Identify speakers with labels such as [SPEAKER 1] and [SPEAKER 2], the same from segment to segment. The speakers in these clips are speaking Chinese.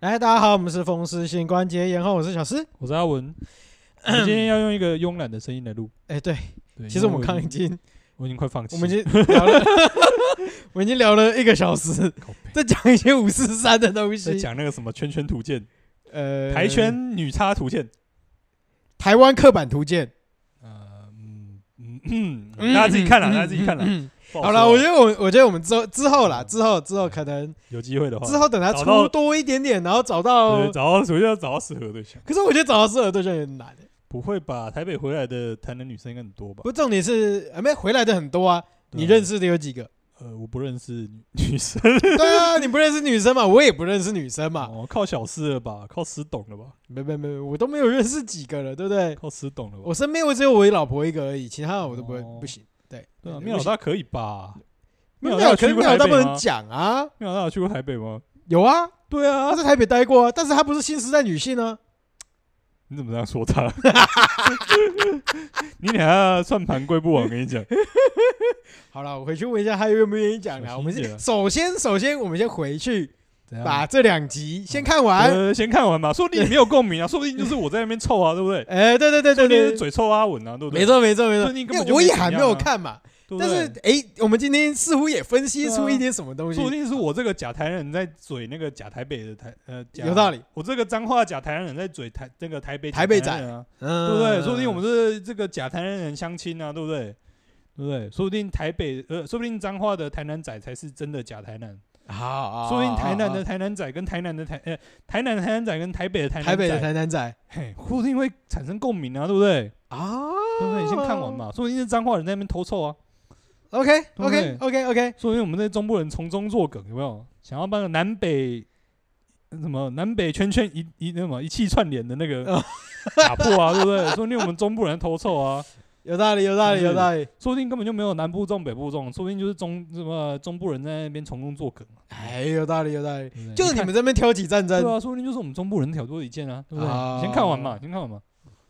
[SPEAKER 1] 嗨，大家好，我们是风湿性关节炎，然后我是小诗。
[SPEAKER 2] 我是 阿文，我们今天要用一个慵懒的声音来录。
[SPEAKER 1] 哎，对，
[SPEAKER 2] 对
[SPEAKER 1] 其实我
[SPEAKER 2] 因
[SPEAKER 1] 们
[SPEAKER 2] 为
[SPEAKER 1] 刚刚
[SPEAKER 2] 已
[SPEAKER 1] 已
[SPEAKER 2] 经
[SPEAKER 1] 经，
[SPEAKER 2] 我已经快放弃
[SPEAKER 1] 我
[SPEAKER 2] 了，
[SPEAKER 1] 们已经聊了， 我们已经聊了一个小时，
[SPEAKER 2] 靠北
[SPEAKER 1] 在讲一些五四三的东
[SPEAKER 2] 在
[SPEAKER 1] 西。
[SPEAKER 2] 讲那个什么圈圈图鉴、
[SPEAKER 1] 呃，
[SPEAKER 2] 台、圈女叉图鉴。
[SPEAKER 1] 台湾刻板图鉴。
[SPEAKER 2] 呃，嗯嗯嗯，大家自己看了，
[SPEAKER 1] 嗯
[SPEAKER 2] 大家自己看了。
[SPEAKER 1] 嗯
[SPEAKER 2] 不
[SPEAKER 1] 好
[SPEAKER 2] 说啊
[SPEAKER 1] 了，我觉得我我觉得我们之后之后啦，之后之后可能
[SPEAKER 2] 有机会的话，
[SPEAKER 1] 之后等他
[SPEAKER 2] 哦找到
[SPEAKER 1] 出多一点点，然后找到
[SPEAKER 2] 对，。找到首先要找到适合的对象。
[SPEAKER 1] 可是我觉得找到适合对象有点难。欸
[SPEAKER 2] 不会吧？台北回来的台南女生应该很多吧
[SPEAKER 1] 不？过重点是，啊没回来的很多啊，
[SPEAKER 2] 对啊
[SPEAKER 1] 你认？识的有几 个？
[SPEAKER 2] 呃，我不认识女 女生，
[SPEAKER 1] 对啊，你不认识女生嘛，我也不认识女生嘛，
[SPEAKER 2] 哦，靠小事了吧？靠死懂了吧？
[SPEAKER 1] 没没没，我都没有认识几个了，对不对？
[SPEAKER 2] 靠死懂了吧？
[SPEAKER 1] 我身边我只有我老婆一个而已，其他的我都不会
[SPEAKER 2] 哦
[SPEAKER 1] 不行。对，
[SPEAKER 2] 对
[SPEAKER 1] 不
[SPEAKER 2] 啊，妙老
[SPEAKER 1] 行
[SPEAKER 2] 大可以吧？
[SPEAKER 1] 没有
[SPEAKER 2] 妙老大有
[SPEAKER 1] 可
[SPEAKER 2] 去
[SPEAKER 1] 是
[SPEAKER 2] 过
[SPEAKER 1] 妙
[SPEAKER 2] 台
[SPEAKER 1] 大
[SPEAKER 2] 北
[SPEAKER 1] 不
[SPEAKER 2] 吗
[SPEAKER 1] 能？讲啊，
[SPEAKER 2] 妙老大有去过台北吗？
[SPEAKER 1] 有啊，
[SPEAKER 2] 对啊
[SPEAKER 1] 她，在台北待过啊，但是她不是新时代女性啊，
[SPEAKER 2] 你怎么这样说他？ 你等下算盘归不完，我跟你讲。
[SPEAKER 1] 好了，我回去问一下他愿不愿意讲啦。
[SPEAKER 2] 小
[SPEAKER 1] 我们
[SPEAKER 2] 心一点啊
[SPEAKER 1] 先首先首先我们先回去
[SPEAKER 2] 怎
[SPEAKER 1] 把这两集先看完。
[SPEAKER 2] 呃，先看完吧，说不定你没有共鸣 啊，说不定就是我在那边凑啊，对不对？
[SPEAKER 1] 哎，对对对对
[SPEAKER 2] 说不定是
[SPEAKER 1] 对，
[SPEAKER 2] 嘴臭阿文啊，对不对？
[SPEAKER 1] 没错没错没错，
[SPEAKER 2] 最近
[SPEAKER 1] 因
[SPEAKER 2] 根本
[SPEAKER 1] 为
[SPEAKER 2] 就
[SPEAKER 1] 我
[SPEAKER 2] 没
[SPEAKER 1] 也
[SPEAKER 2] 怎
[SPEAKER 1] 还没
[SPEAKER 2] 样
[SPEAKER 1] 有
[SPEAKER 2] 啊
[SPEAKER 1] 看嘛。
[SPEAKER 2] 对不
[SPEAKER 1] 但
[SPEAKER 2] 对，
[SPEAKER 1] 是哎，我们今天似乎也分析出一点什么东西
[SPEAKER 2] 说不，定是我这个假台南人在嘴那个假台北的台呃，假
[SPEAKER 1] 有道理。
[SPEAKER 2] 我这个彰化假台南人在嘴台那个台北假
[SPEAKER 1] 台北仔
[SPEAKER 2] 南人啊，
[SPEAKER 1] 嗯，
[SPEAKER 2] 对不对？说不定我们是这个假台南人相亲啊，对不对？对不对？说不定台北呃，说不定彰化的台南仔才是真的假台南。
[SPEAKER 1] 好，好
[SPEAKER 2] 说不定台南的
[SPEAKER 1] 好
[SPEAKER 2] 台南仔跟台南的台呃台南的台南仔跟台北的台
[SPEAKER 1] 好
[SPEAKER 2] 南仔
[SPEAKER 1] 台北的台南仔
[SPEAKER 2] 嘿，说不定会产生共鸣啊，对不对？
[SPEAKER 1] 啊，
[SPEAKER 2] 对不对？你先看完
[SPEAKER 1] 哦
[SPEAKER 2] 嘛，说不定是彰化人在那边偷臭啊，
[SPEAKER 1] OK
[SPEAKER 2] 不
[SPEAKER 1] OK
[SPEAKER 2] 对
[SPEAKER 1] OK OK，
[SPEAKER 2] 说不定我们这些中部人从中作梗，有没有？想要把个南北呃什么南北圈圈一一那什么一气串联的那
[SPEAKER 1] 哦
[SPEAKER 2] 个打破啊，对 不对？说不定我们中部人偷臭啊，
[SPEAKER 1] 有道理有道理
[SPEAKER 2] 是不
[SPEAKER 1] 有
[SPEAKER 2] 是
[SPEAKER 1] 道理。
[SPEAKER 2] 说不定根本就没有南部种北部种，说不定就是中什么中部人在那边从中作梗啊，
[SPEAKER 1] 哎，有道理有道理，
[SPEAKER 2] 对不对
[SPEAKER 1] 就是你
[SPEAKER 2] 看
[SPEAKER 1] 们这边挑起战
[SPEAKER 2] 对
[SPEAKER 1] 争。
[SPEAKER 2] 啊，说不定就是我们中部人挑拨离间啊，对不对？
[SPEAKER 1] 啊
[SPEAKER 2] 你先看完嘛，先看完嘛。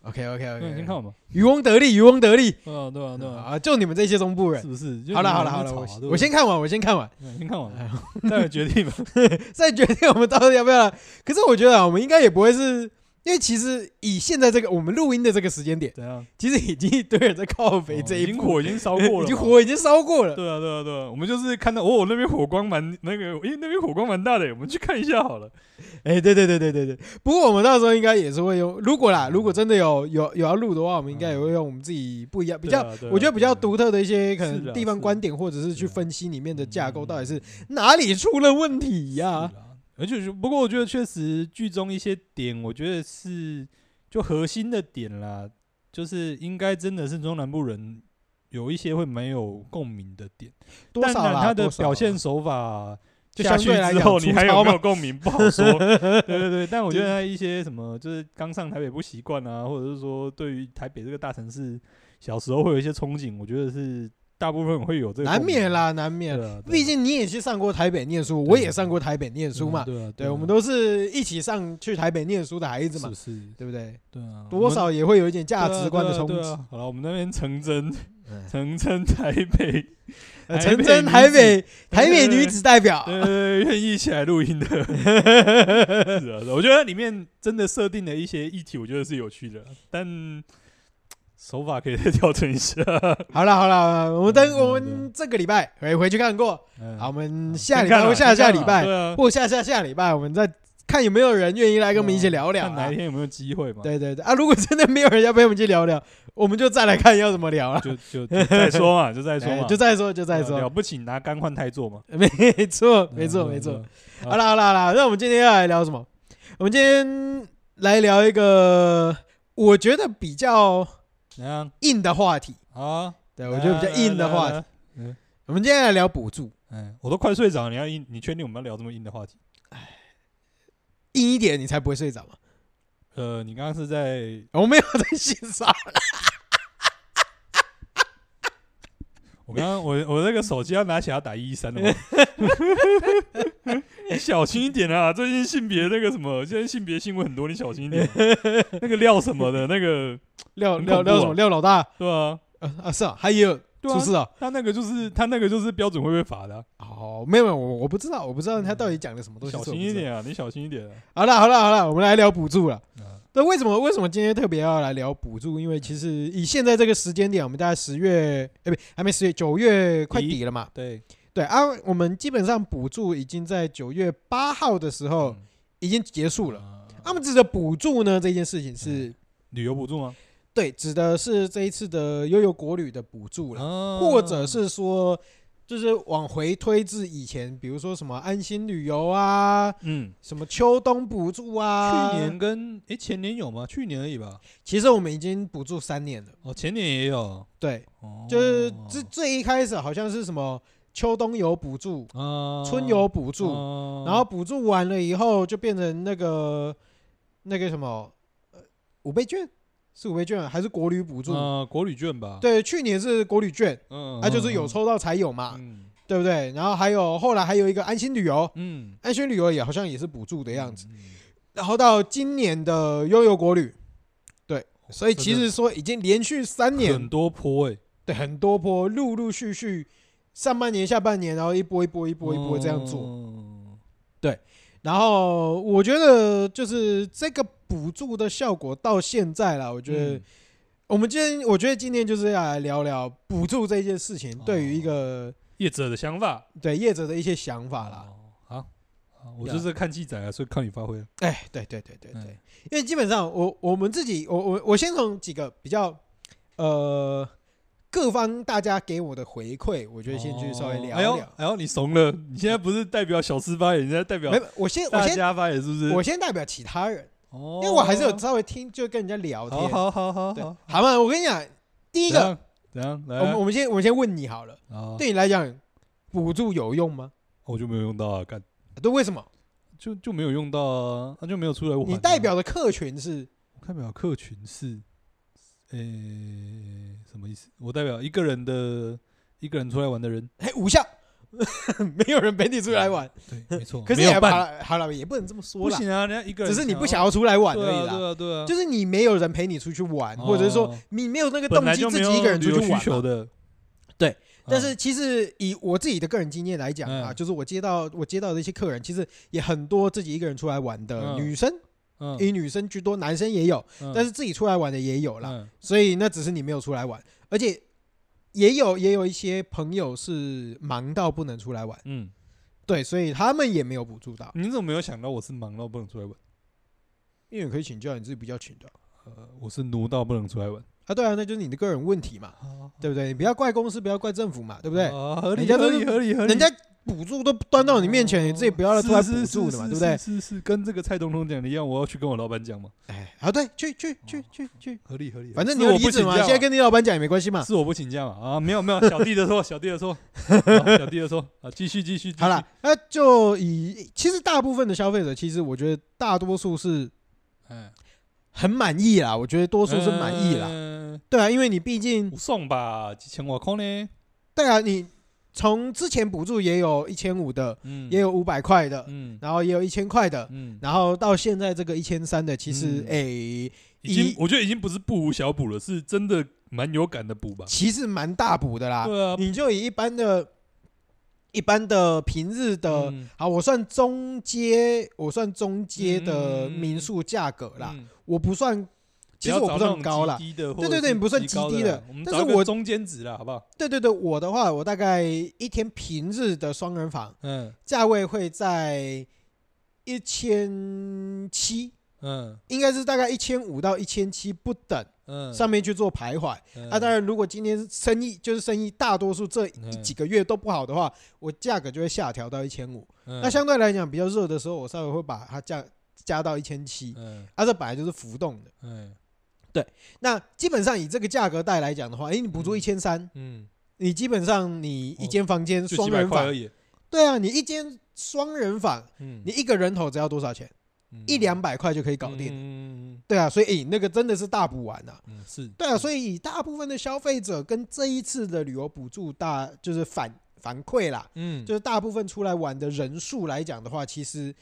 [SPEAKER 1] OK OK
[SPEAKER 2] 对，嗯先
[SPEAKER 1] OK，
[SPEAKER 2] 看我们，
[SPEAKER 1] 渔翁得利渔翁得利
[SPEAKER 2] 对啊，对啊，对啊，
[SPEAKER 1] 啊，就你们这些中部
[SPEAKER 2] 是
[SPEAKER 1] 人。
[SPEAKER 2] 不是？就
[SPEAKER 1] 好了
[SPEAKER 2] 你
[SPEAKER 1] 好
[SPEAKER 2] 们
[SPEAKER 1] 了好
[SPEAKER 2] 在
[SPEAKER 1] 了，
[SPEAKER 2] 吵
[SPEAKER 1] 我
[SPEAKER 2] 啊对不
[SPEAKER 1] 我
[SPEAKER 2] 对
[SPEAKER 1] 先哎看完我先看完，
[SPEAKER 2] 对先看完， 再来决定吧。
[SPEAKER 1] 再决定我们到底要不要来。可是我觉得啊，我们应该也不会是。因为其实以现在这个我们录音的这个时间点，
[SPEAKER 2] 怎 样？
[SPEAKER 1] 其实已经一堆人在靠北
[SPEAKER 2] 哦
[SPEAKER 1] 这
[SPEAKER 2] 已
[SPEAKER 1] 一
[SPEAKER 2] 经
[SPEAKER 1] 步，
[SPEAKER 2] 火已经烧过了嘛，
[SPEAKER 1] 已经火已经烧过了。
[SPEAKER 2] 对啊，对啊，对啊，我们就是看到哦，那边火光蛮那个，诶，那边火光蛮大的，我们去看一下好了。
[SPEAKER 1] 哎，对对对对对对。不过我们到时候应该也是会用，如果
[SPEAKER 2] 嗯
[SPEAKER 1] 啦，如果真的有有有要录的话，我们应该也会用我们自己不一样、 比较
[SPEAKER 2] 对啊，对啊
[SPEAKER 1] 我觉得比较
[SPEAKER 2] 对啊
[SPEAKER 1] 独特的一些可
[SPEAKER 2] 是
[SPEAKER 1] 能
[SPEAKER 2] 啊
[SPEAKER 1] 地方
[SPEAKER 2] 是啊
[SPEAKER 1] 观点，或者是去
[SPEAKER 2] 是啊
[SPEAKER 1] 分析里面的架构
[SPEAKER 2] 嗯
[SPEAKER 1] 到底是啊哪里出了问题呀、
[SPEAKER 2] 是啦而且就不过我觉得嗯确实剧中一些点，我觉得是就核心的点啦，就是应该真的是中南部人有一些会没有共鸣的点。
[SPEAKER 1] 多少
[SPEAKER 2] 但
[SPEAKER 1] 啦？
[SPEAKER 2] 他的
[SPEAKER 1] 多少啊
[SPEAKER 2] 表
[SPEAKER 1] 啦
[SPEAKER 2] 现手法
[SPEAKER 1] 就
[SPEAKER 2] 下
[SPEAKER 1] 相
[SPEAKER 2] 去
[SPEAKER 1] 对来
[SPEAKER 2] 之
[SPEAKER 1] 讲
[SPEAKER 2] 后，
[SPEAKER 1] 粗
[SPEAKER 2] 你还
[SPEAKER 1] 糙
[SPEAKER 2] 有没
[SPEAKER 1] 嘛
[SPEAKER 2] 有共鸣不好说。 对对对，但我觉得他一些什么，就是刚上台北不习惯啊，或者是说对于台北这个大城市，小时候会有一些憧憬，我觉得是大部分会有这个
[SPEAKER 1] 难
[SPEAKER 2] 共
[SPEAKER 1] 免
[SPEAKER 2] 鸣，
[SPEAKER 1] 啦，难
[SPEAKER 2] 对
[SPEAKER 1] 免。
[SPEAKER 2] 啊对啊
[SPEAKER 1] 毕竟你也去上过台北念书，
[SPEAKER 2] 对
[SPEAKER 1] 我也上过台北念
[SPEAKER 2] 对啊
[SPEAKER 1] 书嘛。
[SPEAKER 2] 对啊，
[SPEAKER 1] 对，
[SPEAKER 2] 啊
[SPEAKER 1] 我们都是一起上去台北念书的孩子嘛
[SPEAKER 2] 是，是，
[SPEAKER 1] 对不对？
[SPEAKER 2] 对啊，我
[SPEAKER 1] 多
[SPEAKER 2] 们
[SPEAKER 1] 少也会有一点
[SPEAKER 2] 对
[SPEAKER 1] 价
[SPEAKER 2] 啊
[SPEAKER 1] 值观的
[SPEAKER 2] 对啊
[SPEAKER 1] 冲
[SPEAKER 2] 对
[SPEAKER 1] 击。
[SPEAKER 2] 啊好了，我们那边成真
[SPEAKER 1] 嗯
[SPEAKER 2] 成真台北，
[SPEAKER 1] 呃
[SPEAKER 2] 啊台
[SPEAKER 1] 陈
[SPEAKER 2] 北
[SPEAKER 1] 真
[SPEAKER 2] 女
[SPEAKER 1] 台
[SPEAKER 2] 子
[SPEAKER 1] 北台北
[SPEAKER 2] 对对
[SPEAKER 1] 女
[SPEAKER 2] 对
[SPEAKER 1] 子代表，
[SPEAKER 2] 对对对，愿意一起来录音 的，是啊，是啊我觉得里面真的设定的一些议题，我觉得是有趣的，但手法可以再调整 一下。
[SPEAKER 1] 好了好了，我们
[SPEAKER 2] 嗯
[SPEAKER 1] 等
[SPEAKER 2] 对啊
[SPEAKER 1] 我们这个礼拜回回去看过，好，我
[SPEAKER 2] 好，
[SPEAKER 1] 们
[SPEAKER 2] 嗯
[SPEAKER 1] 下礼
[SPEAKER 2] 先
[SPEAKER 1] 拜
[SPEAKER 2] 看啦
[SPEAKER 1] 或下
[SPEAKER 2] 先看
[SPEAKER 1] 下
[SPEAKER 2] 啦
[SPEAKER 1] 礼拜
[SPEAKER 2] 对啊，
[SPEAKER 1] 或下下下礼拜，我们再看有没有人愿意来跟我们一起聊聊
[SPEAKER 2] 看哪
[SPEAKER 1] 啊
[SPEAKER 2] 一。天有没有机会嘛？，
[SPEAKER 1] 对对对啊，如果真的没有人要陪我们去聊聊，我们就再来看要怎么聊了。
[SPEAKER 2] 就就就再说嘛，就再说
[SPEAKER 1] 哎
[SPEAKER 2] 嘛，
[SPEAKER 1] 就再说，就
[SPEAKER 2] 对啊
[SPEAKER 1] 再
[SPEAKER 2] 了
[SPEAKER 1] 说，
[SPEAKER 2] 不起拿杆换太座嘛，
[SPEAKER 1] 没错，
[SPEAKER 2] 对啊
[SPEAKER 1] 没错，
[SPEAKER 2] 对啊
[SPEAKER 1] 没
[SPEAKER 2] 对
[SPEAKER 1] 错
[SPEAKER 2] 啊。啊
[SPEAKER 1] 好啦好啦好啦，那我们今天要来聊什么？我们今天来聊一个我觉得比较
[SPEAKER 2] 怎样
[SPEAKER 1] 硬的话题。
[SPEAKER 2] 啊？
[SPEAKER 1] 对，哎我觉得比较硬的话
[SPEAKER 2] 来
[SPEAKER 1] 题。，
[SPEAKER 2] 来嗯
[SPEAKER 1] 我们今天来聊补助，
[SPEAKER 2] 嗯，我都快睡着，你要硬，你确定我们要聊这么硬的话题？
[SPEAKER 1] 硬一点你才不会睡着嘛。
[SPEAKER 2] 呃，你刚刚是在
[SPEAKER 1] 我没有在欣赏。
[SPEAKER 2] 我刚刚我我那个手机要拿起来打一一三 了吗，你小心一点啊！最近性别那个什么，现在性别新闻很多，你小心一点。那个料什么的，那个
[SPEAKER 1] 廖
[SPEAKER 2] 很
[SPEAKER 1] 廖
[SPEAKER 2] 恐怖
[SPEAKER 1] 廖什么
[SPEAKER 2] 啊
[SPEAKER 1] 廖老大
[SPEAKER 2] 对吧、啊？
[SPEAKER 1] 啊啊是啊，还有
[SPEAKER 2] 对对啊
[SPEAKER 1] 出，事了。
[SPEAKER 2] 他那个就是他那个就是标准会被罚的啊、
[SPEAKER 1] 哦，没有没有，我我不知道，我不知道他到底讲了什么东西。
[SPEAKER 2] 小
[SPEAKER 1] 所
[SPEAKER 2] 心
[SPEAKER 1] 以我
[SPEAKER 2] 一
[SPEAKER 1] 不知道。
[SPEAKER 2] 点啊，你小心一点啊。
[SPEAKER 1] 好了好了好了，我们来聊补助了。
[SPEAKER 2] 嗯
[SPEAKER 1] 那为什么为什么今天特别要来聊补助？因为其实
[SPEAKER 2] 嗯
[SPEAKER 1] 以现在这个时间点，我们大概十月，哎、不，还没十月，九月快底了嘛。
[SPEAKER 2] 对，
[SPEAKER 1] 对啊，我们基本上补助已经在九月八号的时候
[SPEAKER 2] 嗯
[SPEAKER 1] 已经结束了。
[SPEAKER 2] 啊
[SPEAKER 1] 他们指的补助呢，这件事情是、
[SPEAKER 2] 旅游补助吗？
[SPEAKER 1] 对，指的是这一次的悠游国旅的补助了，
[SPEAKER 2] 啊
[SPEAKER 1] 或者是说。就是往回推至以前，比如说什么安心旅游啊，
[SPEAKER 2] 嗯，
[SPEAKER 1] 什么秋冬补助啊。
[SPEAKER 2] 去年跟诶前年有吗？去年而已吧。
[SPEAKER 1] 其实我们已经补助三年了，
[SPEAKER 2] 哦，前年也有。
[SPEAKER 1] 对，
[SPEAKER 2] 哦，
[SPEAKER 1] 就是最最一开始好像是什么秋冬游补助、
[SPEAKER 2] 啊
[SPEAKER 1] 春游补助，
[SPEAKER 2] 啊
[SPEAKER 1] 然后补助完了以后就变成那个那个什么呃五倍券，是五倍券还是国旅补助？
[SPEAKER 2] 啊国旅券吧。，
[SPEAKER 1] 对，去年是国旅券，
[SPEAKER 2] 嗯，
[SPEAKER 1] 啊，就是有
[SPEAKER 2] 嗯
[SPEAKER 1] 抽到才有嘛，
[SPEAKER 2] 嗯
[SPEAKER 1] 对不对？然后还有后来还有一个安心旅游，
[SPEAKER 2] 嗯
[SPEAKER 1] 安心旅游也好像也是补助的
[SPEAKER 2] 的
[SPEAKER 1] 样子。。
[SPEAKER 2] 嗯嗯
[SPEAKER 1] 然后到今年的悠游国旅，对，所以其
[SPEAKER 2] 真的
[SPEAKER 1] 实说已经连续三年
[SPEAKER 2] 很多坡哎，
[SPEAKER 1] 对，很多波，陆陆续续，上半年、下半年，然后一波一波、一波一波这样做。
[SPEAKER 2] 嗯
[SPEAKER 1] 然后我觉得就是这个补助的效果到现在了，我觉得
[SPEAKER 2] 嗯
[SPEAKER 1] 我们今天，我觉得今天就是要来聊聊补助这件事情
[SPEAKER 2] 哦
[SPEAKER 1] 对于一个
[SPEAKER 2] 业者的想法
[SPEAKER 1] 对业者的一些想法啦。
[SPEAKER 2] 哦好，好我
[SPEAKER 1] 对啊
[SPEAKER 2] 就是看记载啊，所以靠你发挥了。
[SPEAKER 1] 哎，对对对对对
[SPEAKER 2] 嗯，
[SPEAKER 1] 因为基本上我我们自己，我我我先从几个比较呃各方大家给我的回馈，我觉得先去稍微
[SPEAKER 2] 哦
[SPEAKER 1] 聊
[SPEAKER 2] 哎呦
[SPEAKER 1] 聊。，
[SPEAKER 2] 哎呦，你怂了！你现在不是代表小吃发言，你现在代表
[SPEAKER 1] 没，我先我
[SPEAKER 2] 大
[SPEAKER 1] 先
[SPEAKER 2] 家发言是不是？
[SPEAKER 1] 我先代表其他人，
[SPEAKER 2] 哦
[SPEAKER 1] 因为我还是有稍微听，就跟人家聊天
[SPEAKER 2] 好。好好好
[SPEAKER 1] 对
[SPEAKER 2] 好，，
[SPEAKER 1] 好嘛，我跟你讲，第一
[SPEAKER 2] 怎
[SPEAKER 1] 个，
[SPEAKER 2] 样怎样来
[SPEAKER 1] 我们
[SPEAKER 2] 啊
[SPEAKER 1] 我们先我们先问你好了，，
[SPEAKER 2] 哦
[SPEAKER 1] 对你来讲，补助有用吗？
[SPEAKER 2] 我就没有用到啊，干
[SPEAKER 1] 对，为什么？
[SPEAKER 2] 就就没有用到啊，他就没有出来玩啊。
[SPEAKER 1] 你代表的客群是
[SPEAKER 2] 我代表客群是，呃，什么意思？我代表一个人的一个人出来玩的人，
[SPEAKER 1] 嘿无效， 没有人陪你出来玩。
[SPEAKER 2] 对，没错，
[SPEAKER 1] 可是
[SPEAKER 2] 哦没
[SPEAKER 1] 也
[SPEAKER 2] 有
[SPEAKER 1] 好
[SPEAKER 2] 办，
[SPEAKER 1] 了，好了，也不能这么说
[SPEAKER 2] 不
[SPEAKER 1] 啦，
[SPEAKER 2] 行啊，人家一个人
[SPEAKER 1] 只是你
[SPEAKER 2] 想
[SPEAKER 1] 不
[SPEAKER 2] 要
[SPEAKER 1] 想要出来玩
[SPEAKER 2] 对
[SPEAKER 1] 而已
[SPEAKER 2] 啊
[SPEAKER 1] 啦。
[SPEAKER 2] 对啊对啊，
[SPEAKER 1] 就是你没有人陪你出去玩，或者是说
[SPEAKER 2] 哦
[SPEAKER 1] 你没有那个
[SPEAKER 2] 本
[SPEAKER 1] 动
[SPEAKER 2] 来
[SPEAKER 1] 机
[SPEAKER 2] 就
[SPEAKER 1] 自
[SPEAKER 2] 没
[SPEAKER 1] 己一
[SPEAKER 2] 有
[SPEAKER 1] 个人
[SPEAKER 2] 旅
[SPEAKER 1] 出
[SPEAKER 2] 游
[SPEAKER 1] 去
[SPEAKER 2] 需
[SPEAKER 1] 玩嘛
[SPEAKER 2] 求。的，
[SPEAKER 1] 对
[SPEAKER 2] 啊，
[SPEAKER 1] 但是其实以我自己的个人经验来讲啊，
[SPEAKER 2] 嗯
[SPEAKER 1] 就是我接到我接到的一些客人，其实也很多自己一个人出来玩的
[SPEAKER 2] 嗯
[SPEAKER 1] 女生，
[SPEAKER 2] 嗯
[SPEAKER 1] 以女生居多，男生也有，
[SPEAKER 2] 嗯
[SPEAKER 1] 但是自己出来玩的也有啦。
[SPEAKER 2] 嗯
[SPEAKER 1] 所以那只是你没有出来玩，而且也有也有一些朋友是忙到不能出来玩，
[SPEAKER 2] 嗯，
[SPEAKER 1] 对，所以他们也没有补助到。
[SPEAKER 2] 你怎么没有想到我是忙到不能出来玩？
[SPEAKER 1] 因为你可以请教你自己比较请的
[SPEAKER 2] 呃，我是奴到不能出来玩，
[SPEAKER 1] 啊，对啊，那就是你的个人问题嘛，对不对？你不要怪公司，不要怪政府嘛，对
[SPEAKER 2] 对
[SPEAKER 1] 不对？
[SPEAKER 2] 啊，合
[SPEAKER 1] 人
[SPEAKER 2] 理
[SPEAKER 1] 家都
[SPEAKER 2] 合
[SPEAKER 1] 是
[SPEAKER 2] 理合理合理，
[SPEAKER 1] 人家补助都端到你面前，你自己不要出来补
[SPEAKER 2] 是是
[SPEAKER 1] 助
[SPEAKER 2] 是
[SPEAKER 1] 的嘛，
[SPEAKER 2] 哦是
[SPEAKER 1] 对不对？
[SPEAKER 2] 是是是，跟这个蔡总统讲的一样，我要去跟我老板讲嘛，
[SPEAKER 1] 哎，啊，对，去去去去去，
[SPEAKER 2] 合理合理，合理
[SPEAKER 1] 反正你
[SPEAKER 2] 是
[SPEAKER 1] 有
[SPEAKER 2] 我
[SPEAKER 1] 离
[SPEAKER 2] 不
[SPEAKER 1] 职
[SPEAKER 2] 请
[SPEAKER 1] 嘛，
[SPEAKER 2] 假
[SPEAKER 1] 现在跟你老板讲也没关系嘛。
[SPEAKER 2] 是我不请假嘛？啊，没有没有， 小弟的错，小弟的 错，啊小弟的错啊，继续继续，继续
[SPEAKER 1] 好了，，那就以其实大部分的消费者，其实我觉得大多数是
[SPEAKER 2] 嗯，
[SPEAKER 1] 很满意啦，我觉得多
[SPEAKER 2] 多
[SPEAKER 1] 数是满意啦。
[SPEAKER 2] 啦，
[SPEAKER 1] 对啊，因为你毕竟
[SPEAKER 2] 不嗯送吧，几千瓦空呢，
[SPEAKER 1] 对啊，你从之前补助也有一千五的，
[SPEAKER 2] 嗯，
[SPEAKER 1] 也有五百块的，
[SPEAKER 2] 嗯
[SPEAKER 1] 然后也有一千块的，
[SPEAKER 2] 嗯，
[SPEAKER 1] 然后到现在这个一千三的，其实哎
[SPEAKER 2] 嗯
[SPEAKER 1] 诶、
[SPEAKER 2] 已经
[SPEAKER 1] 一
[SPEAKER 2] 我觉得已经不是不无小补了，是真的蛮有感的补吧，
[SPEAKER 1] 其实蛮大补的啦。
[SPEAKER 2] 对啊，
[SPEAKER 1] 你就以一般的、一般的平日的，
[SPEAKER 2] 嗯
[SPEAKER 1] 好，我算中阶，我算中阶的
[SPEAKER 2] 嗯嗯嗯
[SPEAKER 1] 民宿价格啦，
[SPEAKER 2] 嗯
[SPEAKER 1] 我不算，其实
[SPEAKER 2] 要
[SPEAKER 1] 我不
[SPEAKER 2] 找那
[SPEAKER 1] 算
[SPEAKER 2] 种
[SPEAKER 1] 高
[SPEAKER 2] 极
[SPEAKER 1] 啦。
[SPEAKER 2] 低的或
[SPEAKER 1] 对
[SPEAKER 2] 者
[SPEAKER 1] 对对
[SPEAKER 2] 是
[SPEAKER 1] 你不算极
[SPEAKER 2] 高
[SPEAKER 1] 低
[SPEAKER 2] 的啊
[SPEAKER 1] 的
[SPEAKER 2] 啦，我们
[SPEAKER 1] 但
[SPEAKER 2] 找
[SPEAKER 1] 是
[SPEAKER 2] 一个
[SPEAKER 1] 我
[SPEAKER 2] 中间值啦，好不好？
[SPEAKER 1] 对对对，我的话，我大概一天平日的双人房
[SPEAKER 2] 嗯
[SPEAKER 1] 价位会在一千七，
[SPEAKER 2] 嗯
[SPEAKER 1] 应该是大概一千五到一千七不等，
[SPEAKER 2] 嗯，
[SPEAKER 1] 上面去做徘徊。
[SPEAKER 2] 嗯
[SPEAKER 1] 啊，当然，如果今天生意就是生意，大多数这一
[SPEAKER 2] 嗯
[SPEAKER 1] 几个月都不好的话，我价格就会下调到一千五。
[SPEAKER 2] 嗯
[SPEAKER 1] 那相对来讲，比较热的时候，我稍微会把它价加到一千七，
[SPEAKER 2] 嗯
[SPEAKER 1] 啊，这本来就是浮动的。
[SPEAKER 2] 嗯
[SPEAKER 1] 那基本上以这个价格带来讲的话，诶，你补助一
[SPEAKER 2] 嗯
[SPEAKER 1] 千三，
[SPEAKER 2] 嗯，
[SPEAKER 1] 你基本上你一间房间
[SPEAKER 2] 哦就
[SPEAKER 1] 双
[SPEAKER 2] 几百
[SPEAKER 1] 人
[SPEAKER 2] 块而
[SPEAKER 1] 房，
[SPEAKER 2] 已，
[SPEAKER 1] 对啊，你一间双人房，
[SPEAKER 2] 嗯，
[SPEAKER 1] 你一个人头只要多少钱？一两百块就可以搞定，
[SPEAKER 2] 嗯
[SPEAKER 1] 对啊，所以诶，那个真的是大补完啊。
[SPEAKER 2] 嗯是，
[SPEAKER 1] 对啊，所以以大部分的消费者跟这一次的旅游补助大就是反反馈啦，
[SPEAKER 2] 嗯
[SPEAKER 1] 就是大部分出来玩的人数来讲的话，其实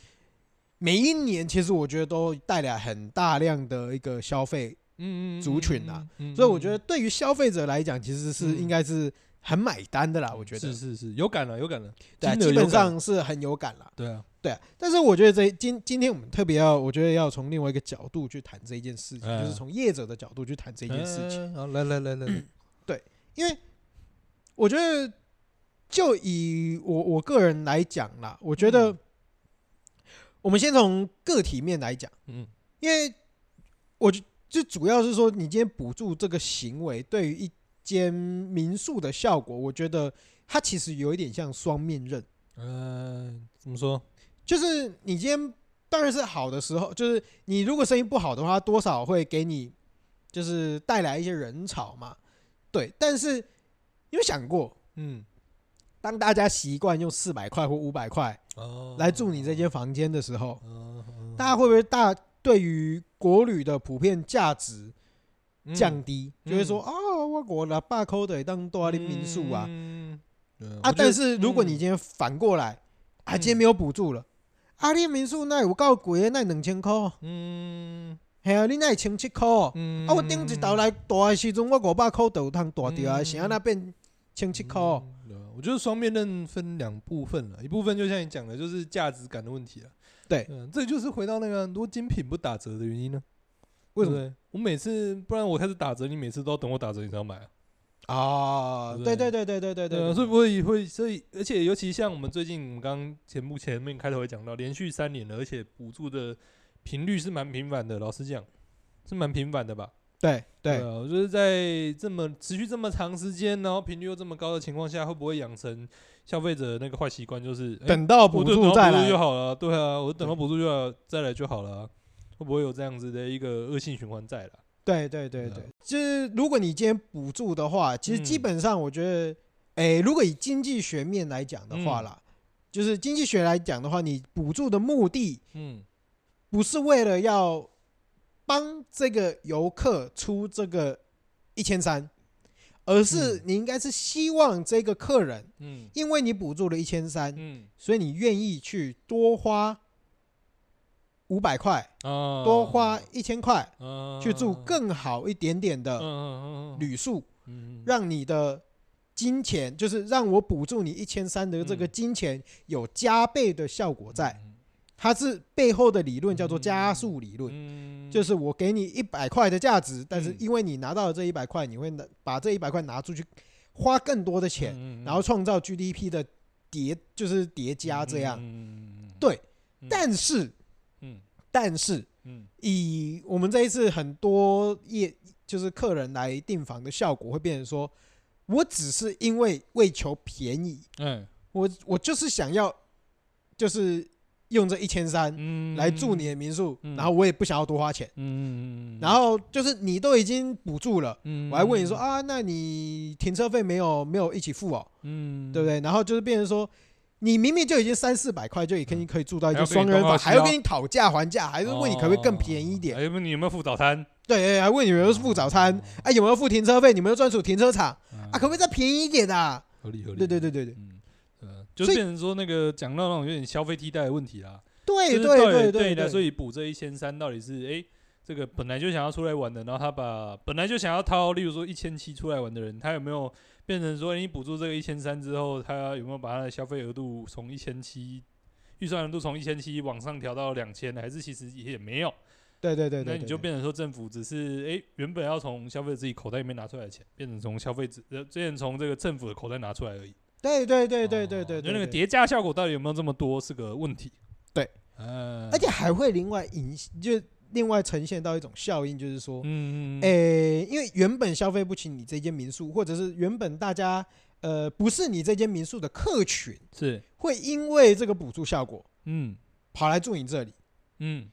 [SPEAKER 1] 每一年其实我觉得都带来很大量的一个消费，
[SPEAKER 2] 嗯
[SPEAKER 1] 族群啊，
[SPEAKER 2] 嗯
[SPEAKER 1] 所以我觉得，对于消费者来讲，其实是
[SPEAKER 2] 嗯
[SPEAKER 1] 应该是很买单的啦，我觉得
[SPEAKER 2] 是是是有感了，有感了，
[SPEAKER 1] 对啊，
[SPEAKER 2] 金额
[SPEAKER 1] 基
[SPEAKER 2] 有
[SPEAKER 1] 本
[SPEAKER 2] 感
[SPEAKER 1] 上是很有感啦。
[SPEAKER 2] 对啊，
[SPEAKER 1] 对啊，但是我觉得这今今天我们特别要，我觉得要从另外一个角度去谈这一件事情，
[SPEAKER 2] 嗯
[SPEAKER 1] 就是从业者的角度去谈这
[SPEAKER 2] 一
[SPEAKER 1] 一件事情，
[SPEAKER 2] 好，来来来来来，
[SPEAKER 1] 因为我觉得就以我我个人来讲啦，我觉得
[SPEAKER 2] 嗯
[SPEAKER 1] 我们先从个体面来讲，
[SPEAKER 2] 嗯
[SPEAKER 1] 因为我就就主要是说，你今天补助这个行为对于一间民宿的效果，我觉得它其实有一点像双面刃。
[SPEAKER 2] 呃，怎么说？
[SPEAKER 1] 就是你今天当然是好的时候，就是你如果生意不好的话，多少会给你就是带来一些人潮嘛。对，但是你有想过，
[SPEAKER 2] 嗯，
[SPEAKER 1] 当大家习惯用四百块或五百块
[SPEAKER 2] 哦
[SPEAKER 1] 来住你这，间房间的时候，
[SPEAKER 2] 哦
[SPEAKER 1] 大家会不会大对于国旅的普遍价值降低？
[SPEAKER 2] 嗯
[SPEAKER 1] 就会说啊、哦，我我拿八扣的当多的民宿啊、
[SPEAKER 2] 嗯，嗯
[SPEAKER 1] 啊！但是如果你，
[SPEAKER 2] 我觉嗯
[SPEAKER 1] 今天反过来，啊，今天没有补助了，啊，你的民宿那有够贵的，那两千块。
[SPEAKER 2] 得嗯
[SPEAKER 1] 嘿啊，你那会千七块哦，
[SPEAKER 2] 嗯，
[SPEAKER 1] 啊，我顶一头来大的时阵，我五百块就有通大掉啊，
[SPEAKER 2] 嗯
[SPEAKER 1] 是安那变千七块哦？
[SPEAKER 2] 嗯对啊我觉得双面刃分两部分了，一部分就像你讲的，就是价值感的问题了。
[SPEAKER 1] 对
[SPEAKER 2] 嗯，这就是回到那个很多精品不打折的原因呢。
[SPEAKER 1] 为什
[SPEAKER 2] 对不对？我每次不然我开始打折，你每次都要等我打折你才要买啊。
[SPEAKER 1] 啊？
[SPEAKER 2] 对
[SPEAKER 1] 对对
[SPEAKER 2] 不对
[SPEAKER 1] 对对对对
[SPEAKER 2] 对啊，
[SPEAKER 1] 对，
[SPEAKER 2] 所以不会会，所以而且尤其像我们最近，我们刚刚节目前面开头也讲到，连续三年了，而且补助的频率是蛮频繁的。老实讲，是蛮频繁的吧？
[SPEAKER 1] 对对，
[SPEAKER 2] 啊，我觉得在这么持续这么长时间，然后频率又这么高的情况下，会不会养成消费者的那个坏习惯，就是诶
[SPEAKER 1] 等到
[SPEAKER 2] 我
[SPEAKER 1] 补
[SPEAKER 2] 就
[SPEAKER 1] 助
[SPEAKER 2] 等
[SPEAKER 1] 再
[SPEAKER 2] 到补助就
[SPEAKER 1] 来，
[SPEAKER 2] 好了？对啊，我等到补助就要再来就好了啊，会不会有这样子的一个恶性循环在了？
[SPEAKER 1] 对对对
[SPEAKER 2] 对
[SPEAKER 1] 对
[SPEAKER 2] 啊，
[SPEAKER 1] 就是如果你今天补助的话，其实基
[SPEAKER 2] 嗯
[SPEAKER 1] 本上我觉得，诶，如果以经济学面来讲的话
[SPEAKER 2] 嗯
[SPEAKER 1] 啦，就是经济学来讲的话，你补助的目的
[SPEAKER 2] 嗯，
[SPEAKER 1] 不是为了要帮这个游客出这个一千三，而是
[SPEAKER 2] 嗯
[SPEAKER 1] 你应该是希望这个客人，
[SPEAKER 2] 嗯
[SPEAKER 1] 因为你补助了一千三，
[SPEAKER 2] 嗯
[SPEAKER 1] 所以你愿意去多花五百块，
[SPEAKER 2] 啊，
[SPEAKER 1] 多花一千块
[SPEAKER 2] 啊
[SPEAKER 1] 去住更好一点点
[SPEAKER 2] 嗯
[SPEAKER 1] 的
[SPEAKER 2] 嗯嗯嗯
[SPEAKER 1] 旅宿，
[SPEAKER 2] 嗯嗯
[SPEAKER 1] 让你的。金钱就是让我补助你一千三的这个
[SPEAKER 2] 嗯
[SPEAKER 1] 金钱有加倍的效果在，
[SPEAKER 2] 嗯
[SPEAKER 1] 它是背后的理论叫做加
[SPEAKER 2] 嗯
[SPEAKER 1] 速理论。
[SPEAKER 2] 嗯
[SPEAKER 1] 就是我给你一百块的价值，但是
[SPEAKER 2] 嗯
[SPEAKER 1] 因为你拿到了这一百块，你会拿把这一百块拿出去花更多的钱，
[SPEAKER 2] 嗯嗯
[SPEAKER 1] 然后创造 GDP 的叠，就是叠加这样。
[SPEAKER 2] 嗯嗯嗯嗯
[SPEAKER 1] 对
[SPEAKER 2] 嗯
[SPEAKER 1] 但是，
[SPEAKER 2] 嗯
[SPEAKER 1] 但是
[SPEAKER 2] 嗯
[SPEAKER 1] 以我们这一次很多业就是客人来订房的效果，会变成说，我只是因为为求便宜，
[SPEAKER 2] 哎
[SPEAKER 1] 我我就是想要，就是用这一千三
[SPEAKER 2] 嗯
[SPEAKER 1] 来住你的民宿，
[SPEAKER 2] 嗯
[SPEAKER 1] 然后我也不想要多花钱。
[SPEAKER 2] 嗯嗯嗯嗯
[SPEAKER 1] 然后就是你都已经补助了，
[SPEAKER 2] 嗯
[SPEAKER 1] 我还问你说啊，那你停车费没有没有一起付哦，
[SPEAKER 2] 嗯
[SPEAKER 1] 对不对？然后就是变成说，你明明就已经三四百块就已经可以住到一间
[SPEAKER 2] 嗯还要跟
[SPEAKER 1] 双
[SPEAKER 2] 你
[SPEAKER 1] 人
[SPEAKER 2] 东
[SPEAKER 1] 房，
[SPEAKER 2] 拉西啊
[SPEAKER 1] 还要
[SPEAKER 2] 拉
[SPEAKER 1] 跟你讨价还价，还
[SPEAKER 2] 还
[SPEAKER 1] 是问你可不可以更便宜一点？
[SPEAKER 2] 还哦哎问你有没有付早餐哦
[SPEAKER 1] 对对，对哎还问你有没有付早
[SPEAKER 2] 嗯
[SPEAKER 1] 餐？哎，有没有付停车费？你们有专属停车场
[SPEAKER 2] 啊
[SPEAKER 1] 啊？可不可以再便宜一点啊？
[SPEAKER 2] 合理合理
[SPEAKER 1] 对对对对对
[SPEAKER 2] 嗯呃就
[SPEAKER 1] 所以
[SPEAKER 2] 变成说那个讲到那种有点消费替代的问题啦，
[SPEAKER 1] 对
[SPEAKER 2] 就
[SPEAKER 1] 哎对
[SPEAKER 2] 是
[SPEAKER 1] 对
[SPEAKER 2] 对
[SPEAKER 1] 对
[SPEAKER 2] 你来
[SPEAKER 1] 对，
[SPEAKER 2] 说，你补这一千三到底是哎、诶这个本来就想要出来玩的，然后他把本来就想要掏，例如说一千七出来玩的人，他有没有变成说诶你补助这个一千三之后，他有没有把他的消费额度从一千七预算额度从一千七往上调到两千，还是其实也没有？
[SPEAKER 1] 对对对对，
[SPEAKER 2] 那
[SPEAKER 1] 对
[SPEAKER 2] 你就变成说政府只是哎、诶原本要从消费者自己口袋里面拿出来的钱，变成从消费者呃变成从这个政府的口袋拿出来而已。
[SPEAKER 1] 对对对对
[SPEAKER 2] 哦
[SPEAKER 1] 对对
[SPEAKER 2] 就
[SPEAKER 1] 对，
[SPEAKER 2] 那个
[SPEAKER 1] 对，
[SPEAKER 2] 叠加效果到底有没有这么多是个问题。
[SPEAKER 1] 对，
[SPEAKER 2] 嗯，
[SPEAKER 1] 而且还会另外影就另外呈现到一种效应，就是说，哎
[SPEAKER 2] 嗯，嗯，嗯
[SPEAKER 1] 诶、因为原本消费不起你这间民宿，或者是原本大家呃不是你这间民宿的客群，
[SPEAKER 2] 是，
[SPEAKER 1] 会因为这个补助效果
[SPEAKER 2] 嗯
[SPEAKER 1] 跑来住你这里。
[SPEAKER 2] 嗯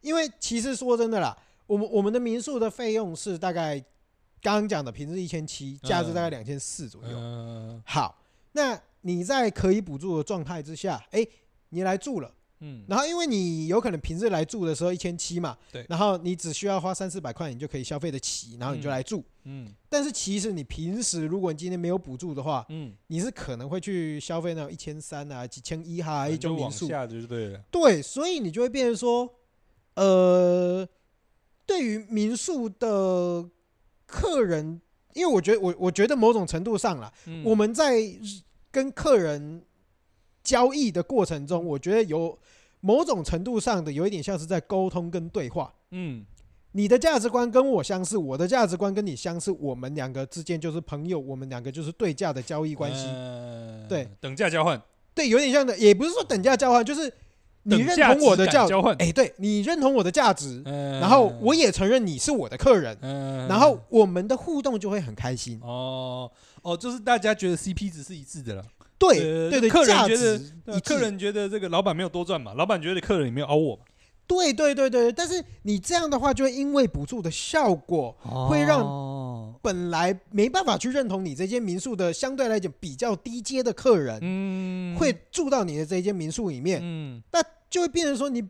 [SPEAKER 1] 因为其实说真的啦，我们我们的民宿的费用是大概刚刚讲的平日一千七，假日大概两千四左右。
[SPEAKER 2] 嗯
[SPEAKER 1] 好，那你在可以补助的状态之下，诶，你来住了，
[SPEAKER 2] 嗯，
[SPEAKER 1] 然后因为你有可能平日来住的时候一千七嘛，
[SPEAKER 2] 对
[SPEAKER 1] 然后你只需要花三四百块，你就可以消费得起，然后你就
[SPEAKER 2] 嗯
[SPEAKER 1] 来住。
[SPEAKER 2] 嗯
[SPEAKER 1] 但是其实你平时如果你今天没有补助的话，
[SPEAKER 2] 嗯，
[SPEAKER 1] 你是可能会去消费那种一千三啊、几千一哈、一
[SPEAKER 2] 就
[SPEAKER 1] 种
[SPEAKER 2] 往
[SPEAKER 1] 民宿。
[SPEAKER 2] 下就对了，
[SPEAKER 1] 对，所以你就会变成说，呃，对于民宿的客人因为我觉得我我觉得某种程度上啦，
[SPEAKER 2] 嗯
[SPEAKER 1] 我们在跟客人交易的过程中，我觉得有某种程度上的有一点像是在沟通跟对话。
[SPEAKER 2] 嗯
[SPEAKER 1] 你的价值观跟我相似，我的价值观跟你相似，我们两个之间就是朋友，我们两个就是对价的交易关系。
[SPEAKER 2] 呃
[SPEAKER 1] 对
[SPEAKER 2] 等价交换，
[SPEAKER 1] 对，有点像的，也不是说等价交换，就是你
[SPEAKER 2] 等
[SPEAKER 1] 认
[SPEAKER 2] 价
[SPEAKER 1] 同我的
[SPEAKER 2] 质感
[SPEAKER 1] 价，
[SPEAKER 2] 交换，呃
[SPEAKER 1] 哎，对你认同我的价值，
[SPEAKER 2] 然
[SPEAKER 1] 然后我也承认你是我的客人，
[SPEAKER 2] 嗯，
[SPEAKER 1] 然后我们的互动就会很开心。
[SPEAKER 2] 哦哦，就是大家觉得 CP 值是一致的了。
[SPEAKER 1] 对
[SPEAKER 2] 呃
[SPEAKER 1] 对对，
[SPEAKER 2] 客人
[SPEAKER 1] 价
[SPEAKER 2] 觉得
[SPEAKER 1] 值
[SPEAKER 2] 对
[SPEAKER 1] 一
[SPEAKER 2] 啊
[SPEAKER 1] 致
[SPEAKER 2] 客人觉得这个老板没有多赚嘛，老板觉得客人也没有凹我嘛，
[SPEAKER 1] 对对对对，但是你这样的话，就会因为补助的效果，会让
[SPEAKER 2] 让
[SPEAKER 1] 本来没办法去认同你这间民宿的相对来讲比较低阶的客人，
[SPEAKER 2] 嗯
[SPEAKER 1] 会住到你的这间民宿里面，
[SPEAKER 2] 嗯
[SPEAKER 1] 那就会变成说你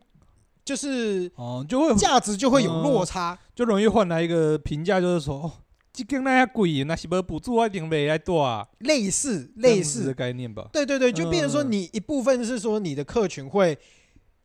[SPEAKER 1] 就是
[SPEAKER 2] 哦，就会
[SPEAKER 1] 价值就会有
[SPEAKER 2] 哦
[SPEAKER 1] 落差。
[SPEAKER 2] 就容易换来一个评价，就是说哦，这个那下贵，那是不补助我一定没来多啊，
[SPEAKER 1] 类似
[SPEAKER 2] 这样
[SPEAKER 1] 类
[SPEAKER 2] 子
[SPEAKER 1] 似
[SPEAKER 2] 的，概念吧。
[SPEAKER 1] 对对对，就变成说
[SPEAKER 2] 嗯
[SPEAKER 1] 你一部分是说你的客群会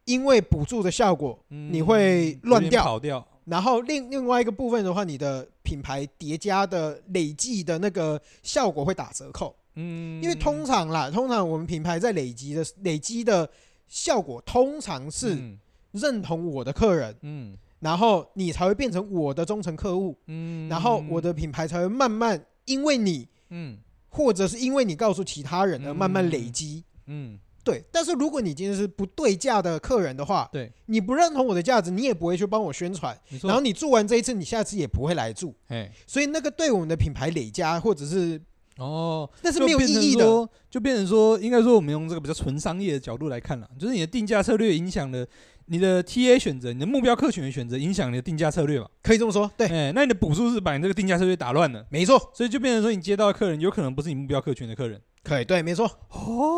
[SPEAKER 1] 因为补助的效果，
[SPEAKER 2] 嗯
[SPEAKER 1] 你会乱
[SPEAKER 2] 有点
[SPEAKER 1] 掉
[SPEAKER 2] 跑掉。
[SPEAKER 1] 然后另另外一个部分的话，你的品牌叠加的累计的那个效果会打折扣，
[SPEAKER 2] 嗯，
[SPEAKER 1] 因为通常啦，通常我们品牌在累积的累积的效果，通常是
[SPEAKER 2] 嗯
[SPEAKER 1] 认同我的客人，
[SPEAKER 2] 嗯
[SPEAKER 1] 然后你才会变成我的忠诚客户，
[SPEAKER 2] 嗯
[SPEAKER 1] 然后我的品牌才会慢慢因为你，
[SPEAKER 2] 嗯
[SPEAKER 1] 或者是因为你告诉其他人而慢慢累积。
[SPEAKER 2] 嗯
[SPEAKER 1] 对，但是如果你今天是不对价的客人的话，
[SPEAKER 2] 对，
[SPEAKER 1] 你不认同我的价值，你也不会去帮我宣传，
[SPEAKER 2] 你说，
[SPEAKER 1] 然后你做完这一次，你下次也不会来住，
[SPEAKER 2] 哎
[SPEAKER 1] 所以那个对我们的品牌累加或者是
[SPEAKER 2] 哦，
[SPEAKER 1] 那是
[SPEAKER 2] 就
[SPEAKER 1] 没有意
[SPEAKER 2] 变成
[SPEAKER 1] 义的。
[SPEAKER 2] 说，就变成说，应该说我们用这个比较纯商业的角度来看了，就是你的定价策略影响了你的 TA 选择，你的目标客群的选择影响你的定价策略嘛。
[SPEAKER 1] 可以这么说，对，
[SPEAKER 2] 哎、那你的补助是把你这个定价策略打乱了，
[SPEAKER 1] 没错，
[SPEAKER 2] 所以就变成说你接到的客人有可能不是你目标客群的客人。
[SPEAKER 1] 可以，对，没错，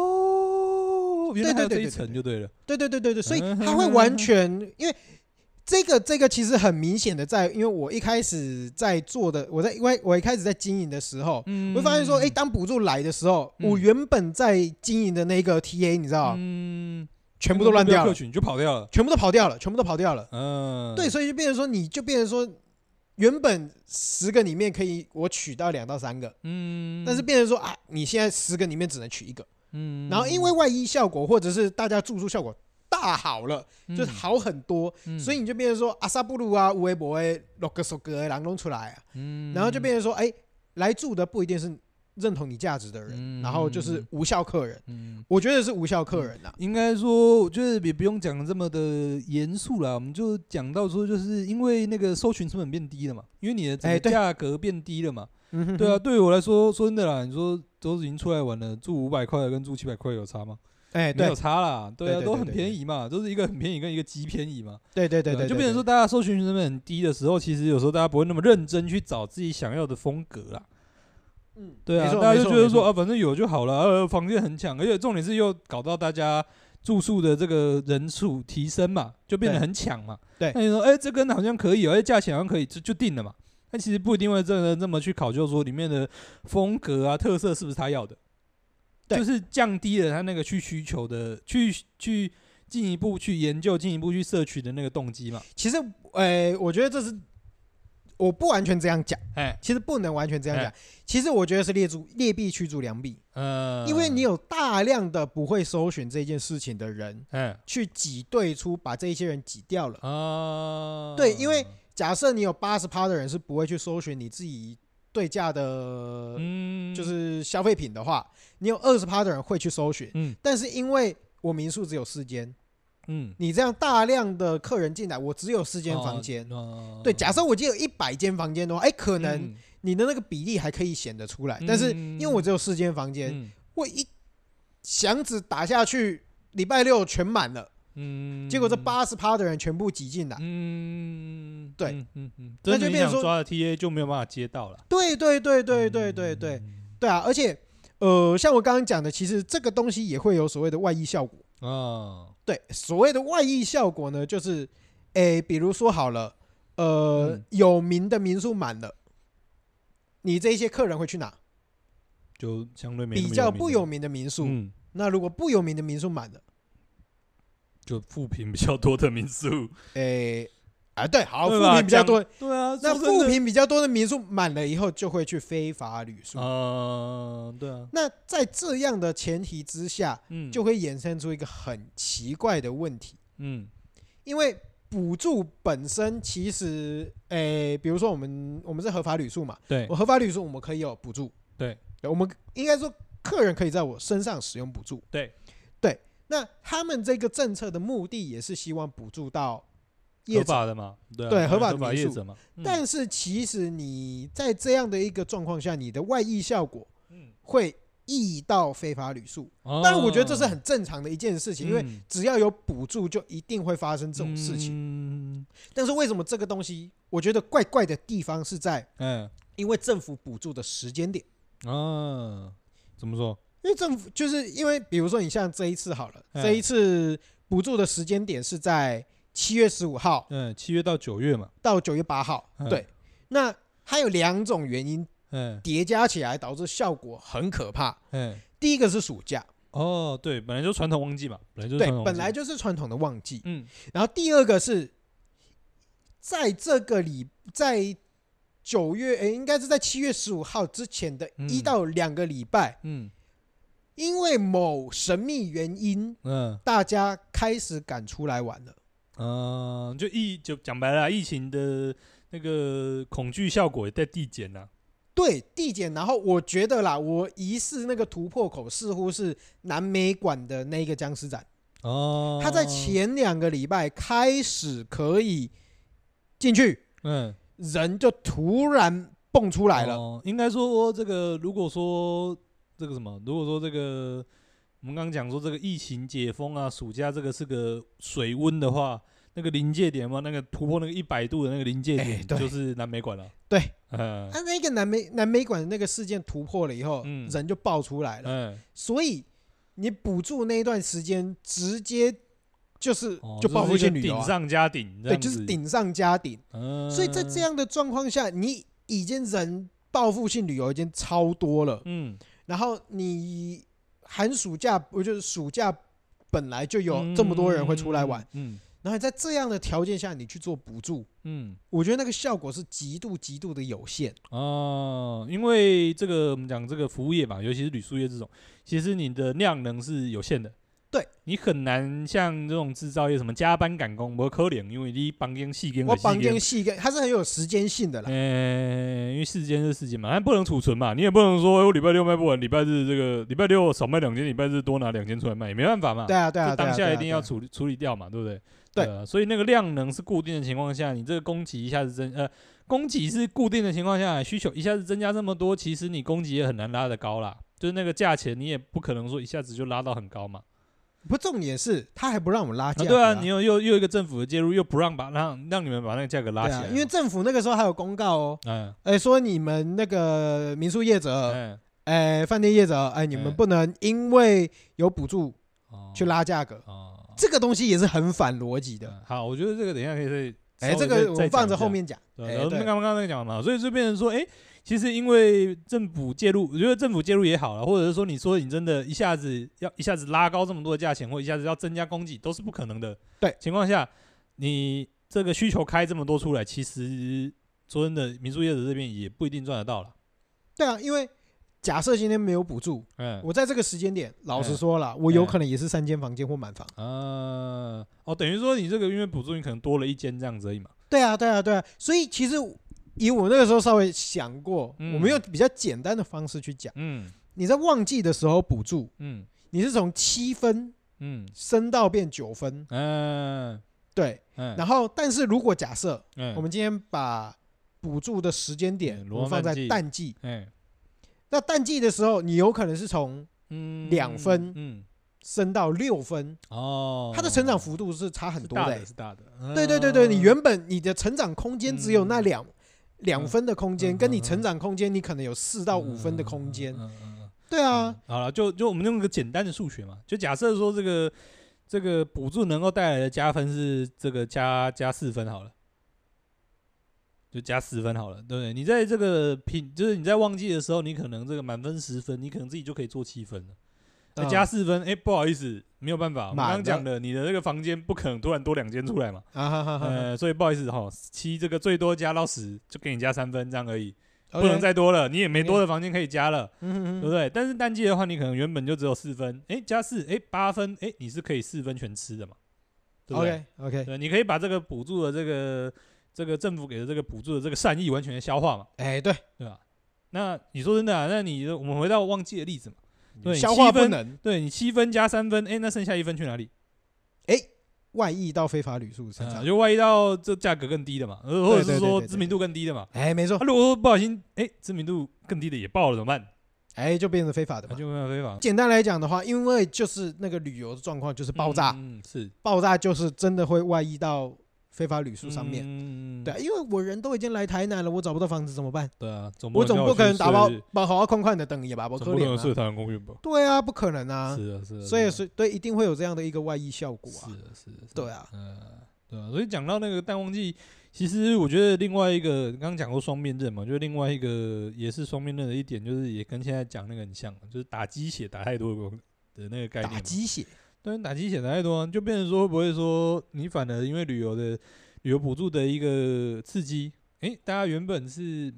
[SPEAKER 2] 哦，原来还有这一层就对了。
[SPEAKER 1] 对对对对对，所以
[SPEAKER 2] 嗯
[SPEAKER 1] 它会完全因为。这个这个其实很明显的在，因为我一开始在做的，我在因为我一开始在经营的时候，
[SPEAKER 2] 嗯
[SPEAKER 1] 我会发现说，哎，，当补助来的时候，
[SPEAKER 2] 嗯
[SPEAKER 1] 我原本在经营的那个 TA，你知道，
[SPEAKER 2] 嗯，
[SPEAKER 1] 全部都乱掉
[SPEAKER 2] 目标客
[SPEAKER 1] 了，
[SPEAKER 2] 群就跑掉了。
[SPEAKER 1] 全部都跑掉了，全部都跑掉了。
[SPEAKER 2] 嗯，
[SPEAKER 1] 对，所以就变成说，你就变成说，原本十个里面可以我取到两到三个，
[SPEAKER 2] 嗯，
[SPEAKER 1] 但是变成说啊，你现在十个里面只能取一个。
[SPEAKER 2] 嗯，
[SPEAKER 1] 然后因为外衣效果或者是大家住宿效果大好了，
[SPEAKER 2] 嗯
[SPEAKER 1] 就是，好很多，
[SPEAKER 2] 嗯
[SPEAKER 1] 所以，你就变成说阿萨布鲁啊、乌维博诶、六个首歌狼弄出来啊，
[SPEAKER 2] 嗯
[SPEAKER 1] 然后就，变成说，哎，来住的不一定是认同你价值的人，
[SPEAKER 2] 嗯
[SPEAKER 1] 然后就是无效客人，
[SPEAKER 2] 嗯。
[SPEAKER 1] 我觉得是无效客人呐、啊。
[SPEAKER 2] 应该说，我觉得也不用讲得这么的严肃啦，我们就讲到说，就是因为那个搜寻成本变低了嘛，因为你的整
[SPEAKER 1] 哎
[SPEAKER 2] 个
[SPEAKER 1] 对
[SPEAKER 2] 价格变低了嘛。
[SPEAKER 1] 嗯哼
[SPEAKER 2] 对啊，，对于我来说，说真的啦，你说都已经出来玩了，住五百块跟住七百块有差吗？
[SPEAKER 1] 哎，
[SPEAKER 2] 没
[SPEAKER 1] 对
[SPEAKER 2] 有差啦，对啊，
[SPEAKER 1] 对对对
[SPEAKER 2] 都很
[SPEAKER 1] 对
[SPEAKER 2] 便宜嘛，都是一个很便宜跟一个极便宜嘛。
[SPEAKER 1] 对对对
[SPEAKER 2] 啊
[SPEAKER 1] 对，
[SPEAKER 2] 就变成说
[SPEAKER 1] 对，
[SPEAKER 2] 大家搜寻成本很低的时候，其实有时候大家不会那么认真去找自己想要的风格啦。
[SPEAKER 1] 嗯，
[SPEAKER 2] 对啊
[SPEAKER 1] 没，错
[SPEAKER 2] 大
[SPEAKER 1] 没
[SPEAKER 2] 家就
[SPEAKER 1] 错
[SPEAKER 2] 觉得
[SPEAKER 1] 没错
[SPEAKER 2] 说啊，反正有就好了，呃，房间很抢，而且重点是又搞到大家住宿的这个人数提升嘛，就变得
[SPEAKER 1] 对
[SPEAKER 2] 很抢嘛。
[SPEAKER 1] 对
[SPEAKER 2] 那你说，哎、这根好像可以哦，哎、价钱好像可以，就就定了嘛。但其实不一定会真的这么去考究说里面的风格啊、特色是不是他要的，
[SPEAKER 1] 对
[SPEAKER 2] 就是降低了他那个去需求的、去去进一步去研究、进一步去摄取的那个动机嘛。
[SPEAKER 1] 其实，呃，我觉得这是我不完全这样讲，
[SPEAKER 2] 哎，
[SPEAKER 1] 其实不能完全这样讲
[SPEAKER 2] 哎。
[SPEAKER 1] 其实我觉得是劣猪劣币驱逐良币，
[SPEAKER 2] 呃，
[SPEAKER 1] 因为你，有大量的不会搜寻这件事情的人
[SPEAKER 2] 哎
[SPEAKER 1] 去挤兑出，把这一些人挤掉了。
[SPEAKER 2] 啊，
[SPEAKER 1] 对因为假设你有八十趴的人是不会去搜寻你自己对价的，
[SPEAKER 2] 嗯，
[SPEAKER 1] 就是消费品的话，你有二十趴的人会去搜寻，
[SPEAKER 2] 嗯
[SPEAKER 1] 但是因为我民宿只有四间，
[SPEAKER 2] 嗯。
[SPEAKER 1] 你这样大量的客人进来，我只有四间房间，
[SPEAKER 2] 哦嗯
[SPEAKER 1] 对，假设我今天有一百间房间的话，哎，可
[SPEAKER 2] 可
[SPEAKER 1] 能你的那个比例还可以显得出来。但是因为我只有四间房间，
[SPEAKER 2] 嗯
[SPEAKER 1] 我一响指打下去，礼拜六全满了，
[SPEAKER 2] 嗯
[SPEAKER 1] 结果这，八十趴的人全部挤进来。
[SPEAKER 2] 嗯，
[SPEAKER 1] 对
[SPEAKER 2] 嗯嗯嗯，
[SPEAKER 1] 那
[SPEAKER 2] 真
[SPEAKER 1] 就
[SPEAKER 2] 的你
[SPEAKER 1] 变
[SPEAKER 2] 想
[SPEAKER 1] 说
[SPEAKER 2] 抓的 TA 就没有办法接到了，
[SPEAKER 1] 对对对对对对对对
[SPEAKER 2] 嗯
[SPEAKER 1] 啊！而且呃，像我刚刚讲的，其实这个东西也会有所谓的外溢效果。
[SPEAKER 2] 啊，
[SPEAKER 1] 对，所谓的外溢效果呢，就是诶，比如说好了，呃
[SPEAKER 2] 嗯，
[SPEAKER 1] 有名的民宿满了，你这些客人会去哪？
[SPEAKER 2] 就相对没那
[SPEAKER 1] 比
[SPEAKER 2] 么
[SPEAKER 1] 较
[SPEAKER 2] 名
[SPEAKER 1] 不
[SPEAKER 2] 了
[SPEAKER 1] 有，名的民宿。
[SPEAKER 2] 嗯，
[SPEAKER 1] 那如果不有名的民宿满了，
[SPEAKER 2] 就负评比较多的民宿，
[SPEAKER 1] 诶、啊，对，好，
[SPEAKER 2] 对
[SPEAKER 1] 负
[SPEAKER 2] 吧
[SPEAKER 1] 评比较多，
[SPEAKER 2] 对啊，
[SPEAKER 1] 那
[SPEAKER 2] 说真的
[SPEAKER 1] 负评比较多的民宿满了以后，就会去非法旅
[SPEAKER 2] 嗯
[SPEAKER 1] 宿。
[SPEAKER 2] 呃，对啊，
[SPEAKER 1] 那在这样的前提之下，
[SPEAKER 2] 嗯，
[SPEAKER 1] 就会衍生出一个很奇怪的问题，
[SPEAKER 2] 嗯
[SPEAKER 1] 因为补助本身其实，诶、比如说我们我们是合法旅宿嘛，
[SPEAKER 2] 对
[SPEAKER 1] 我，合法旅宿我们可以有补助，
[SPEAKER 2] 对，
[SPEAKER 1] 我们应该说客人可以在我身上使用补助，
[SPEAKER 2] 对，
[SPEAKER 1] 对。那他们这个政策的目的也是希望补助到业
[SPEAKER 2] 合
[SPEAKER 1] 者，
[SPEAKER 2] 法的嘛，对啊
[SPEAKER 1] 对合法
[SPEAKER 2] 合
[SPEAKER 1] 的
[SPEAKER 2] 法
[SPEAKER 1] 民
[SPEAKER 2] 业
[SPEAKER 1] 宿
[SPEAKER 2] 者嘛，嗯
[SPEAKER 1] 但是其实你在这样的一个状况下，你的外溢效果
[SPEAKER 2] 嗯，
[SPEAKER 1] 会溢到非法旅宿。
[SPEAKER 2] 当
[SPEAKER 1] 当然，我觉得这是很正常的一件事情，因为
[SPEAKER 2] 哦嗯
[SPEAKER 1] 只要有补助，就一定会发生这种事情。
[SPEAKER 2] 嗯
[SPEAKER 1] 但是为什么这个东西，我觉得怪怪的地方是在，
[SPEAKER 2] 嗯
[SPEAKER 1] 因为政府补助的时间点，
[SPEAKER 2] 啊，怎么说？
[SPEAKER 1] 因为政府就是因为，比如说你像这一次好了，
[SPEAKER 2] 嗯
[SPEAKER 1] 这一次补助的时间点是在七月十五号
[SPEAKER 2] 嗯，七月到九月嘛，
[SPEAKER 1] 到九月八号
[SPEAKER 2] 嗯，
[SPEAKER 1] 对，那它有两种原因
[SPEAKER 2] 嗯
[SPEAKER 1] 叠加起来导致效果很可怕。
[SPEAKER 2] 嗯，
[SPEAKER 1] 第一个是暑假，
[SPEAKER 2] 哦，对，本来就传统旺季嘛，本来就是
[SPEAKER 1] 对
[SPEAKER 2] 传统，旺
[SPEAKER 1] 本
[SPEAKER 2] 季
[SPEAKER 1] 来就是传统的旺季，
[SPEAKER 2] 嗯
[SPEAKER 1] 然后第二个是，在这个礼在九月，诶，应该是在七月十五号之前的
[SPEAKER 2] 嗯
[SPEAKER 1] 一到两个礼拜，
[SPEAKER 2] 嗯
[SPEAKER 1] 因为某神秘原因，
[SPEAKER 2] 嗯
[SPEAKER 1] 大家开始敢出来玩了。
[SPEAKER 2] 嗯，就疫就讲白了啊，疫情的那个恐惧效果也在递减啊啦。
[SPEAKER 1] 对地点，然后我觉得啦，我疑似那个突破口似乎是南美馆的那个僵尸展，
[SPEAKER 2] 哦，
[SPEAKER 1] 他在前两个礼拜开始可以进去，
[SPEAKER 2] 嗯
[SPEAKER 1] 人就突然蹦出来了。
[SPEAKER 2] 哦应该说这个，如果说这个什么，如果说这个我们刚刚讲说这个疫情解封啊，暑假这个是个水温的话，那个临界点嘛，那个突破那个一百度的那个临界
[SPEAKER 1] 哎
[SPEAKER 2] 点，
[SPEAKER 1] 对
[SPEAKER 2] 就是南美馆了。
[SPEAKER 1] 对，
[SPEAKER 2] 嗯
[SPEAKER 1] 啊，那个南美南美馆的那个事件突破了以后，
[SPEAKER 2] 嗯
[SPEAKER 1] 人就爆出来了，
[SPEAKER 2] 嗯，
[SPEAKER 1] 所以你补助那一段时间，直接就是
[SPEAKER 2] 哦
[SPEAKER 1] 就报复
[SPEAKER 2] 是一
[SPEAKER 1] 性
[SPEAKER 2] 个
[SPEAKER 1] 旅游、
[SPEAKER 2] 顶
[SPEAKER 1] 啊，
[SPEAKER 2] 上加顶，这
[SPEAKER 1] 对，
[SPEAKER 2] 样
[SPEAKER 1] 就是
[SPEAKER 2] 子。
[SPEAKER 1] 顶上加顶。
[SPEAKER 2] 嗯
[SPEAKER 1] 所以在这，样的状况下，你已经人报复性旅游已经超多了，
[SPEAKER 2] 嗯，
[SPEAKER 1] 然后你寒暑假不就是暑假本来就有这么多人会出来玩，
[SPEAKER 2] 嗯，
[SPEAKER 1] 然后你在这样的条件下你去做补助，
[SPEAKER 2] 嗯嗯。
[SPEAKER 1] 我觉得那个效果是极度极度的有限。
[SPEAKER 2] 哦，因为这个我们讲这个服务业嘛，尤其是旅宿业这种，其实你的量能是有限的。
[SPEAKER 1] 对，
[SPEAKER 2] 你很难像这种制造业什么加班赶工，我可怜，因为你绑定细跟
[SPEAKER 1] 我绑定细跟它是很有时间性的啦。
[SPEAKER 2] 嗯、因为时间是时间嘛，但不能储存嘛，你也不能说、哎我礼拜六卖不完，礼拜日这个礼拜六少卖两间，礼拜日多拿两间出来卖，也没办法嘛。
[SPEAKER 1] 对啊，对啊，
[SPEAKER 2] 就
[SPEAKER 1] 对啊
[SPEAKER 2] 当下
[SPEAKER 1] 对啊
[SPEAKER 2] 一定要
[SPEAKER 1] 对啊
[SPEAKER 2] 处理处理掉嘛，对不对？
[SPEAKER 1] 对
[SPEAKER 2] 啊，所以那个量能是固定的情况下，你这个供给一下子增呃，供给是固定的情况下，需求一下子增加这么多，其实你供给也很难拉得高啦。就是那个价钱，你也不可能说一下子就拉到很高嘛。
[SPEAKER 1] 不，重点是他还不让我们拉价
[SPEAKER 2] 啊
[SPEAKER 1] 格、
[SPEAKER 2] 对啊，你又又又一个政府的介入，又不让把让让你们把那个价格拉
[SPEAKER 1] 对
[SPEAKER 2] 起
[SPEAKER 1] 啊
[SPEAKER 2] 来嘛，，
[SPEAKER 1] 因为政府那个时候还有公告哦，
[SPEAKER 2] 嗯
[SPEAKER 1] 哎，说你们那个民宿业者，
[SPEAKER 2] 嗯
[SPEAKER 1] 哎，饭店业者，哎，你们
[SPEAKER 2] 嗯
[SPEAKER 1] 不能因为有补助
[SPEAKER 2] 哦
[SPEAKER 1] 去拉价格，
[SPEAKER 2] 哦
[SPEAKER 1] 这个东西也是很反逻辑的。
[SPEAKER 2] 嗯好，我觉得这个等一下可以再
[SPEAKER 1] 哎，
[SPEAKER 2] 嗯稍
[SPEAKER 1] 这
[SPEAKER 2] 微再
[SPEAKER 1] 个我
[SPEAKER 2] 再
[SPEAKER 1] 们放
[SPEAKER 2] 讲
[SPEAKER 1] 着
[SPEAKER 2] 一
[SPEAKER 1] 后
[SPEAKER 2] 下
[SPEAKER 1] 面讲。
[SPEAKER 2] 对，
[SPEAKER 1] 哎
[SPEAKER 2] 然后
[SPEAKER 1] 对
[SPEAKER 2] 刚刚刚才讲嘛，所以就变成说，哎、其实因为政府介入，我觉得政府介入也好了，或者是说你说你真的一下子要一下子拉高这么多的价钱，或一下子要增加供给，都是不可能的。
[SPEAKER 1] 对
[SPEAKER 2] 情况下，你这个需求开这么多出来，其实说真的，民宿业者这边也不一定赚得到了。
[SPEAKER 1] 对啊，因为假设今天没有补助，
[SPEAKER 2] 嗯，
[SPEAKER 1] 我在这个时间点，老实
[SPEAKER 2] 嗯
[SPEAKER 1] 说了，我有
[SPEAKER 2] 嗯
[SPEAKER 1] 可能也是三间房间或满房。
[SPEAKER 2] 啊，哦，等于说你这个因为补助，你可能多了一间这样子而已嘛。
[SPEAKER 1] 对啊，对啊，对啊。所以其实以我那个时候稍微想过，
[SPEAKER 2] 嗯
[SPEAKER 1] 我们用比较简单的方式去讲，
[SPEAKER 2] 嗯
[SPEAKER 1] 你在旺季的时候补助，
[SPEAKER 2] 嗯
[SPEAKER 1] 你是从七分
[SPEAKER 2] 嗯
[SPEAKER 1] 升到变九分，
[SPEAKER 2] 嗯哎
[SPEAKER 1] 对。
[SPEAKER 2] 嗯，
[SPEAKER 1] 然后，但是如果假设我
[SPEAKER 2] 我
[SPEAKER 1] 们今天把补助的时间点
[SPEAKER 2] 嗯
[SPEAKER 1] 我们放在
[SPEAKER 2] 罗曼
[SPEAKER 1] 淡季，
[SPEAKER 2] 嗯
[SPEAKER 1] 那淡季的时候，你有可能是从
[SPEAKER 2] 嗯
[SPEAKER 1] 两分
[SPEAKER 2] 嗯。
[SPEAKER 1] 升到六分，
[SPEAKER 2] 哦，
[SPEAKER 1] 它的成长幅度是差很
[SPEAKER 2] 是
[SPEAKER 1] 多
[SPEAKER 2] 大
[SPEAKER 1] 的
[SPEAKER 2] 的
[SPEAKER 1] 欸。
[SPEAKER 2] 是大的，嗯
[SPEAKER 1] 对对对对，你原本你的成长空间只有那两两分的空间，
[SPEAKER 2] 嗯
[SPEAKER 1] 跟你
[SPEAKER 2] 嗯
[SPEAKER 1] 成长空间你可能有四到五分的空间
[SPEAKER 2] 嗯。嗯嗯嗯
[SPEAKER 1] 对啊，
[SPEAKER 2] 嗯好了，就就我们用个简单的数学嘛，就假设说这个这个补助能够带来的加分是这个加加四分好了，就加十分好了，对不对？你在这个平，就是你在旺季的时候，你可能这个满分十分，你可能自己就可以做七分了。哎
[SPEAKER 1] 嗯
[SPEAKER 2] 加四分，哎，不好意思，没有办法，我们
[SPEAKER 1] 满
[SPEAKER 2] 刚
[SPEAKER 1] 了
[SPEAKER 2] 刚讲的，你的那个房间不可能突然多两间出来嘛，
[SPEAKER 1] 啊哈 哈哈哈，
[SPEAKER 2] 呃，所以不好意思哈，七这个最多加到十，就给你加三分这样而已，
[SPEAKER 1] 不
[SPEAKER 2] 不能，再多了，你也没多的房间可以加了，
[SPEAKER 1] 嗯
[SPEAKER 2] 对不
[SPEAKER 1] 嗯
[SPEAKER 2] 对？但是单季的话，你可能原本就只有四分，哎，加四，哎，八分，哎，你是可以四分全吃的嘛，对不对？
[SPEAKER 1] ，OK OK，
[SPEAKER 2] 对，你可以把这个补助的这个这个政府给的这个补助的这个善意完全的消化嘛，
[SPEAKER 1] 哎，对，
[SPEAKER 2] 对吧？那你说真的啊？那你我们回到旺季的例子嘛，对
[SPEAKER 1] 消化
[SPEAKER 2] 七
[SPEAKER 1] 不
[SPEAKER 2] 分
[SPEAKER 1] 能，
[SPEAKER 2] 对你七分加三分，哎，那剩下一分去哪里？
[SPEAKER 1] 哎外溢到非法旅宿身
[SPEAKER 2] 呃
[SPEAKER 1] 上，
[SPEAKER 2] 就万一到这价格更低的嘛，呃或者
[SPEAKER 1] 对对对
[SPEAKER 2] 是说
[SPEAKER 1] 对对
[SPEAKER 2] 知名度更低的嘛。
[SPEAKER 1] 哎，没 错
[SPEAKER 2] 啊，，如果说不小心，哎，知名度更低的也爆了怎么办？
[SPEAKER 1] 哎，就变成非法的
[SPEAKER 2] 那
[SPEAKER 1] 嘛。
[SPEAKER 2] 就没有非法
[SPEAKER 1] 简单来讲的话，因为就是那个旅游的状况就是爆炸，
[SPEAKER 2] 嗯，嗯是
[SPEAKER 1] 爆炸就是真的会外溢到非法旅宿上
[SPEAKER 2] 嗯
[SPEAKER 1] 面。
[SPEAKER 2] 面
[SPEAKER 1] 对啊，因为我人都已经来台南了，我找不到房子怎么办？
[SPEAKER 2] 对啊，总
[SPEAKER 1] 我总
[SPEAKER 2] 叫
[SPEAKER 1] 不可
[SPEAKER 2] 去
[SPEAKER 1] 能打包
[SPEAKER 2] 睡
[SPEAKER 1] 把好好宽宽的等也吧，我可
[SPEAKER 2] 总不能
[SPEAKER 1] 怜
[SPEAKER 2] 睡
[SPEAKER 1] 啊。
[SPEAKER 2] 台湾公寓吧？
[SPEAKER 1] 对啊，不可能啊。
[SPEAKER 2] 是啊，是啊，
[SPEAKER 1] 所以
[SPEAKER 2] 啊
[SPEAKER 1] 是对，一定会有这样的一个外溢效果
[SPEAKER 2] 是
[SPEAKER 1] 啊。
[SPEAKER 2] 啊，是啊，是
[SPEAKER 1] 对啊，
[SPEAKER 2] 呃，对啊，所以讲到那个淡旺季，其实我觉得另外一个刚刚讲过双面刃嘛，就是另外一个也是双面刃的一点，就是也跟现在讲那个很像，就是打鸡血打太多的的那个概念
[SPEAKER 1] 打
[SPEAKER 2] 嘛。
[SPEAKER 1] 鸡血，
[SPEAKER 2] 对，打鸡血打太多啊，就变成说会不会说你反而因为旅游的旅游补助的一个刺激，诶，大家原本是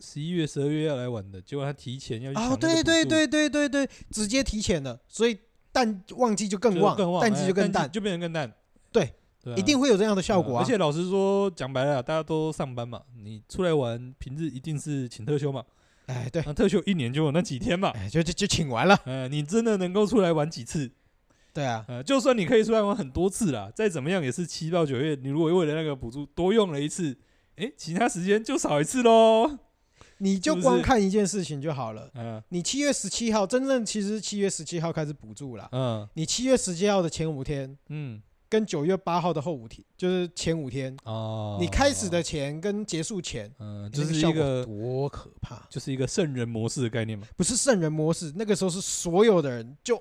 [SPEAKER 2] 十一月、十二月要来玩的，结果他提前要去抢
[SPEAKER 1] 哦，
[SPEAKER 2] 那个
[SPEAKER 1] 对对
[SPEAKER 2] 补助
[SPEAKER 1] 对对对对，直接提前了，所以淡旺季就
[SPEAKER 2] 就
[SPEAKER 1] 更
[SPEAKER 2] 是
[SPEAKER 1] 旺，
[SPEAKER 2] 更旺，
[SPEAKER 1] 淡
[SPEAKER 2] 哎
[SPEAKER 1] 季就更
[SPEAKER 2] 淡
[SPEAKER 1] 淡
[SPEAKER 2] 季，就变成更淡，
[SPEAKER 1] 对
[SPEAKER 2] 对啊，
[SPEAKER 1] 一定会有这样的效果啊。
[SPEAKER 2] 而且老实说，讲白了啊，大家都上班嘛，你出来玩，平日一定是请特休嘛，
[SPEAKER 1] 哎，对，
[SPEAKER 2] 那特休一年就有那几天嘛，
[SPEAKER 1] 哎，就就就请完了。
[SPEAKER 2] 呃，你真的能够出来玩几次？
[SPEAKER 1] 对啊，
[SPEAKER 2] 呃，就算你可以出来玩很多次啦，再怎么样也是七到九月，你如果为了那个补助多用了一次，诶，其他时间就少一次喽。
[SPEAKER 1] 你就是
[SPEAKER 2] 不是
[SPEAKER 1] 光看一件事情就好了。
[SPEAKER 2] 嗯
[SPEAKER 1] 你七月十七号真正其实是七月十七号开始补助啦。
[SPEAKER 2] 嗯
[SPEAKER 1] 你七月十七号的前五天
[SPEAKER 2] 嗯
[SPEAKER 1] 跟九月八号的后五天，就是前五天，
[SPEAKER 2] 哦，
[SPEAKER 1] 你开始的，前跟结束前，
[SPEAKER 2] 嗯、
[SPEAKER 1] 哎
[SPEAKER 2] 就
[SPEAKER 1] 那
[SPEAKER 2] 是
[SPEAKER 1] 效
[SPEAKER 2] 一
[SPEAKER 1] 果
[SPEAKER 2] 个
[SPEAKER 1] 多可怕！
[SPEAKER 2] 就是一个圣人模式的概念嘛，
[SPEAKER 1] 不是圣人模式，那个时候是所有的人就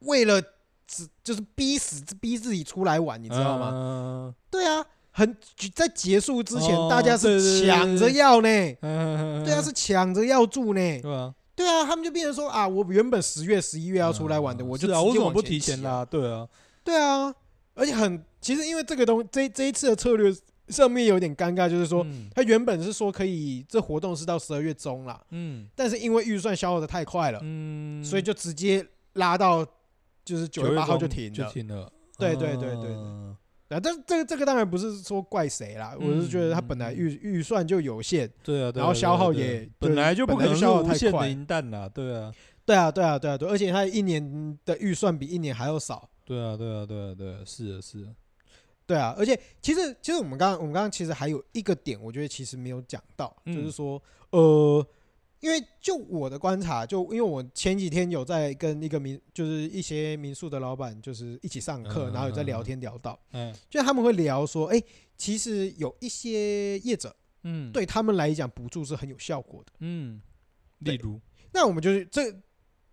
[SPEAKER 1] 为了只就是逼死逼自己出来玩，你
[SPEAKER 2] 你
[SPEAKER 1] 知道吗？
[SPEAKER 2] 吗？
[SPEAKER 1] 对啊，很在结束之前，
[SPEAKER 2] 哦
[SPEAKER 1] 大家
[SPEAKER 2] 对对
[SPEAKER 1] 是
[SPEAKER 2] 对
[SPEAKER 1] 抢着要呢，
[SPEAKER 2] 嗯，
[SPEAKER 1] 对啊，是抢着要住呢，
[SPEAKER 2] 对吧、
[SPEAKER 1] 对啊，他们就变成说啊，我原本十月、十一月要出来玩的，
[SPEAKER 2] 嗯
[SPEAKER 1] 我就是
[SPEAKER 2] 啊，
[SPEAKER 1] 直
[SPEAKER 2] 我
[SPEAKER 1] 接
[SPEAKER 2] 怎么
[SPEAKER 1] 往
[SPEAKER 2] 不提前
[SPEAKER 1] 挤啊？
[SPEAKER 2] 啦？对啊，
[SPEAKER 1] 对啊，而且很其实因为这个东这这一次的策略上面有点尴尬，就是说
[SPEAKER 2] 嗯
[SPEAKER 1] 他原本是说可以这活动是到十二月中啦，
[SPEAKER 2] 嗯
[SPEAKER 1] 但是因为预算消耗的太快了，
[SPEAKER 2] 嗯，
[SPEAKER 1] 所以就直接拉到就是九月八号就
[SPEAKER 2] 中
[SPEAKER 1] 停
[SPEAKER 2] 就
[SPEAKER 1] 了。
[SPEAKER 2] 停了。
[SPEAKER 1] 对对对对对
[SPEAKER 2] 嗯
[SPEAKER 1] 啊，但是这个这个当然不是说怪谁啦，我是觉得他
[SPEAKER 2] 嗯
[SPEAKER 1] 本来预预算就有限。
[SPEAKER 2] 对啊，对啊
[SPEAKER 1] 然后消耗
[SPEAKER 2] 对啊
[SPEAKER 1] 也
[SPEAKER 2] 对
[SPEAKER 1] 就
[SPEAKER 2] 啊
[SPEAKER 1] 是
[SPEAKER 2] 本来就不可
[SPEAKER 1] 本来
[SPEAKER 2] 能
[SPEAKER 1] 就是消耗太
[SPEAKER 2] 无限
[SPEAKER 1] 快
[SPEAKER 2] 的银弹啦，对啊，
[SPEAKER 1] 对啊，对啊，对啊，对，而且他一年的预算比一年还要少。
[SPEAKER 2] 对啊，对啊，对啊，对啊，是啊，是啊，
[SPEAKER 1] 对啊，而且其实其实我们刚刚我们刚刚其实还有一个点，我觉得其实没有讲到，
[SPEAKER 2] 嗯
[SPEAKER 1] 就是说呃，因为就我的观察，就因为我前几天有在跟一个民就是一些民宿的老板就是一起上课，
[SPEAKER 2] 嗯
[SPEAKER 1] 然后有在聊
[SPEAKER 2] 嗯嗯
[SPEAKER 1] 天聊到，
[SPEAKER 2] 嗯
[SPEAKER 1] 就他们会聊说，哎，其实有一些业者
[SPEAKER 2] 嗯，，
[SPEAKER 1] 对他们来讲补助是很有效果的。
[SPEAKER 2] 嗯，
[SPEAKER 1] 对
[SPEAKER 2] 例如，
[SPEAKER 1] 那我们就是这，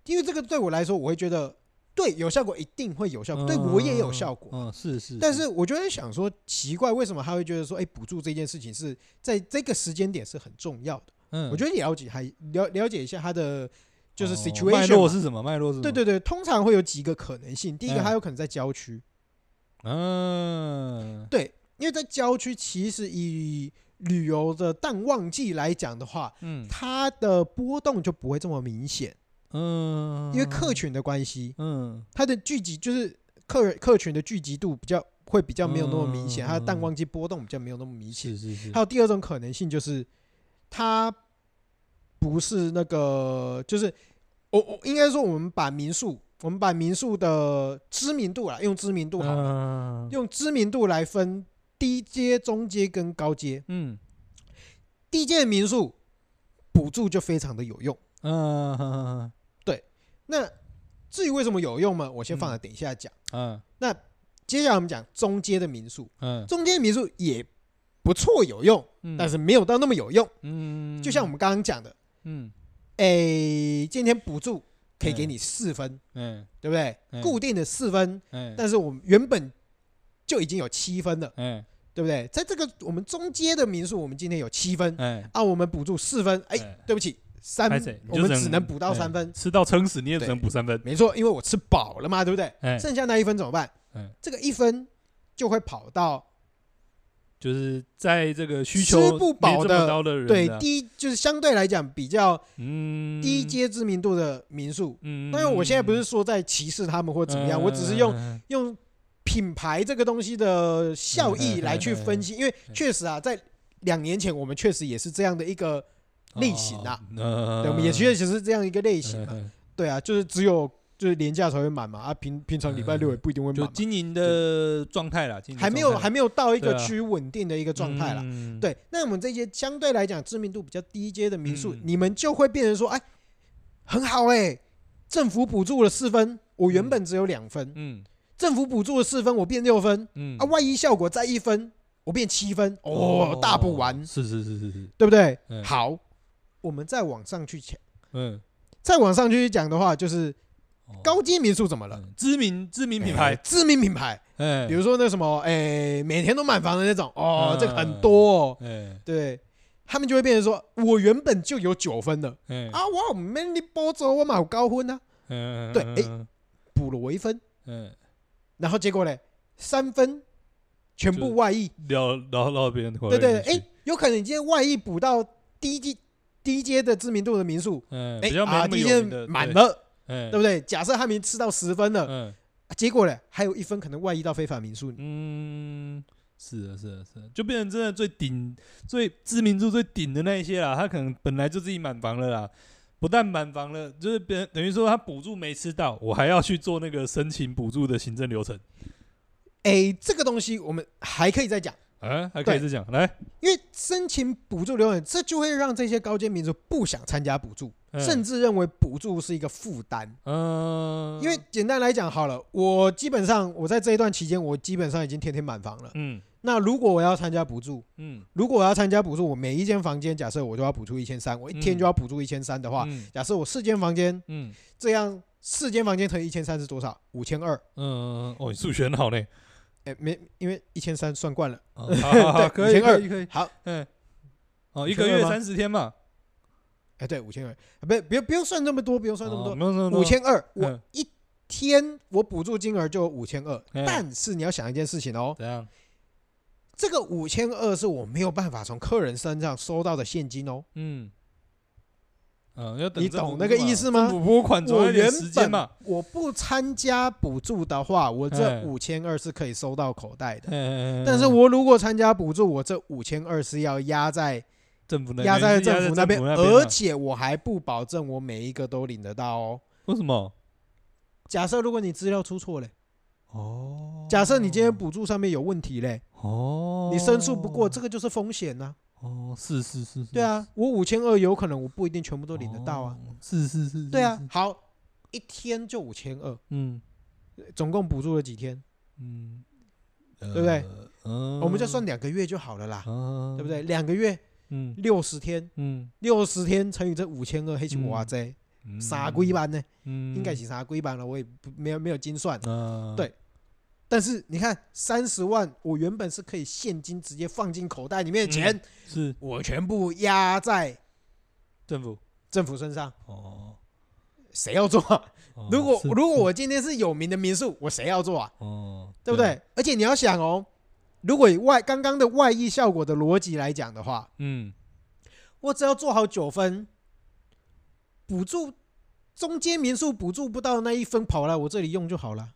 [SPEAKER 1] 因为这个对我来说，我会觉得对有效果一定会有效果，对
[SPEAKER 2] 嗯
[SPEAKER 1] 我也有效果。
[SPEAKER 2] 嗯，是是，
[SPEAKER 1] 但是我就在想说，奇怪，为什么他会觉得说，哎，补助这件事情是在这个时间点是很重要的？
[SPEAKER 2] 嗯，
[SPEAKER 1] 我觉得了解还了了解一下他的就是
[SPEAKER 2] 哦
[SPEAKER 1] situation
[SPEAKER 2] 脉络
[SPEAKER 1] 嘛
[SPEAKER 2] 是什么？脉络是什么？
[SPEAKER 1] 对，对对，通常会有几个可能性。第一个，
[SPEAKER 2] 嗯
[SPEAKER 1] 他有可能在郊区，
[SPEAKER 2] 嗯，
[SPEAKER 1] 对，因为在郊区其实以旅游的淡旺季来讲的话，
[SPEAKER 2] 嗯
[SPEAKER 1] 它的波动就不会这么明显，
[SPEAKER 2] 嗯，
[SPEAKER 1] 因为客，群的关系，
[SPEAKER 2] 嗯
[SPEAKER 1] 它的聚集就是客人客群的聚集度比较会比较没有那么明显，
[SPEAKER 2] 嗯
[SPEAKER 1] 它的淡旺季波动比较没有那么明显
[SPEAKER 2] 是。是是，
[SPEAKER 1] 还有第二种可能性就是，它不是那个，就是我我应该说我们把民宿，我们把民宿的知名度啦，用知名度好了，
[SPEAKER 2] 嗯
[SPEAKER 1] 用知名度来分低阶、中阶跟高阶。
[SPEAKER 2] 嗯
[SPEAKER 1] 低阶的民宿补助就非常的有用。
[SPEAKER 2] 嗯嗯
[SPEAKER 1] 那至于为什么有用嘛，我先放在等一下讲。
[SPEAKER 2] 嗯
[SPEAKER 1] 接下来我们讲中阶的民宿，
[SPEAKER 2] 嗯
[SPEAKER 1] 中间民宿也不错有用，
[SPEAKER 2] 嗯，
[SPEAKER 1] 但是没有到那么有用。
[SPEAKER 2] 嗯，
[SPEAKER 1] 就像我们刚刚讲的，
[SPEAKER 2] 嗯
[SPEAKER 1] 诶，哎今天补助可以给你四分，
[SPEAKER 2] 嗯
[SPEAKER 1] 对不对？
[SPEAKER 2] 嗯
[SPEAKER 1] 固定的四分，
[SPEAKER 2] 嗯，
[SPEAKER 1] 但是我们原本就已经有七分了，
[SPEAKER 2] 嗯
[SPEAKER 1] 对不对？在这个我们中阶的民宿，我们今天有七分
[SPEAKER 2] 嗯
[SPEAKER 1] 啊，我们补助四分，哎
[SPEAKER 2] 嗯，
[SPEAKER 1] 对不起，三
[SPEAKER 2] 拍谁，
[SPEAKER 1] 我
[SPEAKER 2] 你就
[SPEAKER 1] 们只能补到
[SPEAKER 2] 哎
[SPEAKER 1] 三分。
[SPEAKER 2] 吃到撑死你也只
[SPEAKER 1] 对
[SPEAKER 2] 能补三分。
[SPEAKER 1] 没错，因为我吃饱了嘛，对不对？
[SPEAKER 2] 哎，
[SPEAKER 1] 剩下那一分怎么办
[SPEAKER 2] 嗯？
[SPEAKER 1] 这个一分就会跑到
[SPEAKER 2] 就是在这个需
[SPEAKER 1] 吃
[SPEAKER 2] 求
[SPEAKER 1] 不
[SPEAKER 2] 没
[SPEAKER 1] 饱
[SPEAKER 2] 这
[SPEAKER 1] 的
[SPEAKER 2] 么高的人啊，
[SPEAKER 1] 对低，就是相对来讲比较
[SPEAKER 2] 嗯
[SPEAKER 1] 低，阶知名度的民宿。
[SPEAKER 2] 嗯，
[SPEAKER 1] 当然，我现在不是说在歧视他们或怎么样，我只是用
[SPEAKER 2] 嗯
[SPEAKER 1] 用品牌这个东西的效
[SPEAKER 2] 嗯
[SPEAKER 1] 益来去分析，因为确实啊，在两年前我们确实也是这样的一个，类型啊，
[SPEAKER 2] 哦
[SPEAKER 1] 对，我们也确实是这样一个类
[SPEAKER 2] 类
[SPEAKER 1] 型嘛。对啊，就是只有就是廉价才会满嘛，啊，平平常礼拜六也不一定会
[SPEAKER 2] 嗯就
[SPEAKER 1] 满嘛，
[SPEAKER 2] 经营的状态啦，经营的
[SPEAKER 1] 还没有
[SPEAKER 2] 状态
[SPEAKER 1] 还没有到一个
[SPEAKER 2] 对啊
[SPEAKER 1] 趋于稳定的一个状态啦。，
[SPEAKER 2] 嗯，
[SPEAKER 1] 对，那我们这些相对来讲知名度比较低阶的民宿，
[SPEAKER 2] 嗯
[SPEAKER 1] 你们就会变成说，哎，很好哎、政府补助了四分，我原
[SPEAKER 2] 嗯
[SPEAKER 1] 本只有两分，
[SPEAKER 2] 嗯
[SPEAKER 1] 政府补助了四分，我变六分，
[SPEAKER 2] 嗯
[SPEAKER 1] 啊，万一效果再一分，我变七分，哦，大补完，
[SPEAKER 2] 是是是是是，
[SPEAKER 1] 对不对？
[SPEAKER 2] 嗯
[SPEAKER 1] 好，我们再往上去讲，
[SPEAKER 2] 嗯，
[SPEAKER 1] 再往上去讲的话，就是
[SPEAKER 2] 哦
[SPEAKER 1] 高阶民宿怎么了？
[SPEAKER 2] 嗯知名知名品
[SPEAKER 1] 哎
[SPEAKER 2] 牌，
[SPEAKER 1] 知名品牌，
[SPEAKER 2] 哎，
[SPEAKER 1] 比如说那什么，哎，每天都满房的那种，哦，
[SPEAKER 2] 嗯
[SPEAKER 1] 这个很多、哦，
[SPEAKER 2] 哎
[SPEAKER 1] 对他们就会变成说，我原本就有九分的
[SPEAKER 2] 哎
[SPEAKER 1] 啊，我有 many 波折，我嘛有高分啊，
[SPEAKER 2] 嗯
[SPEAKER 1] 对哎
[SPEAKER 2] 嗯
[SPEAKER 1] 补了我一分，
[SPEAKER 2] 嗯，
[SPEAKER 1] 然后结果嘞，三分全
[SPEAKER 2] 就
[SPEAKER 1] 部外溢，
[SPEAKER 2] 聊聊到别人回
[SPEAKER 1] 对对，
[SPEAKER 2] 来
[SPEAKER 1] 对
[SPEAKER 2] 去
[SPEAKER 1] 哎，，有可能你今天外溢补到低阶低阶的知名度的民宿，
[SPEAKER 2] 嗯，
[SPEAKER 1] 哎
[SPEAKER 2] 比较没
[SPEAKER 1] 啊，
[SPEAKER 2] 那么
[SPEAKER 1] 低
[SPEAKER 2] 有
[SPEAKER 1] 阶
[SPEAKER 2] 名的
[SPEAKER 1] 满，
[SPEAKER 2] 对
[SPEAKER 1] 了，
[SPEAKER 2] 哎，
[SPEAKER 1] 对不对？假设他们吃到十分了，
[SPEAKER 2] 嗯
[SPEAKER 1] 啊结果嘞还有一分可能外溢到非法民宿，
[SPEAKER 2] 嗯，是的，是的，是的，就变成真的最顶、最知名度最顶的那一些啦。他可能本来就自己满房了啦，不但满房了，就是别人等于说他补助没吃到，我还要去做那个申请补助的行政流程。
[SPEAKER 1] 哎，这个东西我们还可以再讲。
[SPEAKER 2] 啊，还可以
[SPEAKER 1] 对
[SPEAKER 2] 这样来，
[SPEAKER 1] 因为申请补助流程，这就会让这些高阶民宿不想参加补助，
[SPEAKER 2] 嗯
[SPEAKER 1] 甚至认为补助是一个负担。
[SPEAKER 2] 嗯，
[SPEAKER 1] 因为简单来讲好了，我基本上我在这一段期间，我基本上已经天天满房了。
[SPEAKER 2] 嗯
[SPEAKER 1] 那如果我要参加补助，
[SPEAKER 2] 嗯，
[SPEAKER 1] 如果我要参加补助，我每一间房间假设我就要补助一千三，我一天
[SPEAKER 2] 嗯
[SPEAKER 1] 就要补助一千三的话，
[SPEAKER 2] 嗯
[SPEAKER 1] 假设我四间房间
[SPEAKER 2] 嗯
[SPEAKER 1] 这样，四间房间乘以一千三是多少？五千二。
[SPEAKER 2] 嗯，哦，你数学很好嘞，
[SPEAKER 1] 哎，没，因为一千三算惯了。
[SPEAKER 2] 哦 好好
[SPEAKER 1] 对
[SPEAKER 2] 好，可以可
[SPEAKER 1] 5200
[SPEAKER 2] 以可以，
[SPEAKER 1] 好，
[SPEAKER 2] 嗯，哦，
[SPEAKER 1] 你
[SPEAKER 2] 一个
[SPEAKER 1] 觉得
[SPEAKER 2] 月
[SPEAKER 1] 吗
[SPEAKER 2] 三十天嘛，
[SPEAKER 1] 哎，对，五千二，不，不用不用算那么多，不用算那么多
[SPEAKER 2] 哦，没有那么多，
[SPEAKER 1] 五千二，我
[SPEAKER 2] 嗯
[SPEAKER 1] 一天我补助金额就五千二，
[SPEAKER 2] 嗯
[SPEAKER 1] 但是你要想一件事情哦，
[SPEAKER 2] 怎样？
[SPEAKER 1] 这个五千二是我没有办法从客人身上收到的现金哦。
[SPEAKER 2] 嗯，嗯，要等
[SPEAKER 1] 你
[SPEAKER 2] 政府
[SPEAKER 1] 懂那个
[SPEAKER 2] 嘛
[SPEAKER 1] 意思吗
[SPEAKER 2] 政府拨款总要
[SPEAKER 1] 我
[SPEAKER 2] 有点
[SPEAKER 1] 原
[SPEAKER 2] 时间
[SPEAKER 1] 本
[SPEAKER 2] 嘛。
[SPEAKER 1] 我不参加补助的话，我这
[SPEAKER 2] 嗯
[SPEAKER 1] 五千二是可以收到口袋的。
[SPEAKER 2] 嗯，
[SPEAKER 1] 但是 我如果参加补助，我这五千二是要压在
[SPEAKER 2] 政府那啊
[SPEAKER 1] 压在
[SPEAKER 2] 在
[SPEAKER 1] 政府那边，
[SPEAKER 2] 嘛
[SPEAKER 1] 而且我还不保证我每一个都领得到哦。
[SPEAKER 2] 为什么？
[SPEAKER 1] 假设如果你资料出错嘞，
[SPEAKER 2] 哦，
[SPEAKER 1] 假设你今天补助上面有问题嘞，
[SPEAKER 2] 哦，
[SPEAKER 1] 你申诉不过，这个就是风险呐、
[SPEAKER 2] 哦，是是是，是
[SPEAKER 1] 对，啊，我五千二有可能我不一定全部都领得到啊。
[SPEAKER 2] 哦，是是是，是
[SPEAKER 1] 对啊
[SPEAKER 2] 是，
[SPEAKER 1] 好，一天就五千二，
[SPEAKER 2] 嗯
[SPEAKER 1] 总共补助了几天？
[SPEAKER 2] 嗯，
[SPEAKER 1] 对不对
[SPEAKER 2] 呃？嗯，
[SPEAKER 1] 我们就算两个月就好了啦，
[SPEAKER 2] 啊，
[SPEAKER 1] 对不对？？两个月
[SPEAKER 2] 嗯
[SPEAKER 1] 六十天，
[SPEAKER 2] 嗯，
[SPEAKER 1] 六十天乘以这五千二，黑青哇
[SPEAKER 2] 嗯
[SPEAKER 1] 塞，
[SPEAKER 2] 嗯
[SPEAKER 1] 傻龟，班呢？
[SPEAKER 2] 嗯，
[SPEAKER 1] 应该是傻龟班了，我也不没有没有精算。
[SPEAKER 2] 啊，
[SPEAKER 1] 对但是你看，三十万我原本是可以现金直接放进口袋里面的钱，
[SPEAKER 2] 嗯是
[SPEAKER 1] 我全部压在
[SPEAKER 2] 政府
[SPEAKER 1] 政府身上，
[SPEAKER 2] 哦。
[SPEAKER 1] 谁要做啊？
[SPEAKER 2] 哦
[SPEAKER 1] 如果
[SPEAKER 2] 是
[SPEAKER 1] 如果我今天是有名的民宿，我谁要做啊？
[SPEAKER 2] 哦，
[SPEAKER 1] 对不对？？而且你要想哦，如果以外刚刚的外溢效果的逻辑来讲的话，
[SPEAKER 2] 嗯，
[SPEAKER 1] 我只要做好九分，补助中间民宿补助不到那一分跑来我这里用就好了，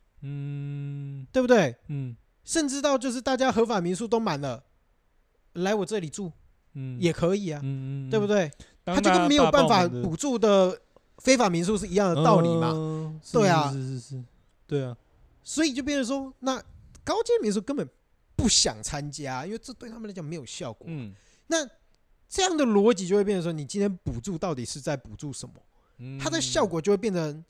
[SPEAKER 2] 嗯
[SPEAKER 1] 对不对？
[SPEAKER 2] 嗯
[SPEAKER 1] 甚至到就是大家合法民宿都满了，来我这里住
[SPEAKER 2] 嗯，
[SPEAKER 1] 也可以啊，
[SPEAKER 2] 嗯，嗯
[SPEAKER 1] 对不？对？
[SPEAKER 2] 他
[SPEAKER 1] 它就跟没有办法补助的非法民宿是一样的道理嘛，
[SPEAKER 2] 嘛
[SPEAKER 1] 对啊
[SPEAKER 2] 哦是是是，对啊，
[SPEAKER 1] 所以就变成说，那高阶民宿根本不想参加，因为这对他们来讲没有效果。
[SPEAKER 2] 嗯
[SPEAKER 1] 那这样的逻辑就会变成说，你今天补助到底是在补助什么？
[SPEAKER 2] 嗯
[SPEAKER 1] 它的效果就会变成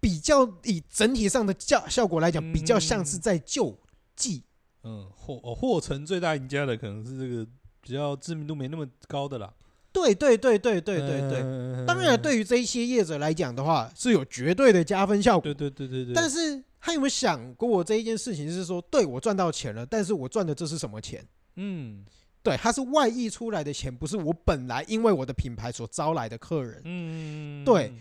[SPEAKER 1] 比较以整体上的效效果来讲，比较像是在救济。
[SPEAKER 2] 嗯，嗯，获哦获成最大赢家的可能是这个比较知名度没那么高的啦。
[SPEAKER 1] 对对对对对对对。
[SPEAKER 2] 对
[SPEAKER 1] 当然，对于这一些业者来讲的话，是有绝对的加分效果
[SPEAKER 2] 对。对对对对，
[SPEAKER 1] 但
[SPEAKER 2] 是
[SPEAKER 1] 是他有没有想过这一件事情？是说，对我赚到钱了，但是我赚的这是什么钱？
[SPEAKER 2] 嗯，
[SPEAKER 1] 对，它是外溢出来的钱，不是我本来因为我的品牌所招来的客人，
[SPEAKER 2] 嗯，
[SPEAKER 1] 对，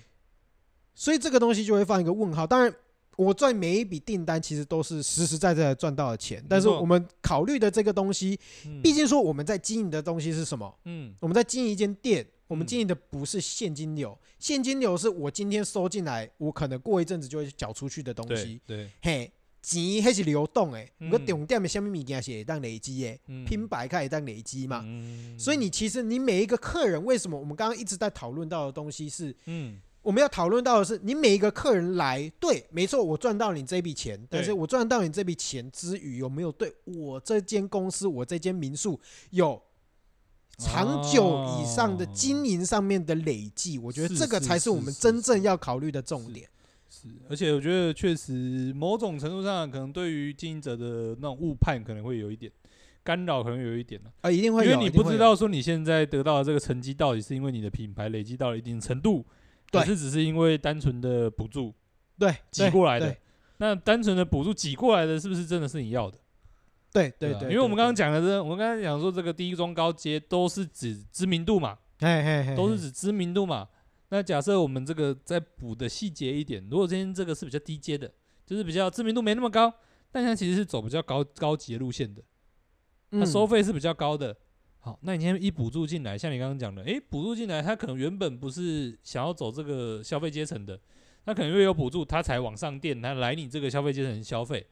[SPEAKER 1] 所以这个东西就会放一个问号。当然，我赚每一笔订单其实都是实实在在的赚到的钱，但是
[SPEAKER 2] 没错
[SPEAKER 1] 我们考虑的这个东西，
[SPEAKER 2] 嗯
[SPEAKER 1] 毕，竟说我们在经营的东西是什么？
[SPEAKER 2] 嗯
[SPEAKER 1] 我们在经营一间店，我们
[SPEAKER 2] 嗯
[SPEAKER 1] 经营的不是现金流，现金流是我今天收进来，我可能过一阵子就会缴出去的东
[SPEAKER 2] 对
[SPEAKER 1] 西。
[SPEAKER 2] 对，
[SPEAKER 1] 嘿，钱还是流动诶，
[SPEAKER 2] 嗯
[SPEAKER 1] 我重点的下面物件是会当累积诶，
[SPEAKER 2] 嗯
[SPEAKER 1] 拼白开会当累积嘛。
[SPEAKER 2] 嗯
[SPEAKER 1] 所以你其实你每一个客人，为什么我们刚刚一直在讨论到的东西是，
[SPEAKER 2] 嗯
[SPEAKER 1] 我们要讨论到的是，你每一个客人来，对，没错，我赚到你这笔钱，但是我赚到你这笔钱之余，有没有对我这间公司、我这间民宿有长久以上的
[SPEAKER 2] 哦
[SPEAKER 1] 经营上面的累积？我觉得
[SPEAKER 2] 是
[SPEAKER 1] 这个
[SPEAKER 2] 是
[SPEAKER 1] 才是
[SPEAKER 2] 是
[SPEAKER 1] 我们
[SPEAKER 2] 是
[SPEAKER 1] 真正
[SPEAKER 2] 是
[SPEAKER 1] 要考虑的重点。
[SPEAKER 2] 是，而且我觉得确实某种程度上，可能对于经营者的那种误判可能会有一点干扰，可能有一点了、
[SPEAKER 1] 啊，一定会
[SPEAKER 2] 因
[SPEAKER 1] 有，
[SPEAKER 2] 为你
[SPEAKER 1] 一定
[SPEAKER 2] 不
[SPEAKER 1] 会
[SPEAKER 2] 知
[SPEAKER 1] 有，
[SPEAKER 2] 道说你现在得到的这个成绩到底是因为你的品牌累积到了一定程度，
[SPEAKER 1] 对
[SPEAKER 2] 还是只是因为单纯的补助
[SPEAKER 1] 对，
[SPEAKER 2] 挤
[SPEAKER 1] 对
[SPEAKER 2] 过来的
[SPEAKER 1] 对。
[SPEAKER 2] 那单纯的补助挤过来的，是不是真的是你要的？
[SPEAKER 1] 对对
[SPEAKER 2] 啊
[SPEAKER 1] 对，
[SPEAKER 2] 因为我们刚刚
[SPEAKER 1] 讲，
[SPEAKER 2] 讲的这，我们刚刚讲说这个低中高阶都是指知名度嘛，
[SPEAKER 1] 嘿嘿嘿，
[SPEAKER 2] 都是
[SPEAKER 1] 嘿
[SPEAKER 2] 指知名度嘛。那假设我们这个再补的细节一点，如果今天这个是比较低阶的，就是比较知名度没那么高，但它其实是走比较高高级的路线的，它
[SPEAKER 1] 嗯
[SPEAKER 2] 收费是比较高的。好，那你今天一补助进来，像你刚刚讲的，诶，补助进来，它可能原本不是想要走这个消费阶层的，它可能因为有补助，它才往上垫，它来你这个消费阶层消费。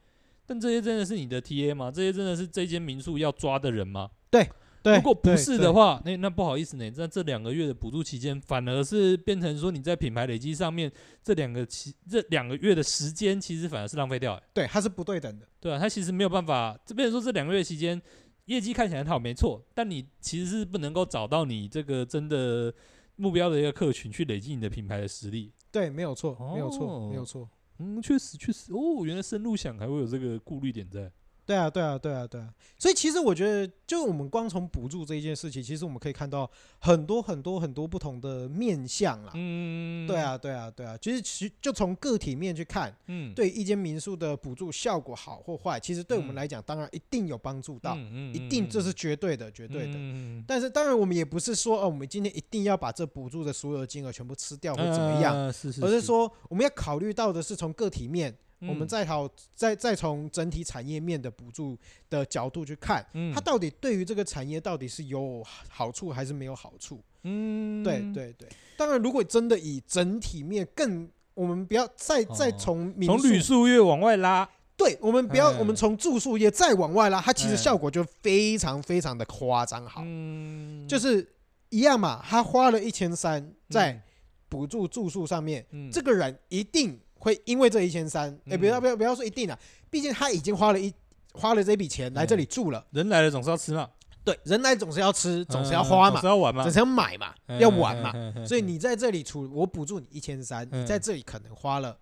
[SPEAKER 2] 但这些真的是你的 TA 吗？这些真的是这间民宿要抓的人吗？
[SPEAKER 1] 对，
[SPEAKER 2] 如果不
[SPEAKER 1] 对对
[SPEAKER 2] 是的话，那那不好意思呢，那这两个月的补助期间，反而是变成说你在品牌累积上面这两个期这两个月的时间，其实反而是浪费掉、欸，
[SPEAKER 1] 对，它是不对等的。
[SPEAKER 2] 对啊，他其实没有办法，这变成说这两个月期间业绩看起来很好，没错，但你其实是不能够找到你这个真的目标的一个客群去累积你的品牌的实力。
[SPEAKER 1] 对，没有错，没有错，
[SPEAKER 2] 哦
[SPEAKER 1] 没有错。
[SPEAKER 2] 嗯，确实确实，哦，原来深入想还会有这个顾虑点在。
[SPEAKER 1] 对啊，对啊，对啊，对啊。所以其实我觉得，就我们光从补助这一件事情，其实我们可以看到很多很多很多不同的面向啦。
[SPEAKER 2] 嗯，
[SPEAKER 1] 对，啊，对啊，对啊。其实其就从个体面去看，
[SPEAKER 2] 嗯，
[SPEAKER 1] 对一间民宿的补助效果好或坏，其实对我们
[SPEAKER 2] 嗯
[SPEAKER 1] 来讲，当然一定有帮助到，
[SPEAKER 2] 嗯，嗯
[SPEAKER 1] 一定这是绝对的，绝对的。
[SPEAKER 2] 嗯
[SPEAKER 1] 但是当然，我们也不是说哦，我们今天一定要把这补助的所有金额全部吃掉或怎么样，
[SPEAKER 2] 啊是是，
[SPEAKER 1] 而是说我们要考虑到的是从个体面。我们
[SPEAKER 2] 嗯
[SPEAKER 1] 再好再再从整体产业面的补助的角度去看，
[SPEAKER 2] 嗯
[SPEAKER 1] 它到底对于这个产业到底是有好处还是没有好处？
[SPEAKER 2] 嗯，
[SPEAKER 1] 对。对对。当然，如果真的以整体面更，我们不要再
[SPEAKER 2] 哦
[SPEAKER 1] 再从民
[SPEAKER 2] 从旅
[SPEAKER 1] 宿，
[SPEAKER 2] 宿业往外拉，
[SPEAKER 1] 对我们不要，
[SPEAKER 2] 哎
[SPEAKER 1] 我们从住宿业再往外拉，它其实
[SPEAKER 2] 哎
[SPEAKER 1] 效果就非常非常的夸张。好，
[SPEAKER 2] 嗯，
[SPEAKER 1] 就是一样嘛，他花了一千三在
[SPEAKER 2] 嗯
[SPEAKER 1] 补助住宿上面，
[SPEAKER 2] 嗯
[SPEAKER 1] 这个人一定会因为这一千三，哎，
[SPEAKER 2] 嗯
[SPEAKER 1] 不要不要不要说一定啊，毕竟他已经花了一花了这笔钱来这里住了，
[SPEAKER 2] 人来了总是要吃嘛，
[SPEAKER 1] 对，人来总是要吃，总是要
[SPEAKER 2] 嗯
[SPEAKER 1] 花
[SPEAKER 2] 总
[SPEAKER 1] 嘛
[SPEAKER 2] 是，要玩嘛
[SPEAKER 1] 总，是要买嘛，
[SPEAKER 2] 嗯
[SPEAKER 1] 要玩嘛，，
[SPEAKER 2] 嗯
[SPEAKER 1] 所以你在这里除我补助你一千三，
[SPEAKER 2] 嗯
[SPEAKER 1] 你在这里可能花了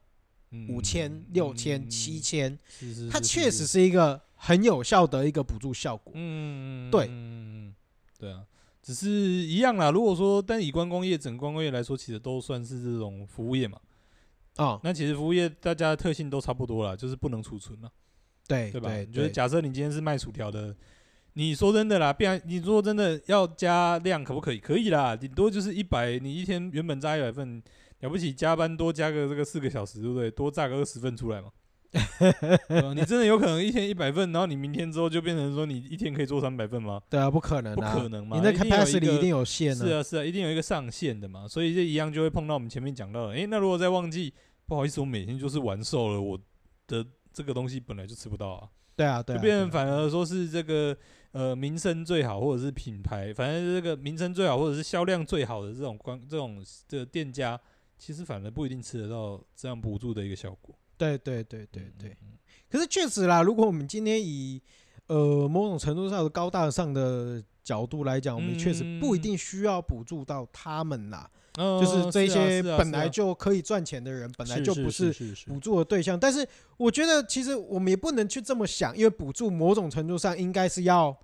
[SPEAKER 1] 五千、六千、七，千，
[SPEAKER 2] 嗯嗯嗯是是
[SPEAKER 1] 它
[SPEAKER 2] 是
[SPEAKER 1] 确
[SPEAKER 2] 是
[SPEAKER 1] 实是一个很有效的一个补助效果。
[SPEAKER 2] 嗯，
[SPEAKER 1] 对
[SPEAKER 2] 嗯嗯嗯对啊，只是一样啦。如果说，但以观光业整个观光业来说，其实都算是这种服务业嘛。
[SPEAKER 1] 啊，
[SPEAKER 2] 那其实服务业大家的特性都差不多啦，就是不能储存了，
[SPEAKER 1] 对
[SPEAKER 2] 对吧？
[SPEAKER 1] 对，
[SPEAKER 2] 就是假设你今天是卖薯条的，你说真的啦，变你说真的要加量可不可以？可以啦，顶多就是一百，你一天原本炸一百份，了不起加班多加个这个四个小时，对不对？多炸个二十份出 来嘛。对啊你真的有可能一天一百份，然后你明天之后就变成说你一天可以做三百份吗？
[SPEAKER 1] 对啊，不可能
[SPEAKER 2] 不
[SPEAKER 1] 啊，
[SPEAKER 2] 可能嘛，
[SPEAKER 1] 你那
[SPEAKER 2] 一定有一
[SPEAKER 1] capacity
[SPEAKER 2] 个
[SPEAKER 1] 一定有限
[SPEAKER 2] 是啊是啊，一定有一个上限的嘛，所以这一样就会碰到我们前面讲到的，诶、那如果再忘记，不好意思，我每天就是玩瘦了，我的这个东西本来就吃不到啊，
[SPEAKER 1] 对啊，对
[SPEAKER 2] 就
[SPEAKER 1] 啊，
[SPEAKER 2] 变
[SPEAKER 1] 对
[SPEAKER 2] 成
[SPEAKER 1] 啊
[SPEAKER 2] 反而说是这个呃名声最好，或者是品牌，反正这个名声最好或者是销量最好的这种关这种的店家，其实反而不一定吃得到这样补助的一个效果。
[SPEAKER 1] 对对对对
[SPEAKER 2] 嗯
[SPEAKER 1] 对。，
[SPEAKER 2] 嗯
[SPEAKER 1] 可是确实啦，如果我们今天以呃某种程度上的高大上的角度来讲，我们确实不一定需要补助到他们啦，
[SPEAKER 2] 嗯
[SPEAKER 1] 就是这些本来
[SPEAKER 2] 就
[SPEAKER 1] 就可以赚钱的人，本来就不
[SPEAKER 2] 啊
[SPEAKER 1] 是嗯
[SPEAKER 2] 是是是
[SPEAKER 1] 补助的对象。但是我觉得其实我们也不能去这么想，因为补助某种程度上应该是要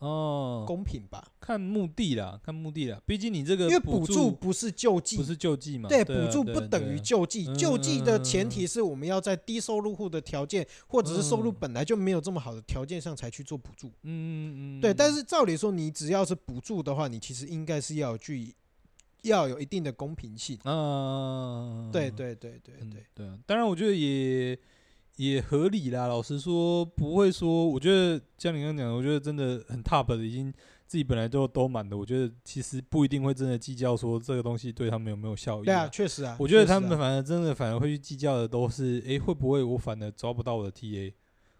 [SPEAKER 2] 哦，
[SPEAKER 1] 公平吧？
[SPEAKER 2] 看目的啦，看目的啦，毕竟你这个
[SPEAKER 1] 因为
[SPEAKER 2] 补
[SPEAKER 1] 补助不是救济
[SPEAKER 2] 不，是救济嘛，
[SPEAKER 1] 对，
[SPEAKER 2] 对
[SPEAKER 1] 补
[SPEAKER 2] 啊，
[SPEAKER 1] 助
[SPEAKER 2] 对
[SPEAKER 1] 不
[SPEAKER 2] 啊
[SPEAKER 1] 等
[SPEAKER 2] 对
[SPEAKER 1] 于
[SPEAKER 2] 啊
[SPEAKER 1] 救济，
[SPEAKER 2] 嗯
[SPEAKER 1] 救济的前
[SPEAKER 2] 嗯
[SPEAKER 1] 提是我们要在低收入户的条件，或者是收入
[SPEAKER 2] 嗯
[SPEAKER 1] 本来就没有这么好的条件上才去做补助。
[SPEAKER 2] 嗯嗯嗯，
[SPEAKER 1] 对，
[SPEAKER 2] 嗯
[SPEAKER 1] 但是照理说，你只要是补助的话，你其实应该是要具要有一定的公平性。
[SPEAKER 2] 啊，
[SPEAKER 1] 对对对对
[SPEAKER 2] 嗯
[SPEAKER 1] 对，
[SPEAKER 2] 对啊，当然我觉得也也合理啦。老实说，不会说，我觉得像你刚刚讲的，我觉得真的很 top 的，已经自己本来就都满的，我觉得其实不一定会真的计较说这个东西对他们有没有效益
[SPEAKER 1] 对
[SPEAKER 2] 啦。
[SPEAKER 1] 啊，确实啊，
[SPEAKER 2] 我觉得
[SPEAKER 1] 确实
[SPEAKER 2] 他们
[SPEAKER 1] 啊
[SPEAKER 2] 反而真的反而会去计较的都是，诶，会不会我反而抓不到我的 TA？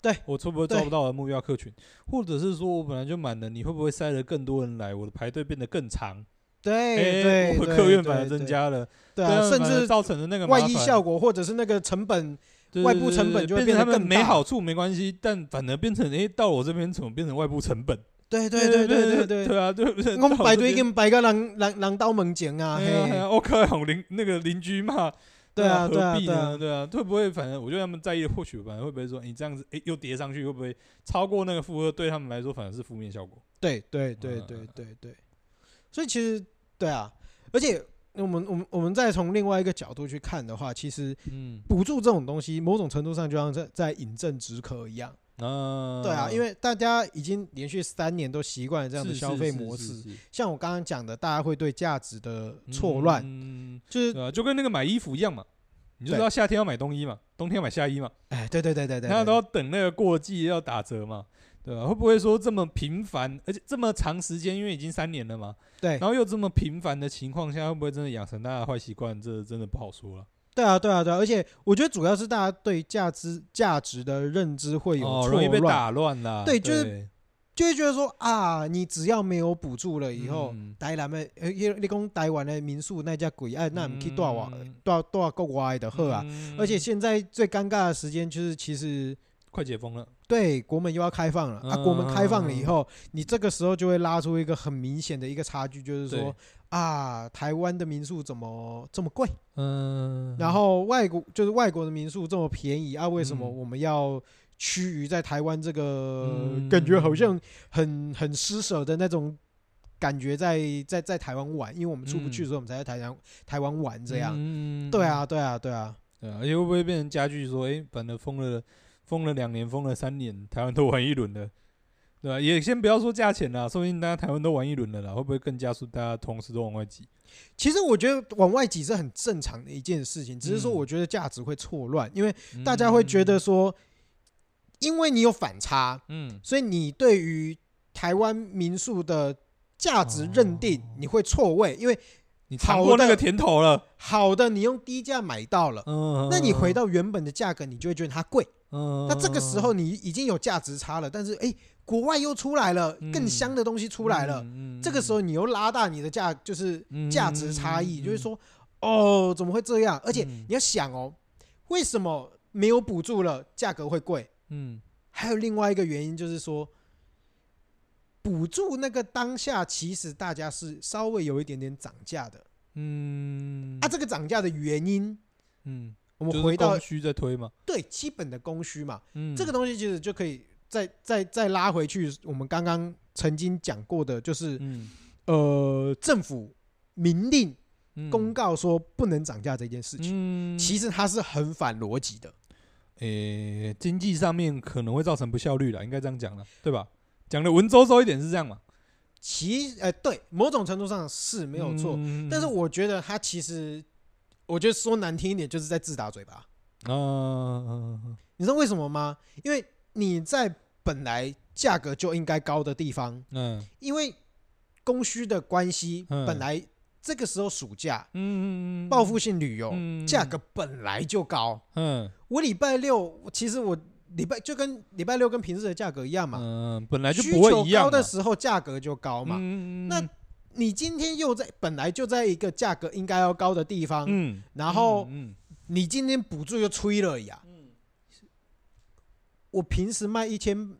[SPEAKER 1] 对
[SPEAKER 2] 我会不会
[SPEAKER 1] 对
[SPEAKER 2] 抓不到我的目标客群？或者是说我本来就满了，你会不会塞了更多人来，我的排队变得更长？
[SPEAKER 1] 对
[SPEAKER 2] 诶，
[SPEAKER 1] 哎对，
[SPEAKER 2] 哎我
[SPEAKER 1] 对
[SPEAKER 2] 的客源反而
[SPEAKER 1] 对
[SPEAKER 2] 增
[SPEAKER 1] 对
[SPEAKER 2] 加了，
[SPEAKER 1] 对
[SPEAKER 2] 这
[SPEAKER 1] 啊，
[SPEAKER 2] 样
[SPEAKER 1] 甚
[SPEAKER 2] 反而
[SPEAKER 1] 至
[SPEAKER 2] 造成的那个麻
[SPEAKER 1] 外溢
[SPEAKER 2] 烦
[SPEAKER 1] 效果或者是那个成本，
[SPEAKER 2] 对
[SPEAKER 1] 外
[SPEAKER 2] 对
[SPEAKER 1] 部
[SPEAKER 2] 对
[SPEAKER 1] 成
[SPEAKER 2] 对
[SPEAKER 1] 本就会
[SPEAKER 2] 变
[SPEAKER 1] 变
[SPEAKER 2] 成
[SPEAKER 1] 得
[SPEAKER 2] 他们
[SPEAKER 1] 更
[SPEAKER 2] 没
[SPEAKER 1] 大
[SPEAKER 2] 好处没关系，但反而变成诶，到我这边怎么变成外部成本？
[SPEAKER 1] 对对对对
[SPEAKER 2] 对
[SPEAKER 1] 对对，
[SPEAKER 2] 对啊，对不对？
[SPEAKER 1] 我们摆堆
[SPEAKER 2] 跟
[SPEAKER 1] 跟摆个狼狼狼刀门前啊，
[SPEAKER 2] 哎 呀哎
[SPEAKER 1] 嘿，
[SPEAKER 2] 呀，我靠，我邻那个邻居骂，
[SPEAKER 1] 对啊对
[SPEAKER 2] 何
[SPEAKER 1] 啊
[SPEAKER 2] 必
[SPEAKER 1] 对啊
[SPEAKER 2] 呢？，对啊，会不会反正我觉得他们在意的或许反而会不会说你这样子诶，又叠上去，会不会超过那个负荷？对他们来说反而是负面效果。
[SPEAKER 1] 对对对
[SPEAKER 2] 嗯
[SPEAKER 1] 对对对，所以其实对啊，而且我们我们我们再从另外一个角度去看的话，其实
[SPEAKER 2] 嗯，
[SPEAKER 1] 补助这种东西，某种程度上就像在在饮鸩止渴一样，
[SPEAKER 2] 啊，
[SPEAKER 1] 对啊，因为大家已经连续三年都习惯了这
[SPEAKER 2] 这
[SPEAKER 1] 样的消费模式，像我刚刚讲的，大家会对价值的错乱，
[SPEAKER 2] 乱，
[SPEAKER 1] 就是
[SPEAKER 2] 嗯对啊，就跟那个买衣服一样嘛。你就
[SPEAKER 1] 对
[SPEAKER 2] 知道夏天要买冬衣嘛，冬天要买夏衣嘛，
[SPEAKER 1] 哎，对对对对对，
[SPEAKER 2] 大家
[SPEAKER 1] 对
[SPEAKER 2] 都要等那个过季要打折嘛，对吧、会不会说这么频繁，而且这么长时间，因为已经三年了嘛，
[SPEAKER 1] 对
[SPEAKER 2] 然后又这么频繁的情况下，会不会真的养成大家的坏习惯？这真的不好说了。
[SPEAKER 1] 对啊，对啊，对啊，而且我觉得主要是大家对价值价值的认知会有
[SPEAKER 2] 哦，
[SPEAKER 1] 错
[SPEAKER 2] 容易被
[SPEAKER 1] 乱，
[SPEAKER 2] 打乱啦。
[SPEAKER 1] 对
[SPEAKER 2] 对，
[SPEAKER 1] 就是就会觉得说啊，你只要没有补助了以后，
[SPEAKER 2] 嗯
[SPEAKER 1] 台南的呃，你你讲台湾的民宿那家鬼哎，那我们去多少
[SPEAKER 2] 嗯
[SPEAKER 1] 多多少国外的喝啊？
[SPEAKER 2] 嗯
[SPEAKER 1] 而且现在最尴尬的时间就是，其实
[SPEAKER 2] 快解封了，
[SPEAKER 1] 对国门又要开放了啊，
[SPEAKER 2] 嗯
[SPEAKER 1] 国门开放了以后，你这个时候就会拉出一个很明显的一个差距，就是说
[SPEAKER 2] 对
[SPEAKER 1] 啊，台湾的民宿怎么这么贵？
[SPEAKER 2] 嗯，
[SPEAKER 1] 然后外国就是外国的民宿这么便宜啊，为什么
[SPEAKER 2] 嗯
[SPEAKER 1] 我们要趋于在台湾这个
[SPEAKER 2] 嗯
[SPEAKER 1] 感觉好像很很施舍的那种感觉在，在在台湾玩？因为我们出不去，
[SPEAKER 2] 嗯
[SPEAKER 1] 所以我们才在台湾台湾玩这样。
[SPEAKER 2] 嗯
[SPEAKER 1] 对，啊，对啊，对啊，
[SPEAKER 2] 对啊，而且会不会变成家具说，诶，反正封了封了两年，封了三年，台湾都玩一轮了，对吧、也先不要说价钱啦，说不定大家台湾都玩一轮了啦，会不会更加速大家同时都往外挤？
[SPEAKER 1] 其实我觉得往外挤是很正常的一件事情，只是说
[SPEAKER 2] 嗯
[SPEAKER 1] 我觉得价值会错乱，因为大家会觉得说，因为你有反差，
[SPEAKER 2] 嗯，
[SPEAKER 1] 所以你对于台湾民宿的价值认定
[SPEAKER 2] 哦
[SPEAKER 1] 你会错位，因为。
[SPEAKER 2] 你尝过那个甜头了，
[SPEAKER 1] 好的，你用低价买到了，
[SPEAKER 2] 嗯，
[SPEAKER 1] 那你回，到原本的价格，你就会觉得它贵。
[SPEAKER 2] 嗯，
[SPEAKER 1] 那这个时候你已经有价值差了，但是诶，国外又出来了
[SPEAKER 2] 嗯
[SPEAKER 1] 更香的东西出来了，
[SPEAKER 2] 嗯，
[SPEAKER 1] 这个时候你又拉大你的价，就是
[SPEAKER 2] 嗯
[SPEAKER 1] 价值差异，
[SPEAKER 2] 嗯
[SPEAKER 1] 就是说，哦，怎么会这样？而且
[SPEAKER 2] 嗯
[SPEAKER 1] 你要想哦，为什么没有补助了价格会贵？
[SPEAKER 2] 嗯，
[SPEAKER 1] 还有另外一个原因就是说。补助那个当下，其实大家是稍微有一点点涨价的
[SPEAKER 2] 嗯，
[SPEAKER 1] 啊。，这个涨价的原因，
[SPEAKER 2] 嗯，
[SPEAKER 1] 我
[SPEAKER 2] 就
[SPEAKER 1] 们
[SPEAKER 2] 是
[SPEAKER 1] 回到
[SPEAKER 2] 供需在推嘛，
[SPEAKER 1] 对基本的供需嘛，
[SPEAKER 2] 嗯，
[SPEAKER 1] 这个东西其实就可以再再再拉回去，我们刚刚曾经讲过的，就是
[SPEAKER 2] 嗯，
[SPEAKER 1] 呃，政府明令
[SPEAKER 2] 嗯
[SPEAKER 1] 公，告说不能涨价这件事情，
[SPEAKER 2] 嗯，
[SPEAKER 1] 其实它是很反逻辑的。
[SPEAKER 2] 诶、经济上面可能会造成不效率了，应该这样讲了，对吧？讲的文绉绉一点是这样嘛？
[SPEAKER 1] 其呃，对，某种程度上是没有错，
[SPEAKER 2] 嗯
[SPEAKER 1] 但是我觉得它其实，我觉得说难听一点，就是在自打嘴巴。
[SPEAKER 2] 啊，
[SPEAKER 1] 你知道为什么吗？因为你在本来价格就应该高的地方，
[SPEAKER 2] 嗯
[SPEAKER 1] 因为供需的关系，
[SPEAKER 2] 嗯
[SPEAKER 1] 本来这个时候暑假
[SPEAKER 2] 嗯，
[SPEAKER 1] 报复性旅游
[SPEAKER 2] 嗯
[SPEAKER 1] 价格本来就高。
[SPEAKER 2] 嗯
[SPEAKER 1] 我礼拜六其实我礼拜就跟礼拜六跟平日的价格一样嘛，
[SPEAKER 2] 嗯，本来就
[SPEAKER 1] 需
[SPEAKER 2] 不会
[SPEAKER 1] 求
[SPEAKER 2] 一样
[SPEAKER 1] 高的时候价格就高嘛。
[SPEAKER 2] 嗯
[SPEAKER 1] 那你今天又在本来就在一个价格应该要高的地方，
[SPEAKER 2] 嗯，
[SPEAKER 1] 然后
[SPEAKER 2] 嗯
[SPEAKER 1] 你今天补助又吹了呀。我平时卖一千，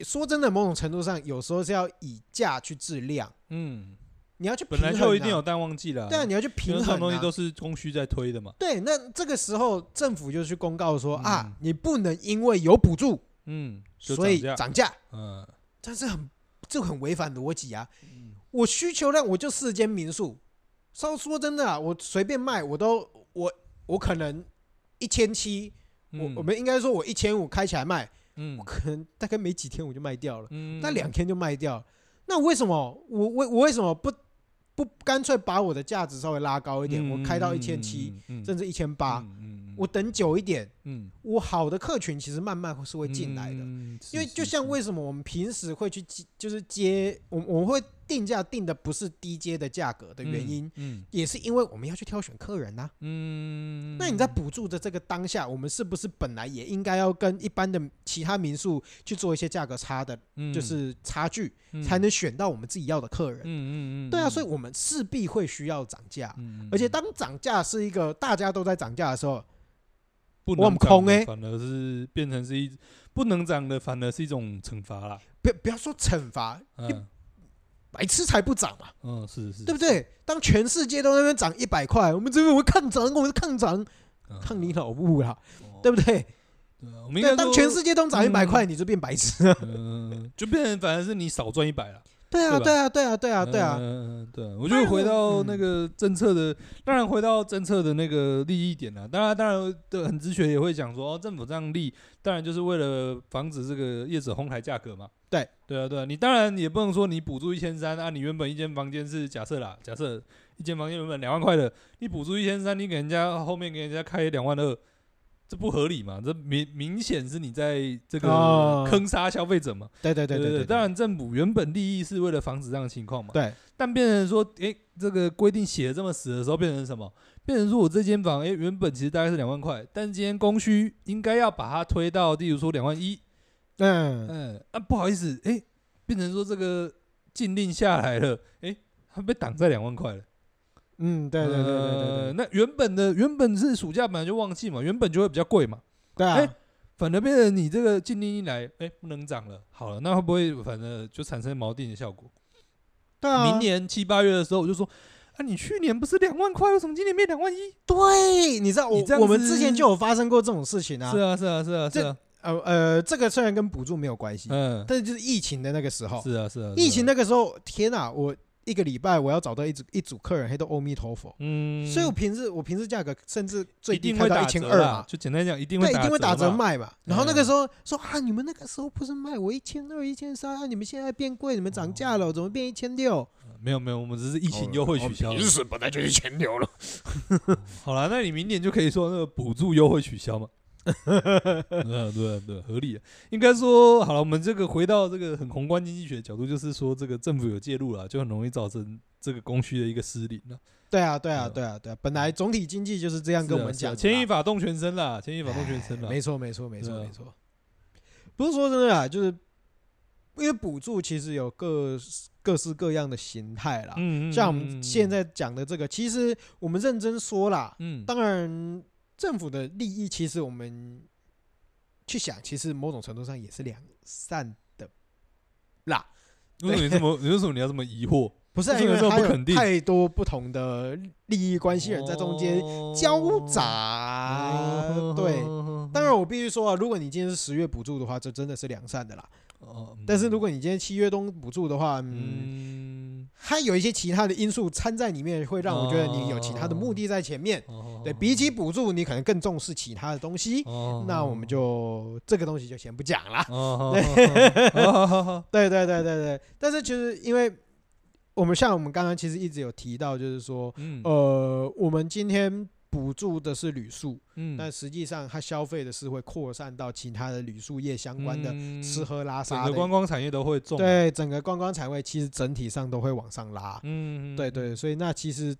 [SPEAKER 1] 说真的，某种程度上有时候是要以价去质量，
[SPEAKER 2] 嗯，
[SPEAKER 1] 你要去平
[SPEAKER 2] 本
[SPEAKER 1] 衡、
[SPEAKER 2] 来
[SPEAKER 1] 啊。
[SPEAKER 2] 就一定有淡旺季了，
[SPEAKER 1] 对啊，你要去
[SPEAKER 2] 因
[SPEAKER 1] 平
[SPEAKER 2] 为这
[SPEAKER 1] 衡、啊。
[SPEAKER 2] 种东西都是供需在推的嘛。
[SPEAKER 1] 对，那这个时候政府就去公告说、
[SPEAKER 2] 嗯
[SPEAKER 1] 啊，你不能因为有补助
[SPEAKER 2] 嗯，就
[SPEAKER 1] 所以
[SPEAKER 2] 涨价
[SPEAKER 1] 涨价，
[SPEAKER 2] 嗯，
[SPEAKER 1] 这但是很这很违反逻辑啊！我需求量我就四间民宿，说说真的啊，我随便卖我都我我可能一千七，我
[SPEAKER 2] 嗯
[SPEAKER 1] 我们应该说我一千五开起来卖，
[SPEAKER 2] 嗯
[SPEAKER 1] 我可能大概没几天我就卖掉了，
[SPEAKER 2] 嗯
[SPEAKER 1] 那两天就卖掉了。那为什么我我我为什么不不干脆把我的价值稍微拉高一点，我开到一千七，甚至一千八，
[SPEAKER 2] 嗯，嗯
[SPEAKER 1] 我等久一点，
[SPEAKER 2] 嗯
[SPEAKER 1] 我好的客群其实慢慢会是会进来的。
[SPEAKER 2] 嗯是
[SPEAKER 1] 因为就是像
[SPEAKER 2] 是
[SPEAKER 1] 为什么我们平时会去接，就是接我我们会定价定的不是低阶的价格的原因，，
[SPEAKER 2] 嗯
[SPEAKER 1] 也是因为我们要去挑选客人呐、
[SPEAKER 2] 嗯，
[SPEAKER 1] 那你在补助的这个当下，我们是不是本来也应该要跟一般的其他民宿去做一些价格差的，
[SPEAKER 2] 嗯
[SPEAKER 1] 就是差距，
[SPEAKER 2] 嗯
[SPEAKER 1] 才能选到我们自己要的客人？
[SPEAKER 2] 嗯嗯嗯，
[SPEAKER 1] 对啊，所以我们势必会需要涨价，
[SPEAKER 2] 嗯，嗯
[SPEAKER 1] 而且
[SPEAKER 2] 嗯
[SPEAKER 1] 当涨价是一个大家都在涨价的时候，
[SPEAKER 2] 不
[SPEAKER 1] 我
[SPEAKER 2] 能
[SPEAKER 1] 很
[SPEAKER 2] 涨
[SPEAKER 1] 空
[SPEAKER 2] 的
[SPEAKER 1] 欸
[SPEAKER 2] 反而是变成是一不能涨的，反而是一种惩罚啦。
[SPEAKER 1] 不不要说惩罚，你
[SPEAKER 2] 嗯
[SPEAKER 1] 白痴才不涨嘛。
[SPEAKER 2] 嗯，是是，
[SPEAKER 1] 对不对？当全世界都在那边涨一百块，我们这边我们抗涨，我们抗涨，
[SPEAKER 2] 嗯
[SPEAKER 1] 抗你老母啦，
[SPEAKER 2] 哦
[SPEAKER 1] 对不对？
[SPEAKER 2] 对啊，我们应
[SPEAKER 1] 对，
[SPEAKER 2] 该
[SPEAKER 1] 当
[SPEAKER 2] 说
[SPEAKER 1] 全世界都涨一百块，你就变白痴了。
[SPEAKER 2] 嗯，就变成反而是你少赚一百了。
[SPEAKER 1] 对啊，
[SPEAKER 2] 对吧
[SPEAKER 1] 对啊，对啊，对啊，
[SPEAKER 2] 嗯
[SPEAKER 1] 对啊，
[SPEAKER 2] 嗯嗯对啊，我觉得回到那个政策的，当然回到政策的那个利益点了、当然，当然的很直觉也会讲说，哦，政府这样立，当然就是为了防止这个业者哄抬价格嘛。
[SPEAKER 1] 对，
[SPEAKER 2] 对啊，对啊，你当然也不能说你补助一千三啊，你原本一间房间是假设啦，假设一间房间原本两万块的，你补助一千三，你给人家后面给人家开两万二。这不合理嘛？这明明显是你在这
[SPEAKER 1] 哦
[SPEAKER 2] 个坑杀消费者嘛？
[SPEAKER 1] 对对对
[SPEAKER 2] 对
[SPEAKER 1] 对，
[SPEAKER 2] 当然政府原本利益是为了防止这样的情况嘛。
[SPEAKER 1] 对
[SPEAKER 2] 但变成说，诶，这个规定写的这么死的时候，变成什么？变成说我这间房，诶，原本其实大概是两万块，但是今天供需应该要把它推到，例如说两万一，
[SPEAKER 1] 嗯，
[SPEAKER 2] 嗯，啊，不好意思，诶，变成说这个禁令下来了，诶，它被挡在两万块了。
[SPEAKER 1] 嗯，对对对对对
[SPEAKER 2] 呃
[SPEAKER 1] 对，
[SPEAKER 2] 那原本的原本是暑假本来就旺季嘛，原本就会比较贵嘛，
[SPEAKER 1] 对啊
[SPEAKER 2] 哎，反而变成你这个禁令一来，诶，不能涨了。好了，那会不会反正就产生锚定的效果？
[SPEAKER 1] 对啊，
[SPEAKER 2] 明年七八月的时候，我就说啊，你去年不是两万块，为什么今年变两万一？
[SPEAKER 1] 对，你知道我
[SPEAKER 2] 你这样
[SPEAKER 1] 我们
[SPEAKER 2] 子
[SPEAKER 1] 之前就有发生过这种事情啊
[SPEAKER 2] 是。啊，是啊，是啊，是
[SPEAKER 1] 这
[SPEAKER 2] 啊，
[SPEAKER 1] 呃呃，这个虽然跟补助没有关系，
[SPEAKER 2] 嗯，
[SPEAKER 1] 但是就是疫情的那个时候，
[SPEAKER 2] 是啊，是啊，
[SPEAKER 1] 疫情
[SPEAKER 2] 的，
[SPEAKER 1] 那个时候，天哪，我一个礼拜我要找到一组一组客人，黑都阿弥陀佛。
[SPEAKER 2] 嗯，
[SPEAKER 1] 所以我平时我平时价格甚至最
[SPEAKER 2] 一
[SPEAKER 1] 低
[SPEAKER 2] 定
[SPEAKER 1] 开
[SPEAKER 2] 会
[SPEAKER 1] 到
[SPEAKER 2] 打
[SPEAKER 1] 一千
[SPEAKER 2] 折
[SPEAKER 1] 二
[SPEAKER 2] 啦
[SPEAKER 1] 嘛，
[SPEAKER 2] 就简单讲，一定
[SPEAKER 1] 对，
[SPEAKER 2] 会
[SPEAKER 1] 一定会打折
[SPEAKER 2] 折嘛，
[SPEAKER 1] 卖嘛。然后那个
[SPEAKER 2] 嗯
[SPEAKER 1] 时候说啊，你们那个时候不是卖我一千二、一千三，啊你们现在变贵，你们涨价了，怎么变一千六？
[SPEAKER 2] 没有没有，我们只是疫情优惠取消了。
[SPEAKER 1] 时哦本来就一千六了。
[SPEAKER 2] 好了，那你明年就可以说那个补助优惠取消嘛。 嗯，对啊对啊，合理啊。应该说好了，我们这个回到这个很宏观经济学的角度，就是说这个政府有介入了，就很容易造成这个供需的一个失灵了。
[SPEAKER 1] 对啊，对啊，
[SPEAKER 2] 嗯
[SPEAKER 1] 对啊，对啊，本来总体经济就是这样跟
[SPEAKER 2] 是
[SPEAKER 1] 我
[SPEAKER 2] 啊
[SPEAKER 1] 们
[SPEAKER 2] 是
[SPEAKER 1] 讲
[SPEAKER 2] 啊
[SPEAKER 1] 的啦，
[SPEAKER 2] 牵一发动全身啦，牵一发动全身啦
[SPEAKER 1] 哎。没错，没错，没错，
[SPEAKER 2] 对啊
[SPEAKER 1] 没错。不是说真的啊，就是因为补助其实有各各式各样的形态啦。
[SPEAKER 2] 嗯，
[SPEAKER 1] 啊
[SPEAKER 2] 嗯
[SPEAKER 1] 像我
[SPEAKER 2] 嗯
[SPEAKER 1] 们
[SPEAKER 2] 嗯
[SPEAKER 1] 现在讲的这个，其实我们认真说啦，
[SPEAKER 2] 嗯，
[SPEAKER 1] 当然，政府的利益其实我们去想，其实某种程度上也是良善的啦。
[SPEAKER 2] 为什么你 这么，你为什么你要这么疑惑？
[SPEAKER 1] 不是啊、
[SPEAKER 2] 为什
[SPEAKER 1] 因
[SPEAKER 2] 么
[SPEAKER 1] 为
[SPEAKER 2] 这么
[SPEAKER 1] 它
[SPEAKER 2] 不
[SPEAKER 1] 有
[SPEAKER 2] 肯定
[SPEAKER 1] 太多不同的利益关系人在中间
[SPEAKER 2] 哦
[SPEAKER 1] 交杂。 对，当然我必须说啊，如果你今天是十月补助的话，这真的是良善的啦。
[SPEAKER 2] 哦，
[SPEAKER 1] 但是如
[SPEAKER 2] 果
[SPEAKER 1] 果你今天七月冬补助的话，嗯，
[SPEAKER 2] 嗯，
[SPEAKER 1] 它有一些其他的因素掺在里面，会让我觉得你有其他的目的在前
[SPEAKER 2] 嗯
[SPEAKER 1] 面。对比起补助，你可能更重视其他的东西。
[SPEAKER 2] 哦，
[SPEAKER 1] 那我们就这个东西就先不讲啦。
[SPEAKER 2] 哦，对，
[SPEAKER 1] 对对对对对，但是其实因为我们像我们刚刚其实一直有提到，就是说，
[SPEAKER 2] 嗯
[SPEAKER 1] 呃，我们今天补助的是旅宿，
[SPEAKER 2] 嗯
[SPEAKER 1] 但实际上它消费的是会扩散到其他的旅宿业相关的吃喝拉
[SPEAKER 2] 嗯整
[SPEAKER 1] 撒
[SPEAKER 2] 个
[SPEAKER 1] 的，
[SPEAKER 2] 观光啊产业都会中，，
[SPEAKER 1] 对整个观光产业其实整体上都会往上拉。
[SPEAKER 2] 嗯，
[SPEAKER 1] 对对，所以那其实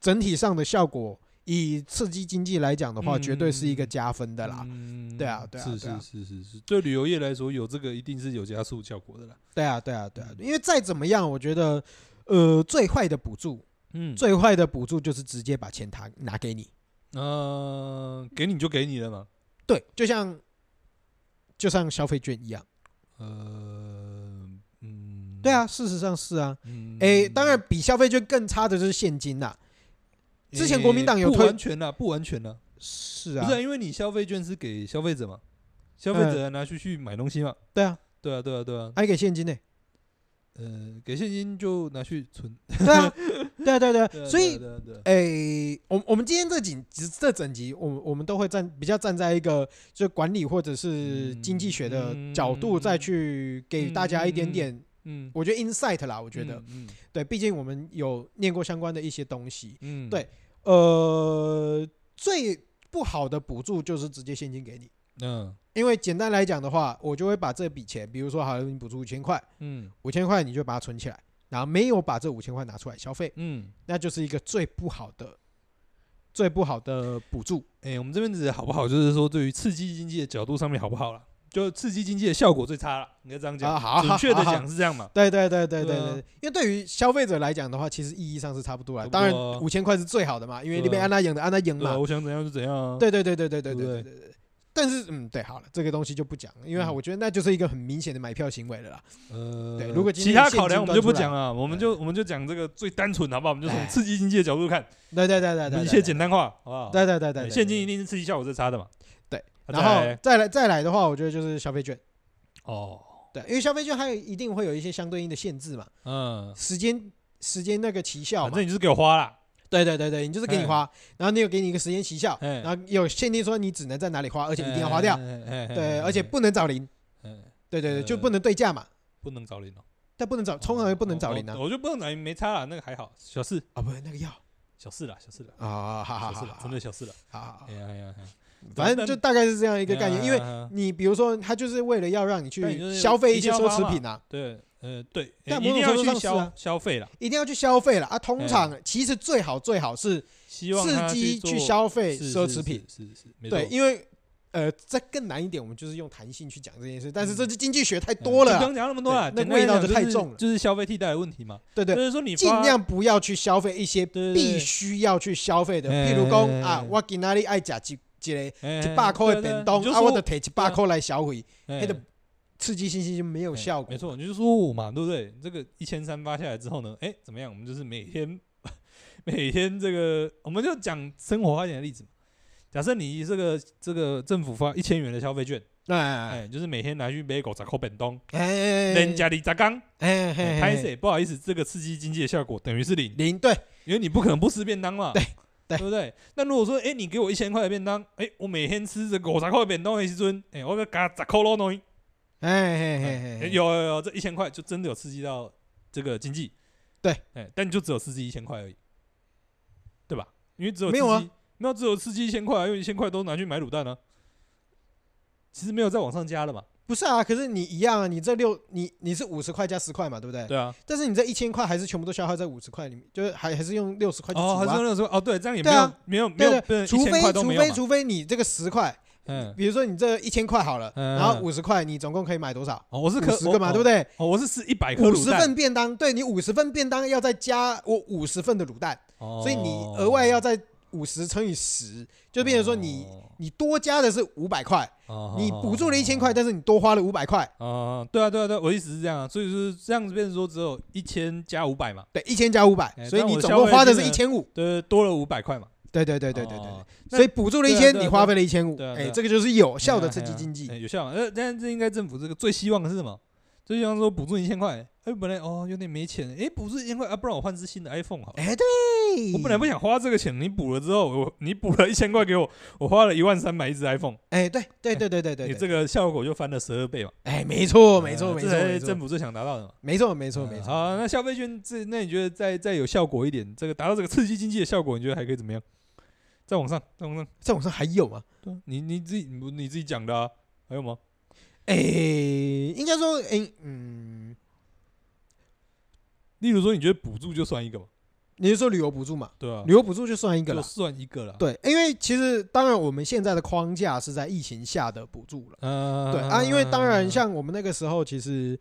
[SPEAKER 1] 整体上的效果，以刺激经济来讲的话，绝对是一个加分的啦。
[SPEAKER 2] 嗯，
[SPEAKER 1] 对啊对啊
[SPEAKER 2] 是
[SPEAKER 1] 对啊
[SPEAKER 2] 是是是是，对旅游业来说，有这个一定是有加速效果的啦，
[SPEAKER 1] 对啊，对啊，对啊
[SPEAKER 2] 嗯，
[SPEAKER 1] 因为再怎么样，我觉得，呃，最坏的补助，
[SPEAKER 2] 嗯，
[SPEAKER 1] 最坏的补助就是直接把钱拿拿给你。
[SPEAKER 2] 呃，给你就给你了嘛，
[SPEAKER 1] 对，就像就像消费券一样。
[SPEAKER 2] 呃，嗯，
[SPEAKER 1] 对啊，，事实上是啊。
[SPEAKER 2] 嗯，
[SPEAKER 1] 诶，当然比消费券更差的就是现金啦。之前国民党有
[SPEAKER 2] 不
[SPEAKER 1] 推
[SPEAKER 2] 完全啊啦，不完全啦，
[SPEAKER 1] 是
[SPEAKER 2] 不哎
[SPEAKER 1] 啊
[SPEAKER 2] 是，啊因为你消费券是给消费者嘛，消费者拿去去买东西嘛，
[SPEAKER 1] 对啊，
[SPEAKER 2] 对啊，对啊，对啊，
[SPEAKER 1] 还给现金呢、
[SPEAKER 2] 呃，给现金就拿去存。
[SPEAKER 1] 对啊，对啊，对啊，对
[SPEAKER 2] 对
[SPEAKER 1] 啊，
[SPEAKER 2] 啊
[SPEAKER 1] 所以
[SPEAKER 2] 对啊对啊对啊
[SPEAKER 1] 诶、我我们今天这几这整集，我们我们都会站比较站在一个就是管理或者是经济学的角度，
[SPEAKER 2] 嗯
[SPEAKER 1] 再去给大家一点点，
[SPEAKER 2] 嗯，
[SPEAKER 1] 我觉得 insight 啦。我觉得、
[SPEAKER 2] 嗯，
[SPEAKER 1] 对，毕竟我们有念过相关的一些东西。
[SPEAKER 2] 嗯，嗯
[SPEAKER 1] 对，呃，最不好的补助就是直接现金给你，
[SPEAKER 2] 嗯
[SPEAKER 1] 因为简单来讲的话，我就会把这笔钱，比如说好了，你补助五千块，
[SPEAKER 2] 嗯
[SPEAKER 1] 五千块你就把它存起来，然后没有把这五千块拿出来消费。
[SPEAKER 2] 嗯，
[SPEAKER 1] 那就是一个最不好的、最不好的补助。
[SPEAKER 2] 哎，我们这边指的好不好，就是说对于刺激经济的角度上面好不好了？就刺激经济的效果最差了，应该这样讲。
[SPEAKER 1] 啊好
[SPEAKER 2] 准确的，
[SPEAKER 1] 好好
[SPEAKER 2] 讲
[SPEAKER 1] 好
[SPEAKER 2] 是这样嘛？
[SPEAKER 1] 对对对对对
[SPEAKER 2] 对啊
[SPEAKER 1] 对，因为对于消费者来讲的话，其实意义上是差不多啦。
[SPEAKER 2] 差不
[SPEAKER 1] 当然
[SPEAKER 2] 多啊，
[SPEAKER 1] 五千块是最好的嘛，因为
[SPEAKER 2] 对啊
[SPEAKER 1] 你被安娜赢的，安娜赢
[SPEAKER 2] 对啊，
[SPEAKER 1] 嘛。
[SPEAKER 2] 我想怎样就怎样啊。
[SPEAKER 1] 对对对对对对对
[SPEAKER 2] 对不
[SPEAKER 1] 对对对。但是，嗯，对，好了，这个东西就不讲了，因为
[SPEAKER 2] 嗯
[SPEAKER 1] 我觉得那就是一个很明显的买票行为了啦。
[SPEAKER 2] 呃，
[SPEAKER 1] 对如果今
[SPEAKER 2] 其
[SPEAKER 1] 天
[SPEAKER 2] 他
[SPEAKER 1] 现
[SPEAKER 2] 考
[SPEAKER 1] 金
[SPEAKER 2] 量我
[SPEAKER 1] 端
[SPEAKER 2] 们就
[SPEAKER 1] 出
[SPEAKER 2] 不
[SPEAKER 1] 来
[SPEAKER 2] 讲了，我们就我们就讲这个最单纯好不好？我们就从
[SPEAKER 1] 哎
[SPEAKER 2] 刺激经济的角度看，
[SPEAKER 1] 对对对对
[SPEAKER 2] 我
[SPEAKER 1] 对对，
[SPEAKER 2] 们一切
[SPEAKER 1] 对
[SPEAKER 2] 简单化，好不好？
[SPEAKER 1] 对对对对，对
[SPEAKER 2] 现金一。定是刺激效果最差的嘛。
[SPEAKER 1] 对
[SPEAKER 2] 啊，
[SPEAKER 1] 然
[SPEAKER 2] 再
[SPEAKER 1] 后
[SPEAKER 2] 来
[SPEAKER 1] 再来再来的话，我觉得就是消费券。
[SPEAKER 2] 哦，
[SPEAKER 1] 对，因为消费券它有一定会有一些相对应的限制嘛，
[SPEAKER 2] 嗯，
[SPEAKER 1] 时间时间那个期效
[SPEAKER 2] 反
[SPEAKER 1] 嘛
[SPEAKER 2] 正。你就是给我花啦，
[SPEAKER 1] 对对对对，你就是给你
[SPEAKER 2] 嗯
[SPEAKER 1] 花，然后你有给你一个时间期效，
[SPEAKER 2] 嗯
[SPEAKER 1] 然后有限定说你只能在哪里花，而
[SPEAKER 2] 而
[SPEAKER 1] 且一定要花掉，
[SPEAKER 2] 哎
[SPEAKER 1] 对，而且不能找零，对对对，
[SPEAKER 2] 嗯
[SPEAKER 1] 就不能对价嘛，
[SPEAKER 2] 哎不能找零哦，
[SPEAKER 1] 但不能找，通常也不能找零啊
[SPEAKER 2] 我，我就不能找零，没差啦，那个还好，小事
[SPEAKER 1] 啊，不是那个要
[SPEAKER 2] 小事啦，小事啦，
[SPEAKER 1] 啊，好好好
[SPEAKER 2] 小事
[SPEAKER 1] 好
[SPEAKER 2] 啦，
[SPEAKER 1] 好
[SPEAKER 2] 真的小事啦。
[SPEAKER 1] 好好好
[SPEAKER 2] 哎，呀哎呀，哎呀
[SPEAKER 1] 反正就大概是这样一个概念，因为
[SPEAKER 2] 哎呀哎呀哎呀
[SPEAKER 1] 你比如说，他就是为了要让你
[SPEAKER 2] 对
[SPEAKER 1] 去
[SPEAKER 2] 就是
[SPEAKER 1] 消费一些
[SPEAKER 2] 一定
[SPEAKER 1] 奢
[SPEAKER 2] 要花
[SPEAKER 1] 侈
[SPEAKER 2] 嘛
[SPEAKER 1] 品啊，
[SPEAKER 2] 对，呃对，哎
[SPEAKER 1] 但
[SPEAKER 2] 一
[SPEAKER 1] 某种
[SPEAKER 2] 定要
[SPEAKER 1] 程度
[SPEAKER 2] 去
[SPEAKER 1] 上是啊
[SPEAKER 2] 消消费啦，
[SPEAKER 1] 一定要去消费了啊。通常其实最好最好是
[SPEAKER 2] 希望
[SPEAKER 1] 刺
[SPEAKER 2] 他
[SPEAKER 1] 激
[SPEAKER 2] 做
[SPEAKER 1] 去消费
[SPEAKER 2] 是
[SPEAKER 1] 奢
[SPEAKER 2] 是
[SPEAKER 1] 侈品，
[SPEAKER 2] 是是是，没错
[SPEAKER 1] 对，因为呃，再更难一点，我们就是用弹性去讲这件事，但是
[SPEAKER 2] 嗯
[SPEAKER 1] 这是经济学太多了
[SPEAKER 2] 就
[SPEAKER 1] 啊
[SPEAKER 2] 不，用讲那么多了，
[SPEAKER 1] 对那
[SPEAKER 2] 简单
[SPEAKER 1] 味
[SPEAKER 2] 来
[SPEAKER 1] 道
[SPEAKER 2] 讲
[SPEAKER 1] 就太重了
[SPEAKER 2] 就是，就是消费替代的问题嘛。
[SPEAKER 1] 对对
[SPEAKER 2] 就。是说你
[SPEAKER 1] 尽
[SPEAKER 2] 发
[SPEAKER 1] 量不要去消费一些
[SPEAKER 2] 对对对
[SPEAKER 1] 必须要去消费的，
[SPEAKER 2] 哎
[SPEAKER 1] 譬如讲
[SPEAKER 2] 哎
[SPEAKER 1] 啊
[SPEAKER 2] 哎，
[SPEAKER 1] 我今仔日爱食一一个
[SPEAKER 2] 哎
[SPEAKER 1] 一百块的
[SPEAKER 2] 对啊
[SPEAKER 1] 便
[SPEAKER 2] 对啊
[SPEAKER 1] 当
[SPEAKER 2] 你就，
[SPEAKER 1] 啊，我
[SPEAKER 2] 说
[SPEAKER 1] 就摕一百块来消费，
[SPEAKER 2] 哎
[SPEAKER 1] 那个刺激信心就没有效果
[SPEAKER 2] 没。错，你就说我嘛，对不对？这个一千三发下来之后呢，哎，怎么样？我们就是每天 每天这个，我们就讲生活化一点的例子嘛。假设你这个这个政府发一千元的消费券，
[SPEAKER 1] 哎
[SPEAKER 2] 哎，就是每天拿去买狗杂口本东，
[SPEAKER 1] 哎哎，
[SPEAKER 2] 人家里杂缸，
[SPEAKER 1] 哎嘿
[SPEAKER 2] 拍
[SPEAKER 1] 嘿嘿
[SPEAKER 2] 谁？不好意思，这个刺激经济的效果等于是零，
[SPEAKER 1] 零对
[SPEAKER 2] 因为你不可能不吃便当嘛，
[SPEAKER 1] 对对
[SPEAKER 2] 不对？那如果说，哎，你给我一千块的便当，哎，我每天吃这个五十块的便当的时阵，哎，我要加十块咯，喏，
[SPEAKER 1] 哎嘿
[SPEAKER 2] 哎
[SPEAKER 1] 嘿嘿，
[SPEAKER 2] 有有有，这一千块就真的有刺激到这个经济，
[SPEAKER 1] 对，
[SPEAKER 2] 哎，但你就只有刺激一千块而已，对吧？因为只有
[SPEAKER 1] 没有啊
[SPEAKER 2] 刺激，没有只有刺激一千块啊，因为一千块都拿去买卤蛋啊，其实没有再往上加了嘛，
[SPEAKER 1] 不是啊，可是你一样啊，你这六你你是五十块加十块嘛，对不对？
[SPEAKER 2] 对啊，
[SPEAKER 1] 但是你这一千块还是全部都消耗在五十块里面，就是还还是用六十块去
[SPEAKER 2] 哦，还
[SPEAKER 1] 除
[SPEAKER 2] 是
[SPEAKER 1] 啊。
[SPEAKER 2] 那时候哦，对，这样也没
[SPEAKER 1] 对
[SPEAKER 2] 有
[SPEAKER 1] 啊
[SPEAKER 2] 没有没
[SPEAKER 1] 对
[SPEAKER 2] 有
[SPEAKER 1] 对，
[SPEAKER 2] 不能，一
[SPEAKER 1] 除
[SPEAKER 2] 千
[SPEAKER 1] 非
[SPEAKER 2] 块都
[SPEAKER 1] 除
[SPEAKER 2] 没有
[SPEAKER 1] 非
[SPEAKER 2] 嘛，
[SPEAKER 1] 除非你这个十块，
[SPEAKER 2] 嗯，
[SPEAKER 1] 比如说你这一千块好了，
[SPEAKER 2] 嗯
[SPEAKER 1] 然后五十块，你总共可以买多少？
[SPEAKER 2] 哦，我是
[SPEAKER 1] 五
[SPEAKER 2] 可
[SPEAKER 1] 十个嘛，对不
[SPEAKER 2] 对？
[SPEAKER 1] 对？
[SPEAKER 2] 哦，我是吃一百颗
[SPEAKER 1] 五
[SPEAKER 2] 卤
[SPEAKER 1] 十
[SPEAKER 2] 蛋
[SPEAKER 1] 份，便当，对你五十份便当要再加我五十份的卤蛋，
[SPEAKER 2] 所
[SPEAKER 1] 所以你额外要再五十乘以十，就变成说你
[SPEAKER 2] 哦
[SPEAKER 1] 你多加的是五百块，你补助了一千块，。但是你多花了五百块，
[SPEAKER 2] 哦，对啊，对啊，对啊，我意思是这样啊，所以就是这样子变成说只有一千加五百嘛，
[SPEAKER 1] 对，一千加五百
[SPEAKER 2] 哎，
[SPEAKER 1] 所以
[SPEAKER 2] 但
[SPEAKER 1] 你
[SPEAKER 2] 我
[SPEAKER 1] 总
[SPEAKER 2] 消
[SPEAKER 1] 共
[SPEAKER 2] 费
[SPEAKER 1] 花的是
[SPEAKER 2] 金
[SPEAKER 1] 一
[SPEAKER 2] 额
[SPEAKER 1] 千五，
[SPEAKER 2] 对，多了五百块嘛。
[SPEAKER 1] 对对对对对对
[SPEAKER 2] 哦
[SPEAKER 1] 对，
[SPEAKER 2] 那
[SPEAKER 1] 所以补助了一
[SPEAKER 2] 对啊
[SPEAKER 1] 千，
[SPEAKER 2] 对啊
[SPEAKER 1] 你花费了一千五
[SPEAKER 2] 对啊，对啊
[SPEAKER 1] 哎，这个就是有效的
[SPEAKER 2] 哎
[SPEAKER 1] 刺
[SPEAKER 2] 哎
[SPEAKER 1] 激
[SPEAKER 2] 呀
[SPEAKER 1] 经济
[SPEAKER 2] 哎，有效嘛。呃，但是应该政府这个最希望的是什么？最希望说补助一千块，哎，本来哦有点没钱，哎，补助一千块啊，不然我换只新的 iPhone 好了。
[SPEAKER 1] 哎，对，
[SPEAKER 2] 我本来不想花这个钱，你补了之后，我你补了一千块给我，我花了一万三买一只 iPhone，
[SPEAKER 1] 哎，对对对对对对
[SPEAKER 2] 你
[SPEAKER 1] 对，
[SPEAKER 2] 这个效果就翻了十二倍嘛。
[SPEAKER 1] 哎，没错没
[SPEAKER 2] 呃
[SPEAKER 1] 错没
[SPEAKER 2] 这
[SPEAKER 1] 错
[SPEAKER 2] 才
[SPEAKER 1] 没
[SPEAKER 2] 是
[SPEAKER 1] 错
[SPEAKER 2] 政府最想达到的嘛。
[SPEAKER 1] 没错没错
[SPEAKER 2] 嗯
[SPEAKER 1] 没错，
[SPEAKER 2] 好，那消费券这，那你觉得再再有效果一点，这个达到这个刺激经济的效果，你觉得还可以怎么样？再往上，再往上，
[SPEAKER 1] 这种事还有吗？
[SPEAKER 2] 对啊你你自己你你自己讲的啊，还有吗？
[SPEAKER 1] 哎，应该说，哎嗯，
[SPEAKER 2] 例如说，你觉得补助就算一个嘛？
[SPEAKER 1] 你是说旅游补助嘛？
[SPEAKER 2] 对啊，
[SPEAKER 1] 旅游补助就算一个
[SPEAKER 2] 就
[SPEAKER 1] 了。
[SPEAKER 2] 算一个了。，
[SPEAKER 1] 对，因为其实当然我们现在的框架是在疫情下的补助了。
[SPEAKER 2] 嗯，
[SPEAKER 1] 对啊，因为当然像我们那个时候，其实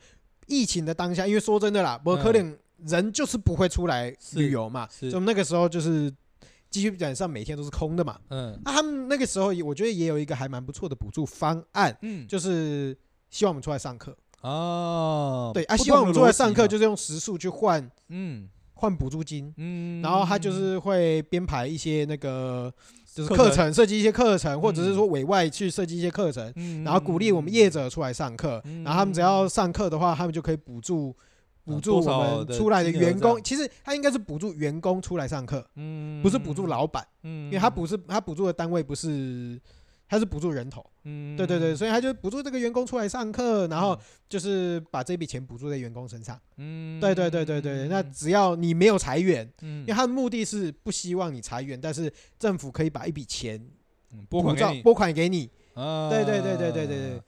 [SPEAKER 1] 疫情的当下，因为说真的啦，不
[SPEAKER 2] 嗯
[SPEAKER 1] 可能人就是不会出来旅游嘛，所
[SPEAKER 2] 是是
[SPEAKER 1] 以我们那个时候就是基本上每天都是空的嘛。啊
[SPEAKER 2] 嗯
[SPEAKER 1] 那他们那个时候也，我觉得也有一个还蛮不错的补助方案，
[SPEAKER 2] 嗯，就
[SPEAKER 1] 就是希望我们出来上课。
[SPEAKER 2] 哦，
[SPEAKER 1] 对啊，
[SPEAKER 2] 不
[SPEAKER 1] 希望我
[SPEAKER 2] 同
[SPEAKER 1] 们
[SPEAKER 2] 的
[SPEAKER 1] 出来
[SPEAKER 2] 逻辑
[SPEAKER 1] 上课
[SPEAKER 2] 嘛
[SPEAKER 1] 就是用时数去换
[SPEAKER 2] 嗯
[SPEAKER 1] 换补助金。
[SPEAKER 2] 嗯，
[SPEAKER 1] 然后他就是会编排一些那个就是
[SPEAKER 2] 课
[SPEAKER 1] 课
[SPEAKER 2] 程
[SPEAKER 1] 程设计一些课程，或者是说委外去设计一些课程，
[SPEAKER 2] 嗯
[SPEAKER 1] 然后鼓励我们业者出来上课，
[SPEAKER 2] 嗯
[SPEAKER 1] 然后他们只要上课的话，他们就可以补助补
[SPEAKER 2] 啊
[SPEAKER 1] 助
[SPEAKER 2] 多少
[SPEAKER 1] 我们
[SPEAKER 2] 的
[SPEAKER 1] 出来的
[SPEAKER 2] 金额
[SPEAKER 1] 员
[SPEAKER 2] 这样
[SPEAKER 1] 工。其实他应该是补助员工出来上课，
[SPEAKER 2] 嗯
[SPEAKER 1] 不是补助，老板，
[SPEAKER 2] 嗯
[SPEAKER 1] 因为他，补是他补助的单位不是，他是补助人头。
[SPEAKER 2] 嗯
[SPEAKER 1] 对对对，，所以他就补助这个员工出来上课，然后
[SPEAKER 2] 嗯
[SPEAKER 1] 就是把这笔钱补助在员工身上。
[SPEAKER 2] 嗯
[SPEAKER 1] 对对对对对，那只要你没有裁员，
[SPEAKER 2] 嗯
[SPEAKER 1] 因为他的目的是不希望你裁员，但是政府可以把一笔钱
[SPEAKER 2] 嗯拨
[SPEAKER 1] 补
[SPEAKER 2] 款
[SPEAKER 1] 照
[SPEAKER 2] 给你，
[SPEAKER 1] 拨款给你。
[SPEAKER 2] 啊
[SPEAKER 1] 对对对对对对对，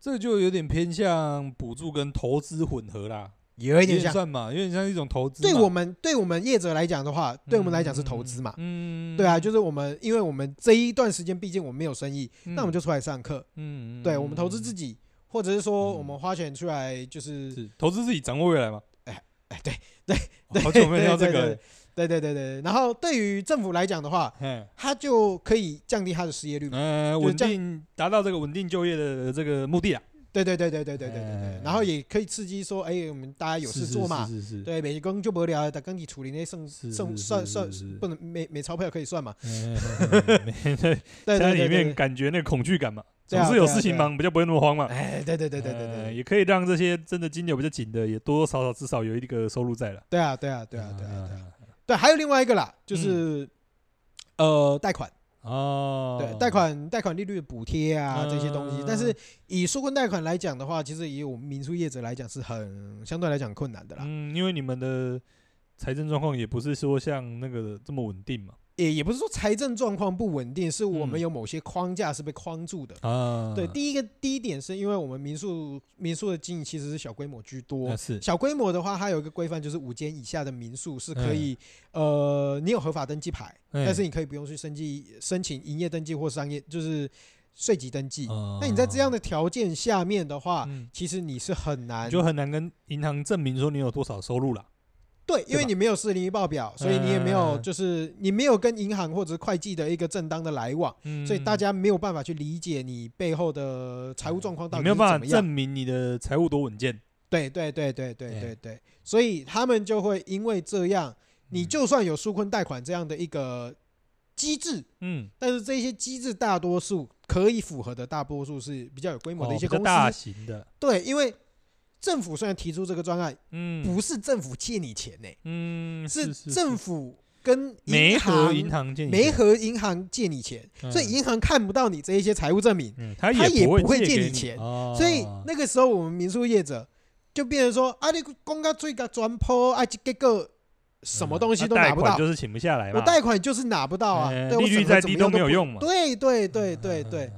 [SPEAKER 2] 这个就有点偏向补助跟投资混合啦，
[SPEAKER 1] 有一
[SPEAKER 2] 有
[SPEAKER 1] 点
[SPEAKER 2] 点
[SPEAKER 1] 像，
[SPEAKER 2] 算嘛，有点像一种投资嘛。
[SPEAKER 1] 对我们对我们业者来讲的话，
[SPEAKER 2] 嗯
[SPEAKER 1] 对我们来讲是投资嘛。
[SPEAKER 2] 嗯，
[SPEAKER 1] 对啊，
[SPEAKER 2] 嗯
[SPEAKER 1] 就是我们，因为我们这一段时间毕竟我们没有生意，那我们就出来上课。
[SPEAKER 2] 嗯，嗯
[SPEAKER 1] 对我们投资
[SPEAKER 2] 己，
[SPEAKER 1] 自己，或者是说
[SPEAKER 2] 嗯
[SPEAKER 1] 我们花钱出来，就是
[SPEAKER 2] 是投资自己掌握未来嘛。
[SPEAKER 1] 哎，对
[SPEAKER 2] 哦好久
[SPEAKER 1] 对
[SPEAKER 2] 没有聊这
[SPEAKER 1] 对
[SPEAKER 2] 个
[SPEAKER 1] 对
[SPEAKER 2] 了，
[SPEAKER 1] 对对对对。然后对于政府来讲的话，
[SPEAKER 2] 嘿
[SPEAKER 1] 它就可以降低它的失业率。
[SPEAKER 2] 嗯，
[SPEAKER 1] 就是
[SPEAKER 2] 稳
[SPEAKER 1] 这样
[SPEAKER 2] 定达到这个稳定就业的这个目的啊，
[SPEAKER 1] 对对对对对对对对对
[SPEAKER 2] 哎。
[SPEAKER 1] 然后也可以刺激说，哎，我们大家有
[SPEAKER 2] 是
[SPEAKER 1] 事做嘛。
[SPEAKER 2] 是是是，
[SPEAKER 1] 对，每工就不聊，但跟你处理那剩
[SPEAKER 2] 是
[SPEAKER 1] 剩
[SPEAKER 2] 是是
[SPEAKER 1] 算
[SPEAKER 2] 是
[SPEAKER 1] 算
[SPEAKER 2] 是
[SPEAKER 1] 不能没没钞票可以算嘛？
[SPEAKER 2] 嗯嗯嗯嗯嗯
[SPEAKER 1] 对
[SPEAKER 2] 在
[SPEAKER 1] 对
[SPEAKER 2] 里
[SPEAKER 1] 对
[SPEAKER 2] 面
[SPEAKER 1] 对。
[SPEAKER 2] 感觉那个恐惧感嘛，
[SPEAKER 1] 对
[SPEAKER 2] 总
[SPEAKER 1] 啊
[SPEAKER 2] 是
[SPEAKER 1] 对
[SPEAKER 2] 有
[SPEAKER 1] 啊
[SPEAKER 2] 事情
[SPEAKER 1] 对啊
[SPEAKER 2] 忙，比较不会那么慌嘛。
[SPEAKER 1] 哎，对对对对对
[SPEAKER 2] 呃
[SPEAKER 1] 对，
[SPEAKER 2] 也可以让这些真的金牛比较紧的，也多多少少至少有一个收入在了。
[SPEAKER 1] 对啊对啊对啊对啊对啊
[SPEAKER 2] 啊
[SPEAKER 1] 对，还有另外一个啦，就是呃贷款，
[SPEAKER 2] 嗯哦，
[SPEAKER 1] 对贷款贷款利率的补贴啊这些东西
[SPEAKER 2] 嗯，
[SPEAKER 1] 但是以纾困贷款来讲的话，其实以我们民宿业者来讲是很相对来讲困难的啦，
[SPEAKER 2] 嗯，因为你们的财政状况也不是说像那个这么稳定嘛。
[SPEAKER 1] 也也不是说财政状况不稳定，是我们
[SPEAKER 2] 嗯
[SPEAKER 1] 有某些框架是被框住的。
[SPEAKER 2] 啊
[SPEAKER 1] 对，第一个第一点是因为我们民宿民宿的经营其实是小规模居多
[SPEAKER 2] 那，是
[SPEAKER 1] 小规模的话，它有一个规范，就是五间以下的民宿是可以，呃，你有合法登记牌，
[SPEAKER 2] 嗯
[SPEAKER 1] 但是你可以不用去申记申请营业登记或商业就是税籍登记。
[SPEAKER 2] 那
[SPEAKER 1] 那你在这样的条件下面的话，
[SPEAKER 2] 哦嗯
[SPEAKER 1] 其实你是很难
[SPEAKER 2] 就很难跟银行证明说你有多少收入啦。
[SPEAKER 1] 对，因
[SPEAKER 2] 对
[SPEAKER 1] 为
[SPEAKER 2] 吧
[SPEAKER 1] 你没有四零一报表，所以你也没有
[SPEAKER 2] 嗯
[SPEAKER 1] 就是你没有跟银行或者是会计的一个正当的来往，
[SPEAKER 2] 嗯
[SPEAKER 1] 所以大家没有办法去理解你背后的财务状况到
[SPEAKER 2] 哎你
[SPEAKER 1] 底是
[SPEAKER 2] 没有
[SPEAKER 1] 怎么
[SPEAKER 2] 办法
[SPEAKER 1] 样。
[SPEAKER 2] 证明你的财务多稳健。
[SPEAKER 1] 对对对对对
[SPEAKER 2] 哎
[SPEAKER 1] 对对，所以他们就会因为这样，你
[SPEAKER 2] 嗯
[SPEAKER 1] 就算有纾困贷款这样的一个机制，
[SPEAKER 2] 嗯，
[SPEAKER 1] 但是这些机制大多数可以符合的大多数是比较有规模的
[SPEAKER 2] 哦
[SPEAKER 1] 一些
[SPEAKER 2] 比较
[SPEAKER 1] 公
[SPEAKER 2] 大
[SPEAKER 1] 司，
[SPEAKER 2] 型的，
[SPEAKER 1] 对，因为政府虽然提出这个专案，
[SPEAKER 2] 嗯，
[SPEAKER 1] 不是政府借你钱呢，
[SPEAKER 2] 嗯，
[SPEAKER 1] 是
[SPEAKER 2] 是
[SPEAKER 1] 政府跟
[SPEAKER 2] 没
[SPEAKER 1] 银
[SPEAKER 2] 和
[SPEAKER 1] 行、
[SPEAKER 2] 银行建议
[SPEAKER 1] 没和银行借你钱，所以
[SPEAKER 2] 嗯
[SPEAKER 1] 银行看不到你这一些财务证明，
[SPEAKER 2] 嗯，他
[SPEAKER 1] 他也
[SPEAKER 2] 不
[SPEAKER 1] 不会借
[SPEAKER 2] 借
[SPEAKER 1] 你
[SPEAKER 2] 给
[SPEAKER 1] 钱
[SPEAKER 2] 哦
[SPEAKER 1] 所以那个时候我们民宿业者就变成说啊，你公告最高专坡啊，结果什么东西
[SPEAKER 2] 嗯
[SPEAKER 1] 都
[SPEAKER 2] 那贷
[SPEAKER 1] 拿不
[SPEAKER 2] 款
[SPEAKER 1] 到，
[SPEAKER 2] 就是请不下来嘛。
[SPEAKER 1] 我贷款就是拿不到啊，
[SPEAKER 2] 哎
[SPEAKER 1] 对，我
[SPEAKER 2] 利率
[SPEAKER 1] 怎么
[SPEAKER 2] 再
[SPEAKER 1] 怎
[SPEAKER 2] 低
[SPEAKER 1] 么
[SPEAKER 2] 都
[SPEAKER 1] 样
[SPEAKER 2] 没有
[SPEAKER 1] 不
[SPEAKER 2] 用嘛。啊
[SPEAKER 1] 对对对对对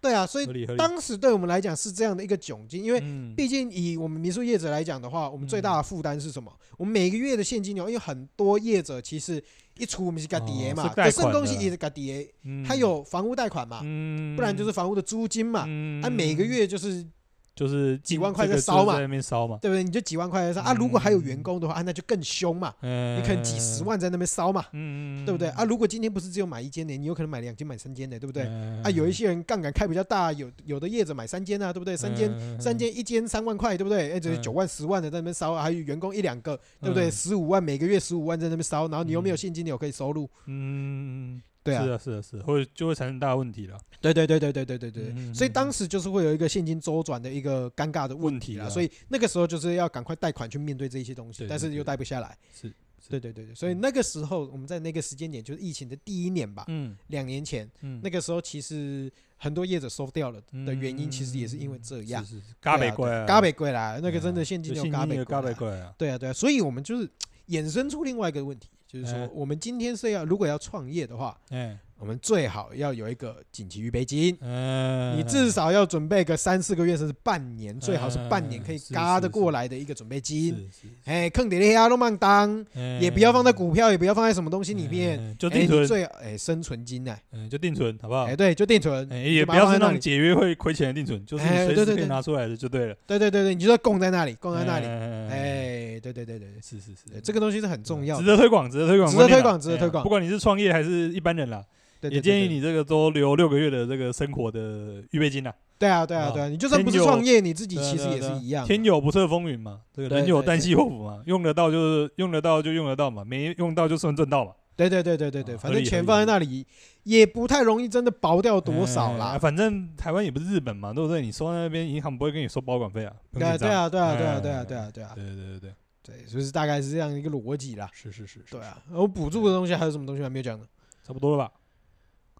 [SPEAKER 1] 对啊，所
[SPEAKER 2] 嗯，
[SPEAKER 1] 以
[SPEAKER 2] 合理合理。
[SPEAKER 1] 当时对我们来讲是这样的一个窘境，因为
[SPEAKER 2] 嗯
[SPEAKER 1] 毕竟以我们民宿业者来讲的话，我们最大的负担是什么？我们每个月的现金流，因为很多业者其实一出我们是干跌
[SPEAKER 2] 哦
[SPEAKER 1] 嘛，
[SPEAKER 2] 是贷款的
[SPEAKER 1] 就剩东西也是干跌，
[SPEAKER 2] 嗯
[SPEAKER 1] 他有房屋贷款嘛，
[SPEAKER 2] 嗯，
[SPEAKER 1] 不然就是房屋的租金嘛，
[SPEAKER 2] 嗯
[SPEAKER 1] 啊，每个月就是
[SPEAKER 2] 就是
[SPEAKER 1] 几
[SPEAKER 2] 进
[SPEAKER 1] 万块
[SPEAKER 2] 这个
[SPEAKER 1] 在烧嘛
[SPEAKER 2] 就是在那边烧嘛。
[SPEAKER 1] 对不对？你就几万块在上啊，
[SPEAKER 2] 嗯
[SPEAKER 1] 如果还有员工的话，啊，那就更凶嘛，
[SPEAKER 2] 嗯，
[SPEAKER 1] 你可能几十，万在那边烧嘛，
[SPEAKER 2] 嗯，
[SPEAKER 1] 对不对？啊，如果今天不是只有买一间的，你有可能买两间、买三间的，对不对？
[SPEAKER 2] 嗯
[SPEAKER 1] 啊，有一些人杠杆开比较大，有有的业者买三间啊，对不对？三间。
[SPEAKER 2] 嗯
[SPEAKER 1] 三间一间三万块，对不对？哎，这是
[SPEAKER 2] 嗯
[SPEAKER 1] 九万、十万的在那边烧，还有员工一两个，对不对？
[SPEAKER 2] 嗯
[SPEAKER 1] 十五万每个月十五万在那边烧，然后你又没有现金流可以收入，
[SPEAKER 2] 嗯，
[SPEAKER 1] 对啊
[SPEAKER 2] 是，啊是啊是啊，会就会产生大问题了。
[SPEAKER 1] 对对对对对对对对
[SPEAKER 2] 嗯嗯嗯
[SPEAKER 1] 对，所以当时就是会有一个现金周转的一个尴尬的问题
[SPEAKER 2] 问题啊
[SPEAKER 1] 啦，所以那个时候就是要赶快贷款去面对这些东
[SPEAKER 2] 对
[SPEAKER 1] 西
[SPEAKER 2] 对，
[SPEAKER 1] 但是又
[SPEAKER 2] 对
[SPEAKER 1] 贷不下来。
[SPEAKER 2] 是，嗯
[SPEAKER 1] 对对对对，所以那个时候我们在那个时间点，就是疫情的第一年吧，
[SPEAKER 2] 嗯
[SPEAKER 1] 两年前，
[SPEAKER 2] 嗯，
[SPEAKER 1] 那个时候其实很多业者收掉了的原因，
[SPEAKER 2] 嗯
[SPEAKER 1] 其实也是因为这样，
[SPEAKER 2] 是是是嘎
[SPEAKER 1] 对
[SPEAKER 2] 北
[SPEAKER 1] 啊
[SPEAKER 2] 怪
[SPEAKER 1] 对
[SPEAKER 2] 啊，
[SPEAKER 1] 嘎北贵啦，那个
[SPEAKER 2] 嗯
[SPEAKER 1] 真的现金流
[SPEAKER 2] 就信
[SPEAKER 1] 嘎
[SPEAKER 2] 心
[SPEAKER 1] 北
[SPEAKER 2] 也嘎北
[SPEAKER 1] 贵啦，
[SPEAKER 2] 怪啊，
[SPEAKER 1] 对啊对啊，所以我们就是衍生出另外一个问题，就是说
[SPEAKER 2] 嗯
[SPEAKER 1] 我们今天是要如果要创业的话，
[SPEAKER 2] 哎
[SPEAKER 1] 我们最好要有一个紧急预备金。
[SPEAKER 2] 嗯，
[SPEAKER 1] 你至少要准备个三四个月，甚至半年，最好是半年可以
[SPEAKER 2] 嗯是
[SPEAKER 1] 嘎
[SPEAKER 2] 是
[SPEAKER 1] 得
[SPEAKER 2] 是
[SPEAKER 1] 过来的一个准备金。
[SPEAKER 2] 是是
[SPEAKER 1] 哎，坑底的都慢当，也不要放在股票，也不要放在什么东西里面。
[SPEAKER 2] 嗯，就
[SPEAKER 1] 哎
[SPEAKER 2] 定
[SPEAKER 1] 你
[SPEAKER 2] 存，
[SPEAKER 1] 最哎生存金呢？
[SPEAKER 2] 嗯，就定存，好不好？
[SPEAKER 1] 哎，对，就定存
[SPEAKER 2] 哎，也
[SPEAKER 1] 就把它
[SPEAKER 2] 不要
[SPEAKER 1] 放
[SPEAKER 2] 是
[SPEAKER 1] 在
[SPEAKER 2] 那
[SPEAKER 1] 那
[SPEAKER 2] 种
[SPEAKER 1] 里。
[SPEAKER 2] 解约会亏钱的定存，就是你
[SPEAKER 1] 哎
[SPEAKER 2] 随
[SPEAKER 1] 对
[SPEAKER 2] 时
[SPEAKER 1] 对
[SPEAKER 2] 可以
[SPEAKER 1] 对
[SPEAKER 2] 拿出来的就对了，
[SPEAKER 1] 对对对对，你就要供在那里，供在那里。
[SPEAKER 2] 嗯，
[SPEAKER 1] 哎，对对对对
[SPEAKER 2] 是是是
[SPEAKER 1] 对，，这个东西是很重要
[SPEAKER 2] 值
[SPEAKER 1] 的。
[SPEAKER 2] 得推广，值得推广
[SPEAKER 1] 值
[SPEAKER 2] 观
[SPEAKER 1] 得
[SPEAKER 2] 念
[SPEAKER 1] 推
[SPEAKER 2] 啦，
[SPEAKER 1] 广值得
[SPEAKER 2] 哎呀
[SPEAKER 1] 推广
[SPEAKER 2] 不管你是创业还是一般人啦，
[SPEAKER 1] 对对
[SPEAKER 2] 也
[SPEAKER 1] 对
[SPEAKER 2] 建议
[SPEAKER 1] 对
[SPEAKER 2] 你这个多留六个月的这个生活的预备金啦。
[SPEAKER 1] 对啊对啊
[SPEAKER 2] 啊
[SPEAKER 1] 对啊，你就算不是
[SPEAKER 2] 天有
[SPEAKER 1] 创业，你自己
[SPEAKER 2] 对啊
[SPEAKER 1] 其实
[SPEAKER 2] 对啊
[SPEAKER 1] 也
[SPEAKER 2] 对
[SPEAKER 1] 是
[SPEAKER 2] 啊
[SPEAKER 1] 一样。
[SPEAKER 2] 天有不测风云嘛，这个
[SPEAKER 1] 对
[SPEAKER 2] 人有
[SPEAKER 1] 对
[SPEAKER 2] 旦
[SPEAKER 1] 对
[SPEAKER 2] 夕祸福嘛，用得到就是用得到就用得到嘛，没用到就算赚到嘛。
[SPEAKER 1] 对对对对对对，
[SPEAKER 2] 啊
[SPEAKER 1] 反
[SPEAKER 2] 合
[SPEAKER 1] 正
[SPEAKER 2] 理合
[SPEAKER 1] 钱
[SPEAKER 2] 理
[SPEAKER 1] 放在那里也不太容易真的薄掉多少
[SPEAKER 2] 哎
[SPEAKER 1] 啦。
[SPEAKER 2] 反正台湾也不是日本嘛，对不对？你收在那边，银行不会跟你收保管费啊。
[SPEAKER 1] 对啊对啊对啊对啊对啊对
[SPEAKER 2] 啊，
[SPEAKER 1] 啊对啊，
[SPEAKER 2] 对对对对，
[SPEAKER 1] 对，就是大概是这样一个逻辑啦。
[SPEAKER 2] 是是是，是
[SPEAKER 1] 对，啊，然后补助的东西还有什么东西还没有讲呢？
[SPEAKER 2] 差不多了吧？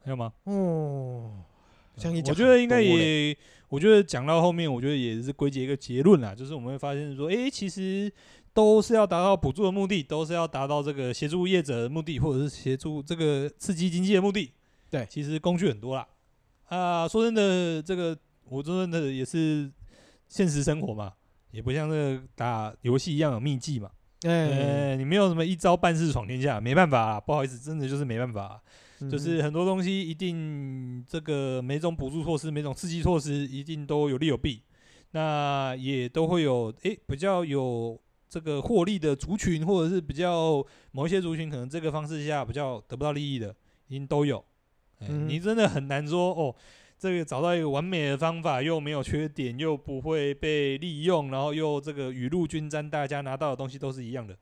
[SPEAKER 2] 还有吗？
[SPEAKER 1] 哦，这样一讲
[SPEAKER 2] 我觉得应该
[SPEAKER 1] 很多嘞
[SPEAKER 2] 也，我觉得讲到后面，我觉得也是归结一个结论啦，就是我们会发现说，诶，其实都是要达到补助的目的，都是要达到这个协助业者的目的，或者是协助这个刺激经济的目的。
[SPEAKER 1] 对
[SPEAKER 2] 其实工具很多啦。啊、说真的，这个我说真的也是现实生活嘛，也不像这个打游戏一样有秘籍嘛。
[SPEAKER 1] 哎，
[SPEAKER 2] 呃，你没有什么一招半式闯天下，没办法啊，不好意思，真的就是没办法啊、
[SPEAKER 1] 嗯
[SPEAKER 2] 就是很多东西一定这个每种补助措施、每种刺激措施一定都有利有弊，那也都会有诶、比较有这个获利的族群，或者是比较某一些族群可能这个方式下比较得不到利益的，一定都有。诶
[SPEAKER 1] 嗯
[SPEAKER 2] 你真的很难说哦，这个找到一个完美的方法，又没有缺点，又不会被利用，然后又这个雨露均沾，大家拿到的东西都是一样的，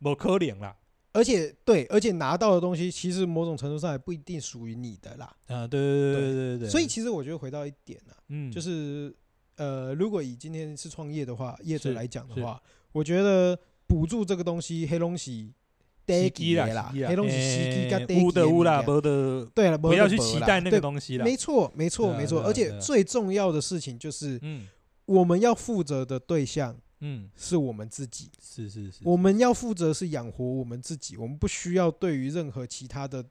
[SPEAKER 2] 某可怜啦。
[SPEAKER 1] 而且对，而且拿到的东西其实某种程度上也不一定属于你的啦。
[SPEAKER 2] 啊、对对对
[SPEAKER 1] 对
[SPEAKER 2] 对对对，
[SPEAKER 1] 所以其实我觉得回到一点啊，
[SPEAKER 2] 嗯，
[SPEAKER 1] 就是呃，如果以今天是创业的话，业者
[SPEAKER 2] 是
[SPEAKER 1] 来讲的
[SPEAKER 2] 是
[SPEAKER 1] 话，我觉觉得补助这个东西，黑龙喜
[SPEAKER 2] 司
[SPEAKER 1] 得给
[SPEAKER 2] 机啦，
[SPEAKER 1] 啦，
[SPEAKER 2] 司机啦
[SPEAKER 1] 黑龙喜司机跟
[SPEAKER 2] 欸有的有啦，
[SPEAKER 1] 不
[SPEAKER 2] 无的
[SPEAKER 1] 啊对了，
[SPEAKER 2] 不要去
[SPEAKER 1] 没
[SPEAKER 2] 期
[SPEAKER 1] 啦
[SPEAKER 2] 待那个
[SPEAKER 1] 对
[SPEAKER 2] 东西啦。
[SPEAKER 1] 没错，没错，
[SPEAKER 2] 对啊
[SPEAKER 1] 没错。
[SPEAKER 2] 对啊
[SPEAKER 1] 而
[SPEAKER 2] 对
[SPEAKER 1] 且
[SPEAKER 2] 啊
[SPEAKER 1] 最重要的事情就是，
[SPEAKER 2] 嗯
[SPEAKER 1] 我们要负责的对象
[SPEAKER 2] 嗯，
[SPEAKER 1] 是我们自己，
[SPEAKER 2] 是是是，
[SPEAKER 1] 我们要负责是养活我们自己，我们不需要对于任何其他的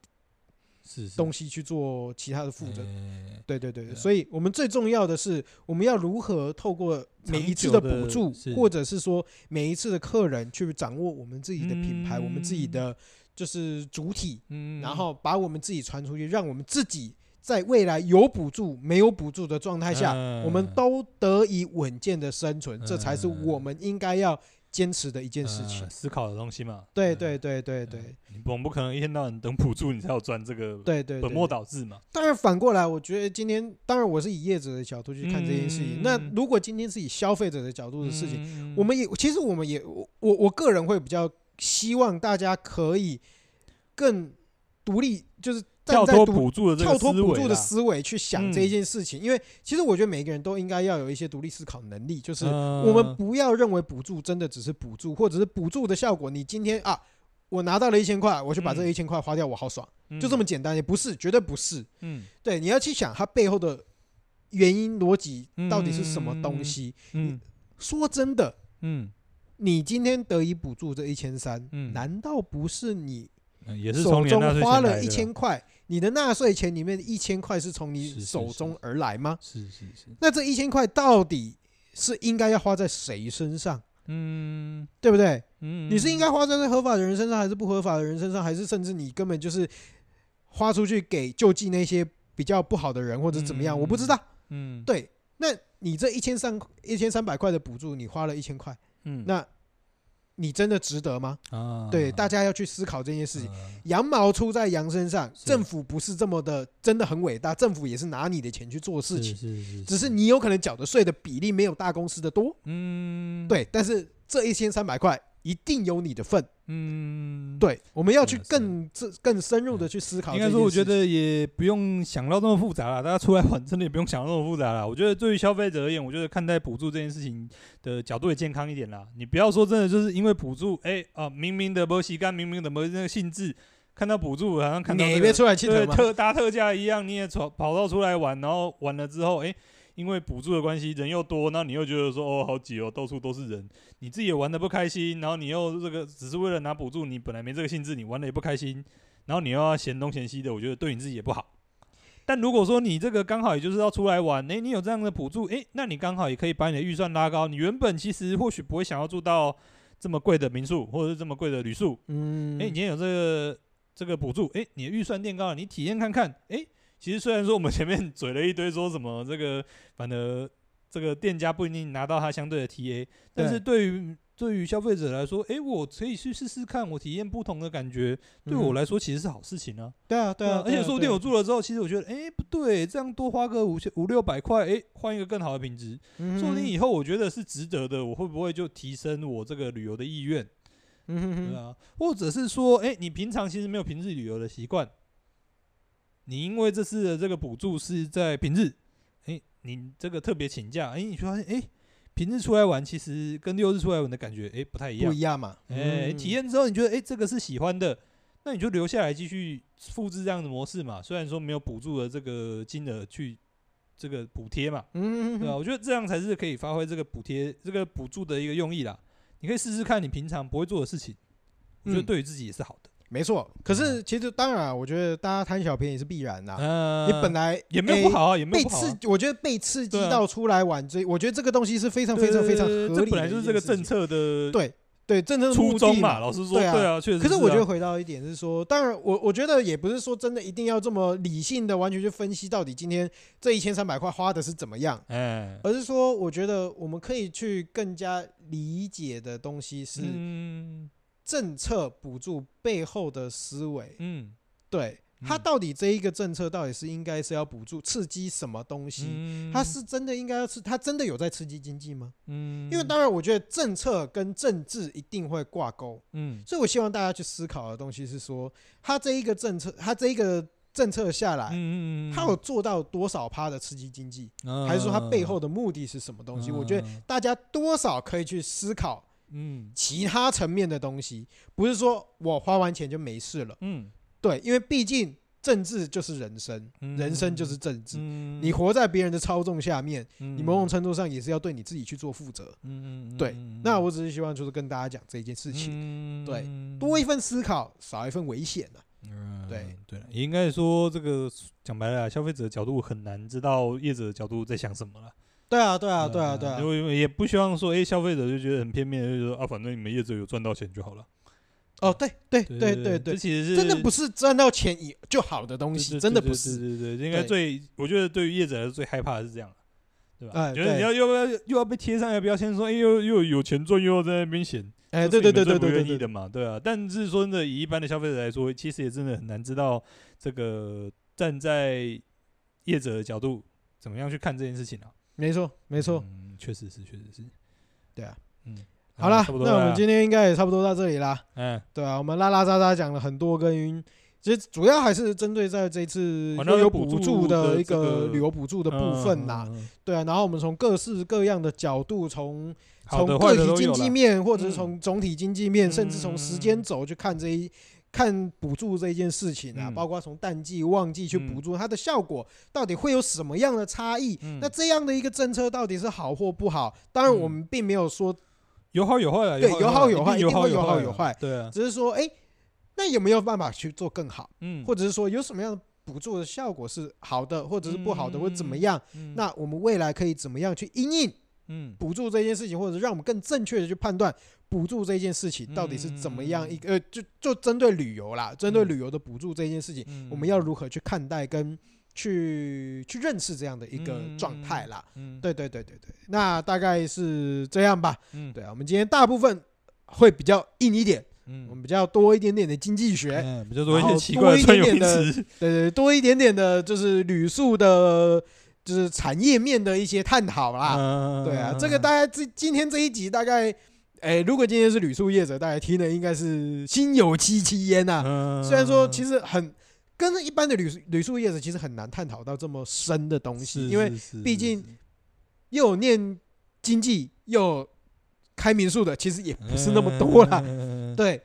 [SPEAKER 2] 是是
[SPEAKER 1] 东西去做其他的负责。
[SPEAKER 2] 欸
[SPEAKER 1] 对对对，对
[SPEAKER 2] 对啊
[SPEAKER 1] 所以我们最重要的是，我们要如何透过每一次
[SPEAKER 2] 长久的
[SPEAKER 1] 补助
[SPEAKER 2] 是，
[SPEAKER 1] 或者是说每一次的客人，去掌握我们自己的品牌，
[SPEAKER 2] 嗯
[SPEAKER 1] 我们自己的就是主体，
[SPEAKER 2] 嗯，
[SPEAKER 1] 然后把我们自己传出去，让我们自己在未来有补助、没有补助的状态下，
[SPEAKER 2] 嗯
[SPEAKER 1] 我们都得以稳健的生存，
[SPEAKER 2] 啊
[SPEAKER 1] 这才是我们应该要坚持的一件事情
[SPEAKER 2] 呃。思考的东西嘛。
[SPEAKER 1] 对
[SPEAKER 2] 嗯
[SPEAKER 1] 对，对对对
[SPEAKER 2] 嗯你总不可能一天到晚等补助你才有赚这个
[SPEAKER 1] 对对，
[SPEAKER 2] 本
[SPEAKER 1] 对
[SPEAKER 2] 末倒置嘛。
[SPEAKER 1] 当然，反过来，我觉得今天，当然我是以业者的角度去看这件事情。
[SPEAKER 2] 嗯
[SPEAKER 1] 那如果今天是以消费者的角度的事情，
[SPEAKER 2] 情
[SPEAKER 1] 我们也其实我们也我我我个人会比较希望大家可以更独立，就是站
[SPEAKER 2] 跳
[SPEAKER 1] 在
[SPEAKER 2] 脱
[SPEAKER 1] 独
[SPEAKER 2] 补助的这
[SPEAKER 1] 跳
[SPEAKER 2] 个
[SPEAKER 1] 脱
[SPEAKER 2] 思
[SPEAKER 1] 补
[SPEAKER 2] 维
[SPEAKER 1] 助的
[SPEAKER 2] 啦
[SPEAKER 1] 思维去想
[SPEAKER 2] 嗯
[SPEAKER 1] 这一件事情。因为其实我觉得每个人都应该要有一些独立思考能力，就是
[SPEAKER 2] 嗯
[SPEAKER 1] 我们不要认为补助真的只是补助，或者是补助的效果。你今天啊，我拿到了一千块，我就把这
[SPEAKER 2] 嗯
[SPEAKER 1] 一千块花掉，我好爽，
[SPEAKER 2] 嗯
[SPEAKER 1] 就这么简单，也不是，绝对不是。
[SPEAKER 2] 嗯
[SPEAKER 1] 对，你要去想它背后的原因逻辑到底是什么东西。
[SPEAKER 2] 嗯
[SPEAKER 1] 说真的，
[SPEAKER 2] 嗯
[SPEAKER 1] 你今天得以补助这一千三，
[SPEAKER 2] 嗯
[SPEAKER 1] 难道不是你
[SPEAKER 2] 嗯，也是
[SPEAKER 1] 手
[SPEAKER 2] 从你的
[SPEAKER 1] 中
[SPEAKER 2] 纳税钱
[SPEAKER 1] 花
[SPEAKER 2] 来
[SPEAKER 1] 了
[SPEAKER 2] 的啊
[SPEAKER 1] 一千
[SPEAKER 2] 啦，
[SPEAKER 1] 块？你的纳税钱里面一千块是从
[SPEAKER 2] 是
[SPEAKER 1] 你
[SPEAKER 2] 是
[SPEAKER 1] 手
[SPEAKER 2] 是
[SPEAKER 1] 中而来吗？
[SPEAKER 2] 是是是，
[SPEAKER 1] 那这一千块到底是应该要花在谁身上，
[SPEAKER 2] 嗯
[SPEAKER 1] 对不对？
[SPEAKER 2] 嗯，
[SPEAKER 1] 你是应该花在合法的人身上，还是不合法的人身上，还是甚至你根本就是花出去给救济那些比较不好的人，或者怎么样？
[SPEAKER 2] 嗯
[SPEAKER 1] 我不知道。
[SPEAKER 2] 嗯
[SPEAKER 1] 对，那你这一千三一千三百块的补助，你花了一千块，
[SPEAKER 2] 嗯
[SPEAKER 1] 那你真的值得吗？
[SPEAKER 2] 啊
[SPEAKER 1] 对，大家要去思考这件事情。
[SPEAKER 2] 啊
[SPEAKER 1] 羊毛出在羊身上，
[SPEAKER 2] 是
[SPEAKER 1] 政府不是这么的，真的很伟大，政府也是拿你的钱去做事情，
[SPEAKER 2] 是是是，
[SPEAKER 1] 只是你有可能缴的税的比例没有大公司的多，
[SPEAKER 2] 嗯，，
[SPEAKER 1] 对，但是这一千三百块一定有你的份。
[SPEAKER 2] 嗯，，
[SPEAKER 1] 对，我们要去
[SPEAKER 2] 是啊
[SPEAKER 1] 更这更深入的去思考。
[SPEAKER 2] 应该说我觉，得也不用想到那么复杂了，大家出来玩真的也不用想到那么复杂了。我觉得对于消费者而言，我觉得看待补助这件事情的角度也健康一点啦。你不要说真的就是因为补助，哎、啊、明明的没洗干，明明的没那个性质，看到补助好像看到、
[SPEAKER 1] 你
[SPEAKER 2] 这
[SPEAKER 1] 别
[SPEAKER 2] 个
[SPEAKER 1] 出来气
[SPEAKER 2] 对
[SPEAKER 1] 头嘛。
[SPEAKER 2] 特搭特价一样，你也跑跑到出来玩，然后玩了之后，哎、因为补助的关系，人又多，那你又觉得说哦好挤哦，到处都是人，你自己也玩的不开心，然后你又这个只是为了拿补助，你本来没这个性质，你玩的也不开心，然后你又要嫌东嫌西的，我觉得对你自己也不好。但如果说你这个刚好也就是要出来玩，诶、你有这样的补助，诶、那你刚好也可以把你的预算拉高。你原本其实或许不会想要住到这么贵的民宿，或者是这么贵的旅宿，
[SPEAKER 1] 嗯，
[SPEAKER 2] 哎、你今天有这个这个补助，哎、你的预算垫高了，你体验看看，哎、其实虽然说我们前面嘴了一堆说什么这个，反而这个店家不一定拿到他相对的 TA，但是对于对于消费者来说，哎、我可以去试试看，我体验不同的感觉，对我
[SPEAKER 1] 来，
[SPEAKER 2] 来说其实是好事情啊。
[SPEAKER 1] 对啊，嗯对啊，
[SPEAKER 2] 而
[SPEAKER 1] 对
[SPEAKER 2] 且
[SPEAKER 1] 啊
[SPEAKER 2] 说不定我，住了之后，其实我觉得，哎、不对，这样多花个五千五六百块，哎、换一个更好的品质，
[SPEAKER 1] 对啊
[SPEAKER 2] 说不定
[SPEAKER 1] 嗯
[SPEAKER 2] 以后我觉得是值得的，我会不会就提升我这个旅游的意愿？
[SPEAKER 1] 嗯哼
[SPEAKER 2] 对
[SPEAKER 1] 哼，
[SPEAKER 2] 啊，或者是说，哎、你平常其实没有平日旅游的习惯，你因为这次的这个补助是在平日，哎、你这个特别请假，哎、你就发现，哎、平日出来玩其实跟六日出来玩的感觉，哎、不太一
[SPEAKER 1] 不
[SPEAKER 2] 样
[SPEAKER 1] 一，样嘛，
[SPEAKER 2] 哎、
[SPEAKER 1] 嗯
[SPEAKER 2] 体验之后你觉得，哎、这个是喜欢的，那你就留下来继续复制这样的模式嘛，虽然说没有补助的这个金额去这个补贴嘛，
[SPEAKER 1] 嗯哼
[SPEAKER 2] 对啊，
[SPEAKER 1] 哼，
[SPEAKER 2] 我觉得这样才是可以发挥这个补贴、这个补助的一个用意啦。你可以试试看你平常不会做的事情，我觉得
[SPEAKER 1] 嗯
[SPEAKER 2] 对于自己也是好的。
[SPEAKER 1] 没错。可是其实当然啊，我觉得大家贪小便宜是必然的啊。
[SPEAKER 2] 嗯，
[SPEAKER 1] 你本来哎
[SPEAKER 2] 也没有不好啊，也没
[SPEAKER 1] 被
[SPEAKER 2] 有不好啊、
[SPEAKER 1] 刺，我觉得被刺激
[SPEAKER 2] 对啊
[SPEAKER 1] 到出来玩，这我觉得这个东西是非常
[SPEAKER 2] 对
[SPEAKER 1] 非常非常
[SPEAKER 2] 对对
[SPEAKER 1] 合理的一件事情。
[SPEAKER 2] 这本来就是这个政策的
[SPEAKER 1] 对对政策的目
[SPEAKER 2] 初
[SPEAKER 1] 的
[SPEAKER 2] 衷嘛。老实说，
[SPEAKER 1] 对啊
[SPEAKER 2] 对啊，确实啊。
[SPEAKER 1] 可是我觉得回到一点是说，当然我我觉得也不是说真的一定要这么理性的完全去分析到底今天这一千三百块花的是怎么样，
[SPEAKER 2] 哎，
[SPEAKER 1] 而是说我觉得我们可以去更加理解的东西是
[SPEAKER 2] 嗯
[SPEAKER 1] 政策补助背后的思维，
[SPEAKER 2] 嗯
[SPEAKER 1] 对它
[SPEAKER 2] 嗯
[SPEAKER 1] 到底这一个政策到底是应该是要补助刺激什么东西，
[SPEAKER 2] 嗯，
[SPEAKER 1] 它是真的应该要是它真的有在刺激经济吗？
[SPEAKER 2] 嗯，
[SPEAKER 1] 因为当然，我觉得政策跟政治一定会挂钩，
[SPEAKER 2] 嗯
[SPEAKER 1] 所以我希望大家去思考的东西是说，他这一个政策，他这一个政策下来，
[SPEAKER 2] 嗯嗯，
[SPEAKER 1] 他有做到多少趴的刺激经济，还是说他背后的目的是什么东西？
[SPEAKER 2] 嗯
[SPEAKER 1] 我觉得
[SPEAKER 2] 得
[SPEAKER 1] 大家多少可以去思考
[SPEAKER 2] 嗯
[SPEAKER 1] 其他层面的东西，不是说我花完钱就没事了。
[SPEAKER 2] 嗯
[SPEAKER 1] 对，因为毕竟政治就是人生，
[SPEAKER 2] 嗯
[SPEAKER 1] 人生就是政治，
[SPEAKER 2] 嗯，
[SPEAKER 1] 你活在别人的操纵下面，
[SPEAKER 2] 你
[SPEAKER 1] 你某种程度上也是要对你自己去做负责。
[SPEAKER 2] 嗯嗯
[SPEAKER 1] 对
[SPEAKER 2] 嗯
[SPEAKER 1] 那我只是希望就是跟大家讲这一件事情，
[SPEAKER 2] 嗯
[SPEAKER 1] 对，多一份思考，少一份危险呐、
[SPEAKER 2] 嗯
[SPEAKER 1] 对
[SPEAKER 2] 对了，也应该说这个讲白了啊，消费者的角度很难知道业者的角度在想什么了。
[SPEAKER 1] 对啊，对啊，对啊，对啊，
[SPEAKER 2] 因为也不希望说，哎，消费者就觉得很片面，就说啊，反正你们业者有赚到钱就好了。
[SPEAKER 1] 哦，对对
[SPEAKER 2] 对
[SPEAKER 1] 对对
[SPEAKER 2] 这
[SPEAKER 1] 对，
[SPEAKER 2] 其实是
[SPEAKER 1] 真的不是赚到钱以就好的东
[SPEAKER 2] 对
[SPEAKER 1] 西，
[SPEAKER 2] 对
[SPEAKER 1] 真的
[SPEAKER 2] 对
[SPEAKER 1] 不
[SPEAKER 2] 对
[SPEAKER 1] 是。
[SPEAKER 2] 对对对，应该最我觉得对于业者来说最害怕的是这样了，对吧？
[SPEAKER 1] 哎
[SPEAKER 2] 觉得你
[SPEAKER 1] 对
[SPEAKER 2] 要又要又要被贴上一个标签，说哎又又有钱赚，又要在那边显
[SPEAKER 1] 哎，
[SPEAKER 2] 这
[SPEAKER 1] 对
[SPEAKER 2] 是
[SPEAKER 1] 对
[SPEAKER 2] 你
[SPEAKER 1] 对对
[SPEAKER 2] 们最不
[SPEAKER 1] 对
[SPEAKER 2] 愿意
[SPEAKER 1] 对对，
[SPEAKER 2] 的嘛，对啊。但是说真的，以一般的消费者来说，其实也真的很难知道这个站在业者的角度怎么样去看这件事情啊。
[SPEAKER 1] 没错没错。
[SPEAKER 2] 嗯，确实是，确实是，
[SPEAKER 1] 对啊。
[SPEAKER 2] 嗯，
[SPEAKER 1] 好啦，
[SPEAKER 2] 差不多
[SPEAKER 1] 那我
[SPEAKER 2] 啦
[SPEAKER 1] 们今天应该也差不多到这里啦。
[SPEAKER 2] 嗯，
[SPEAKER 1] 对啊，我们拉拉杂杂讲了很多跟云，其实主要还是针对在这次
[SPEAKER 2] 环
[SPEAKER 1] 又
[SPEAKER 2] 岛
[SPEAKER 1] 有
[SPEAKER 2] 补
[SPEAKER 1] 补
[SPEAKER 2] 助
[SPEAKER 1] 助
[SPEAKER 2] 的
[SPEAKER 1] 的一
[SPEAKER 2] 这个
[SPEAKER 1] 个旅游补助的部分啦。
[SPEAKER 2] 嗯，嗯嗯嗯
[SPEAKER 1] 对啊，然后我们从各式各样的角度，从
[SPEAKER 2] 好
[SPEAKER 1] 从
[SPEAKER 2] 的
[SPEAKER 1] 个
[SPEAKER 2] 坏的
[SPEAKER 1] 体
[SPEAKER 2] 都
[SPEAKER 1] 经
[SPEAKER 2] 有
[SPEAKER 1] 济
[SPEAKER 2] 啦。
[SPEAKER 1] 面，或者
[SPEAKER 2] 嗯
[SPEAKER 1] 是从总体经济面，甚至
[SPEAKER 2] 嗯
[SPEAKER 1] 从时间轴去看这一看补助这一件事情啊，
[SPEAKER 2] 嗯
[SPEAKER 1] 包括从淡季、旺季去
[SPEAKER 2] 嗯
[SPEAKER 1] 补助，它的效果到底会有什么样的差异？
[SPEAKER 2] 嗯
[SPEAKER 1] 那这样的一个政策到底是好或不好？当然，
[SPEAKER 2] 嗯
[SPEAKER 1] 我们并没有说，
[SPEAKER 2] 有好有坏啦，
[SPEAKER 1] 对
[SPEAKER 2] 有好
[SPEAKER 1] 有好
[SPEAKER 2] 有
[SPEAKER 1] 有坏一
[SPEAKER 2] 坏啊一定
[SPEAKER 1] 定会有好
[SPEAKER 2] 有
[SPEAKER 1] 有
[SPEAKER 2] 坏啦
[SPEAKER 1] 坏，
[SPEAKER 2] 对啊，
[SPEAKER 1] 只是说，哎，那有没有办法去做更好，
[SPEAKER 2] 嗯，
[SPEAKER 1] 或者是说有什么样的补助的效果是好的，或者是不好的，
[SPEAKER 2] 嗯
[SPEAKER 1] 或者怎么样？
[SPEAKER 2] 嗯
[SPEAKER 1] 那我们未来可以怎么样去因应？
[SPEAKER 2] 嗯
[SPEAKER 1] 补助这件事情，或者让我们更正确的去判断补助这件事情到底是怎么样
[SPEAKER 2] 嗯
[SPEAKER 1] 一个，呃，就就针对旅游啦，针对旅游的补助这件事情，
[SPEAKER 2] 嗯
[SPEAKER 1] 我们要如何去看待跟去去认识这样的一个状态啦？
[SPEAKER 2] 嗯
[SPEAKER 1] 对对对对对，那大概是这样吧。
[SPEAKER 2] 嗯
[SPEAKER 1] 对啊，我们今天大部分会比较硬一点，我
[SPEAKER 2] 嗯
[SPEAKER 1] 们比较多一点点的经济学，
[SPEAKER 2] 嗯，比较多一
[SPEAKER 1] 然
[SPEAKER 2] 些
[SPEAKER 1] 后
[SPEAKER 2] 奇
[SPEAKER 1] 多
[SPEAKER 2] 怪
[SPEAKER 1] 一
[SPEAKER 2] 专
[SPEAKER 1] 点
[SPEAKER 2] 有
[SPEAKER 1] 点
[SPEAKER 2] 名
[SPEAKER 1] 的
[SPEAKER 2] 词，
[SPEAKER 1] 对对，呃多一点点的就是旅宿的，就是产业面的一些探讨啦。
[SPEAKER 2] 啊
[SPEAKER 1] 对啊，这个大家这今天这一集大概，哎，如果今天是旅宿业者，大家听的应该是心有戚戚焉呐、
[SPEAKER 2] 嗯
[SPEAKER 1] 虽然说其实很跟一般的旅宿旅宿业者其实很难探讨到这么深的东西，
[SPEAKER 2] 是
[SPEAKER 1] 因为
[SPEAKER 2] 是是
[SPEAKER 1] 毕
[SPEAKER 2] 是
[SPEAKER 1] 竟
[SPEAKER 2] 是
[SPEAKER 1] 又有念经济又有开民宿的，其实也不是那么多啦。
[SPEAKER 2] 嗯，
[SPEAKER 1] 对，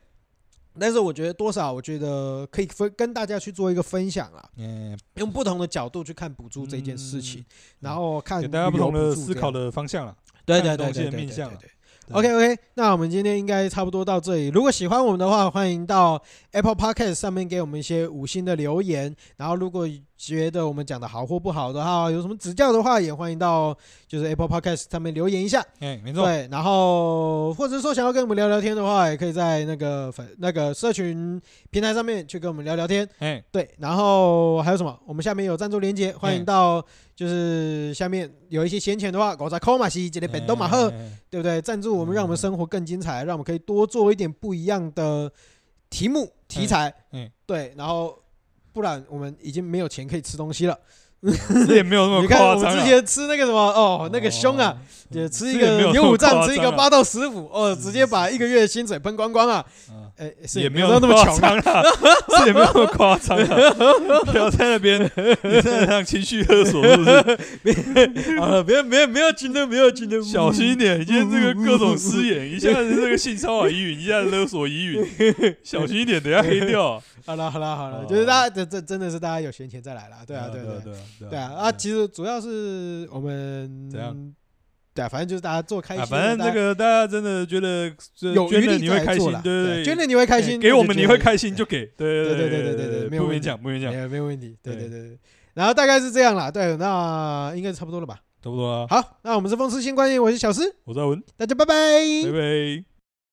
[SPEAKER 1] 但是我觉得多少，我觉得可以分跟大家去做一个分享啦，
[SPEAKER 2] 嗯，
[SPEAKER 1] 用不同的角度去看补助这件事情，
[SPEAKER 2] 嗯
[SPEAKER 1] 然后看
[SPEAKER 2] 给大家
[SPEAKER 1] 啊
[SPEAKER 2] 不
[SPEAKER 1] 旅游
[SPEAKER 2] 同的
[SPEAKER 1] 补助
[SPEAKER 2] 思
[SPEAKER 1] 这
[SPEAKER 2] 考
[SPEAKER 1] 样，
[SPEAKER 2] 的方向了。
[SPEAKER 1] 对对
[SPEAKER 2] 看
[SPEAKER 1] 对
[SPEAKER 2] 东西的
[SPEAKER 1] 对对
[SPEAKER 2] 面
[SPEAKER 1] 对
[SPEAKER 2] 向啊
[SPEAKER 1] 对
[SPEAKER 2] 啦
[SPEAKER 1] 对。OK OK，那我们今天应该差不多到这里。如果喜欢我们的话，欢迎到 Apple Podcast 上面给我们一些五星的留言。然后，如果觉得我们讲的好或不好的话，有什么指教的话，也欢迎到就是 Apple Podcast 上面留言一下。
[SPEAKER 2] 哎，没错，
[SPEAKER 1] 对，然后或者是说想要跟我们聊聊天的话，也可以在那个粉那个社群平台上面去跟我们聊聊天。
[SPEAKER 2] 哎，
[SPEAKER 1] 对，然后还有什么？我们下面有赞助连接，欢
[SPEAKER 2] 嗯
[SPEAKER 1] 迎到就是下面有一些闲钱的话，我在扣马西，这里本东马赫。
[SPEAKER 2] 哎，哎
[SPEAKER 1] 对不对？赞助我们，让我们
[SPEAKER 2] 嗯
[SPEAKER 1] 生活更精彩，让我们可以多做一点不一样的题目题材。
[SPEAKER 2] 嗯
[SPEAKER 1] 对，然后不然我们已经没有钱可以吃东西了。
[SPEAKER 2] 哎这也没有那 么
[SPEAKER 1] 你看
[SPEAKER 2] 夸
[SPEAKER 1] 我们
[SPEAKER 2] 张
[SPEAKER 1] 之
[SPEAKER 2] 啦。
[SPEAKER 1] 前吃那个什么，哦，那个胸啊，也吃一
[SPEAKER 2] 这也没
[SPEAKER 1] 个
[SPEAKER 2] 有
[SPEAKER 1] 牛五
[SPEAKER 2] 这么
[SPEAKER 1] 丈，
[SPEAKER 2] 夸
[SPEAKER 1] 吃一
[SPEAKER 2] 张
[SPEAKER 1] 个
[SPEAKER 2] 啊
[SPEAKER 1] 八到十五，哦，
[SPEAKER 2] 是
[SPEAKER 1] 直接把一个月的薪水喷光光啊！
[SPEAKER 2] 嗯
[SPEAKER 1] 哎，是
[SPEAKER 2] 也没有
[SPEAKER 1] 有那么
[SPEAKER 2] 夸
[SPEAKER 1] 穷啊，
[SPEAKER 2] 张啦， 是也没有那么夸张 啦，不要在那边，你 在那上情绪勒索是不 是？
[SPEAKER 1] 好了，没有没有没有军的，没有军的，
[SPEAKER 2] 小心一点，今天这个各
[SPEAKER 1] 嗯
[SPEAKER 2] 种失言，一下子这个性骚扰疑云，一下子勒索疑云，小心一点，等一下黑掉。
[SPEAKER 1] 好了好了好了，
[SPEAKER 2] 哦
[SPEAKER 1] 就是大家这这真的是大家有闲钱再来 啦，对啊对
[SPEAKER 2] 对
[SPEAKER 1] 对
[SPEAKER 2] 对对
[SPEAKER 1] 对啊啊！其实主要是我们
[SPEAKER 2] 怎样？
[SPEAKER 1] 对啊，反正就是大家做开
[SPEAKER 2] 啊，
[SPEAKER 1] 心，
[SPEAKER 2] 反正这个大家真的觉得这
[SPEAKER 1] 有
[SPEAKER 2] 捐
[SPEAKER 1] 余
[SPEAKER 2] 了
[SPEAKER 1] 力
[SPEAKER 2] 你会
[SPEAKER 1] 再来
[SPEAKER 2] 开
[SPEAKER 1] 做
[SPEAKER 2] 心
[SPEAKER 1] 啦，
[SPEAKER 2] 对
[SPEAKER 1] 对，
[SPEAKER 2] 对，
[SPEAKER 1] 捐了你会开心，
[SPEAKER 2] 给我们
[SPEAKER 1] 就
[SPEAKER 2] 你
[SPEAKER 1] 觉得
[SPEAKER 2] 会开心就给，对
[SPEAKER 1] 对
[SPEAKER 2] 对
[SPEAKER 1] 对对对对没有
[SPEAKER 2] 不
[SPEAKER 1] 问
[SPEAKER 2] 勉
[SPEAKER 1] 题哎
[SPEAKER 2] 强不勉强
[SPEAKER 1] 没，有没有问题，对对
[SPEAKER 2] 对
[SPEAKER 1] 对对。然后大概是这样啦，对，那应该差不多了吧？
[SPEAKER 2] 差不多啊，
[SPEAKER 1] 好，那我们是风湿性关节炎，我是小诗，
[SPEAKER 2] 我在文，
[SPEAKER 1] 大家拜拜
[SPEAKER 2] 拜拜。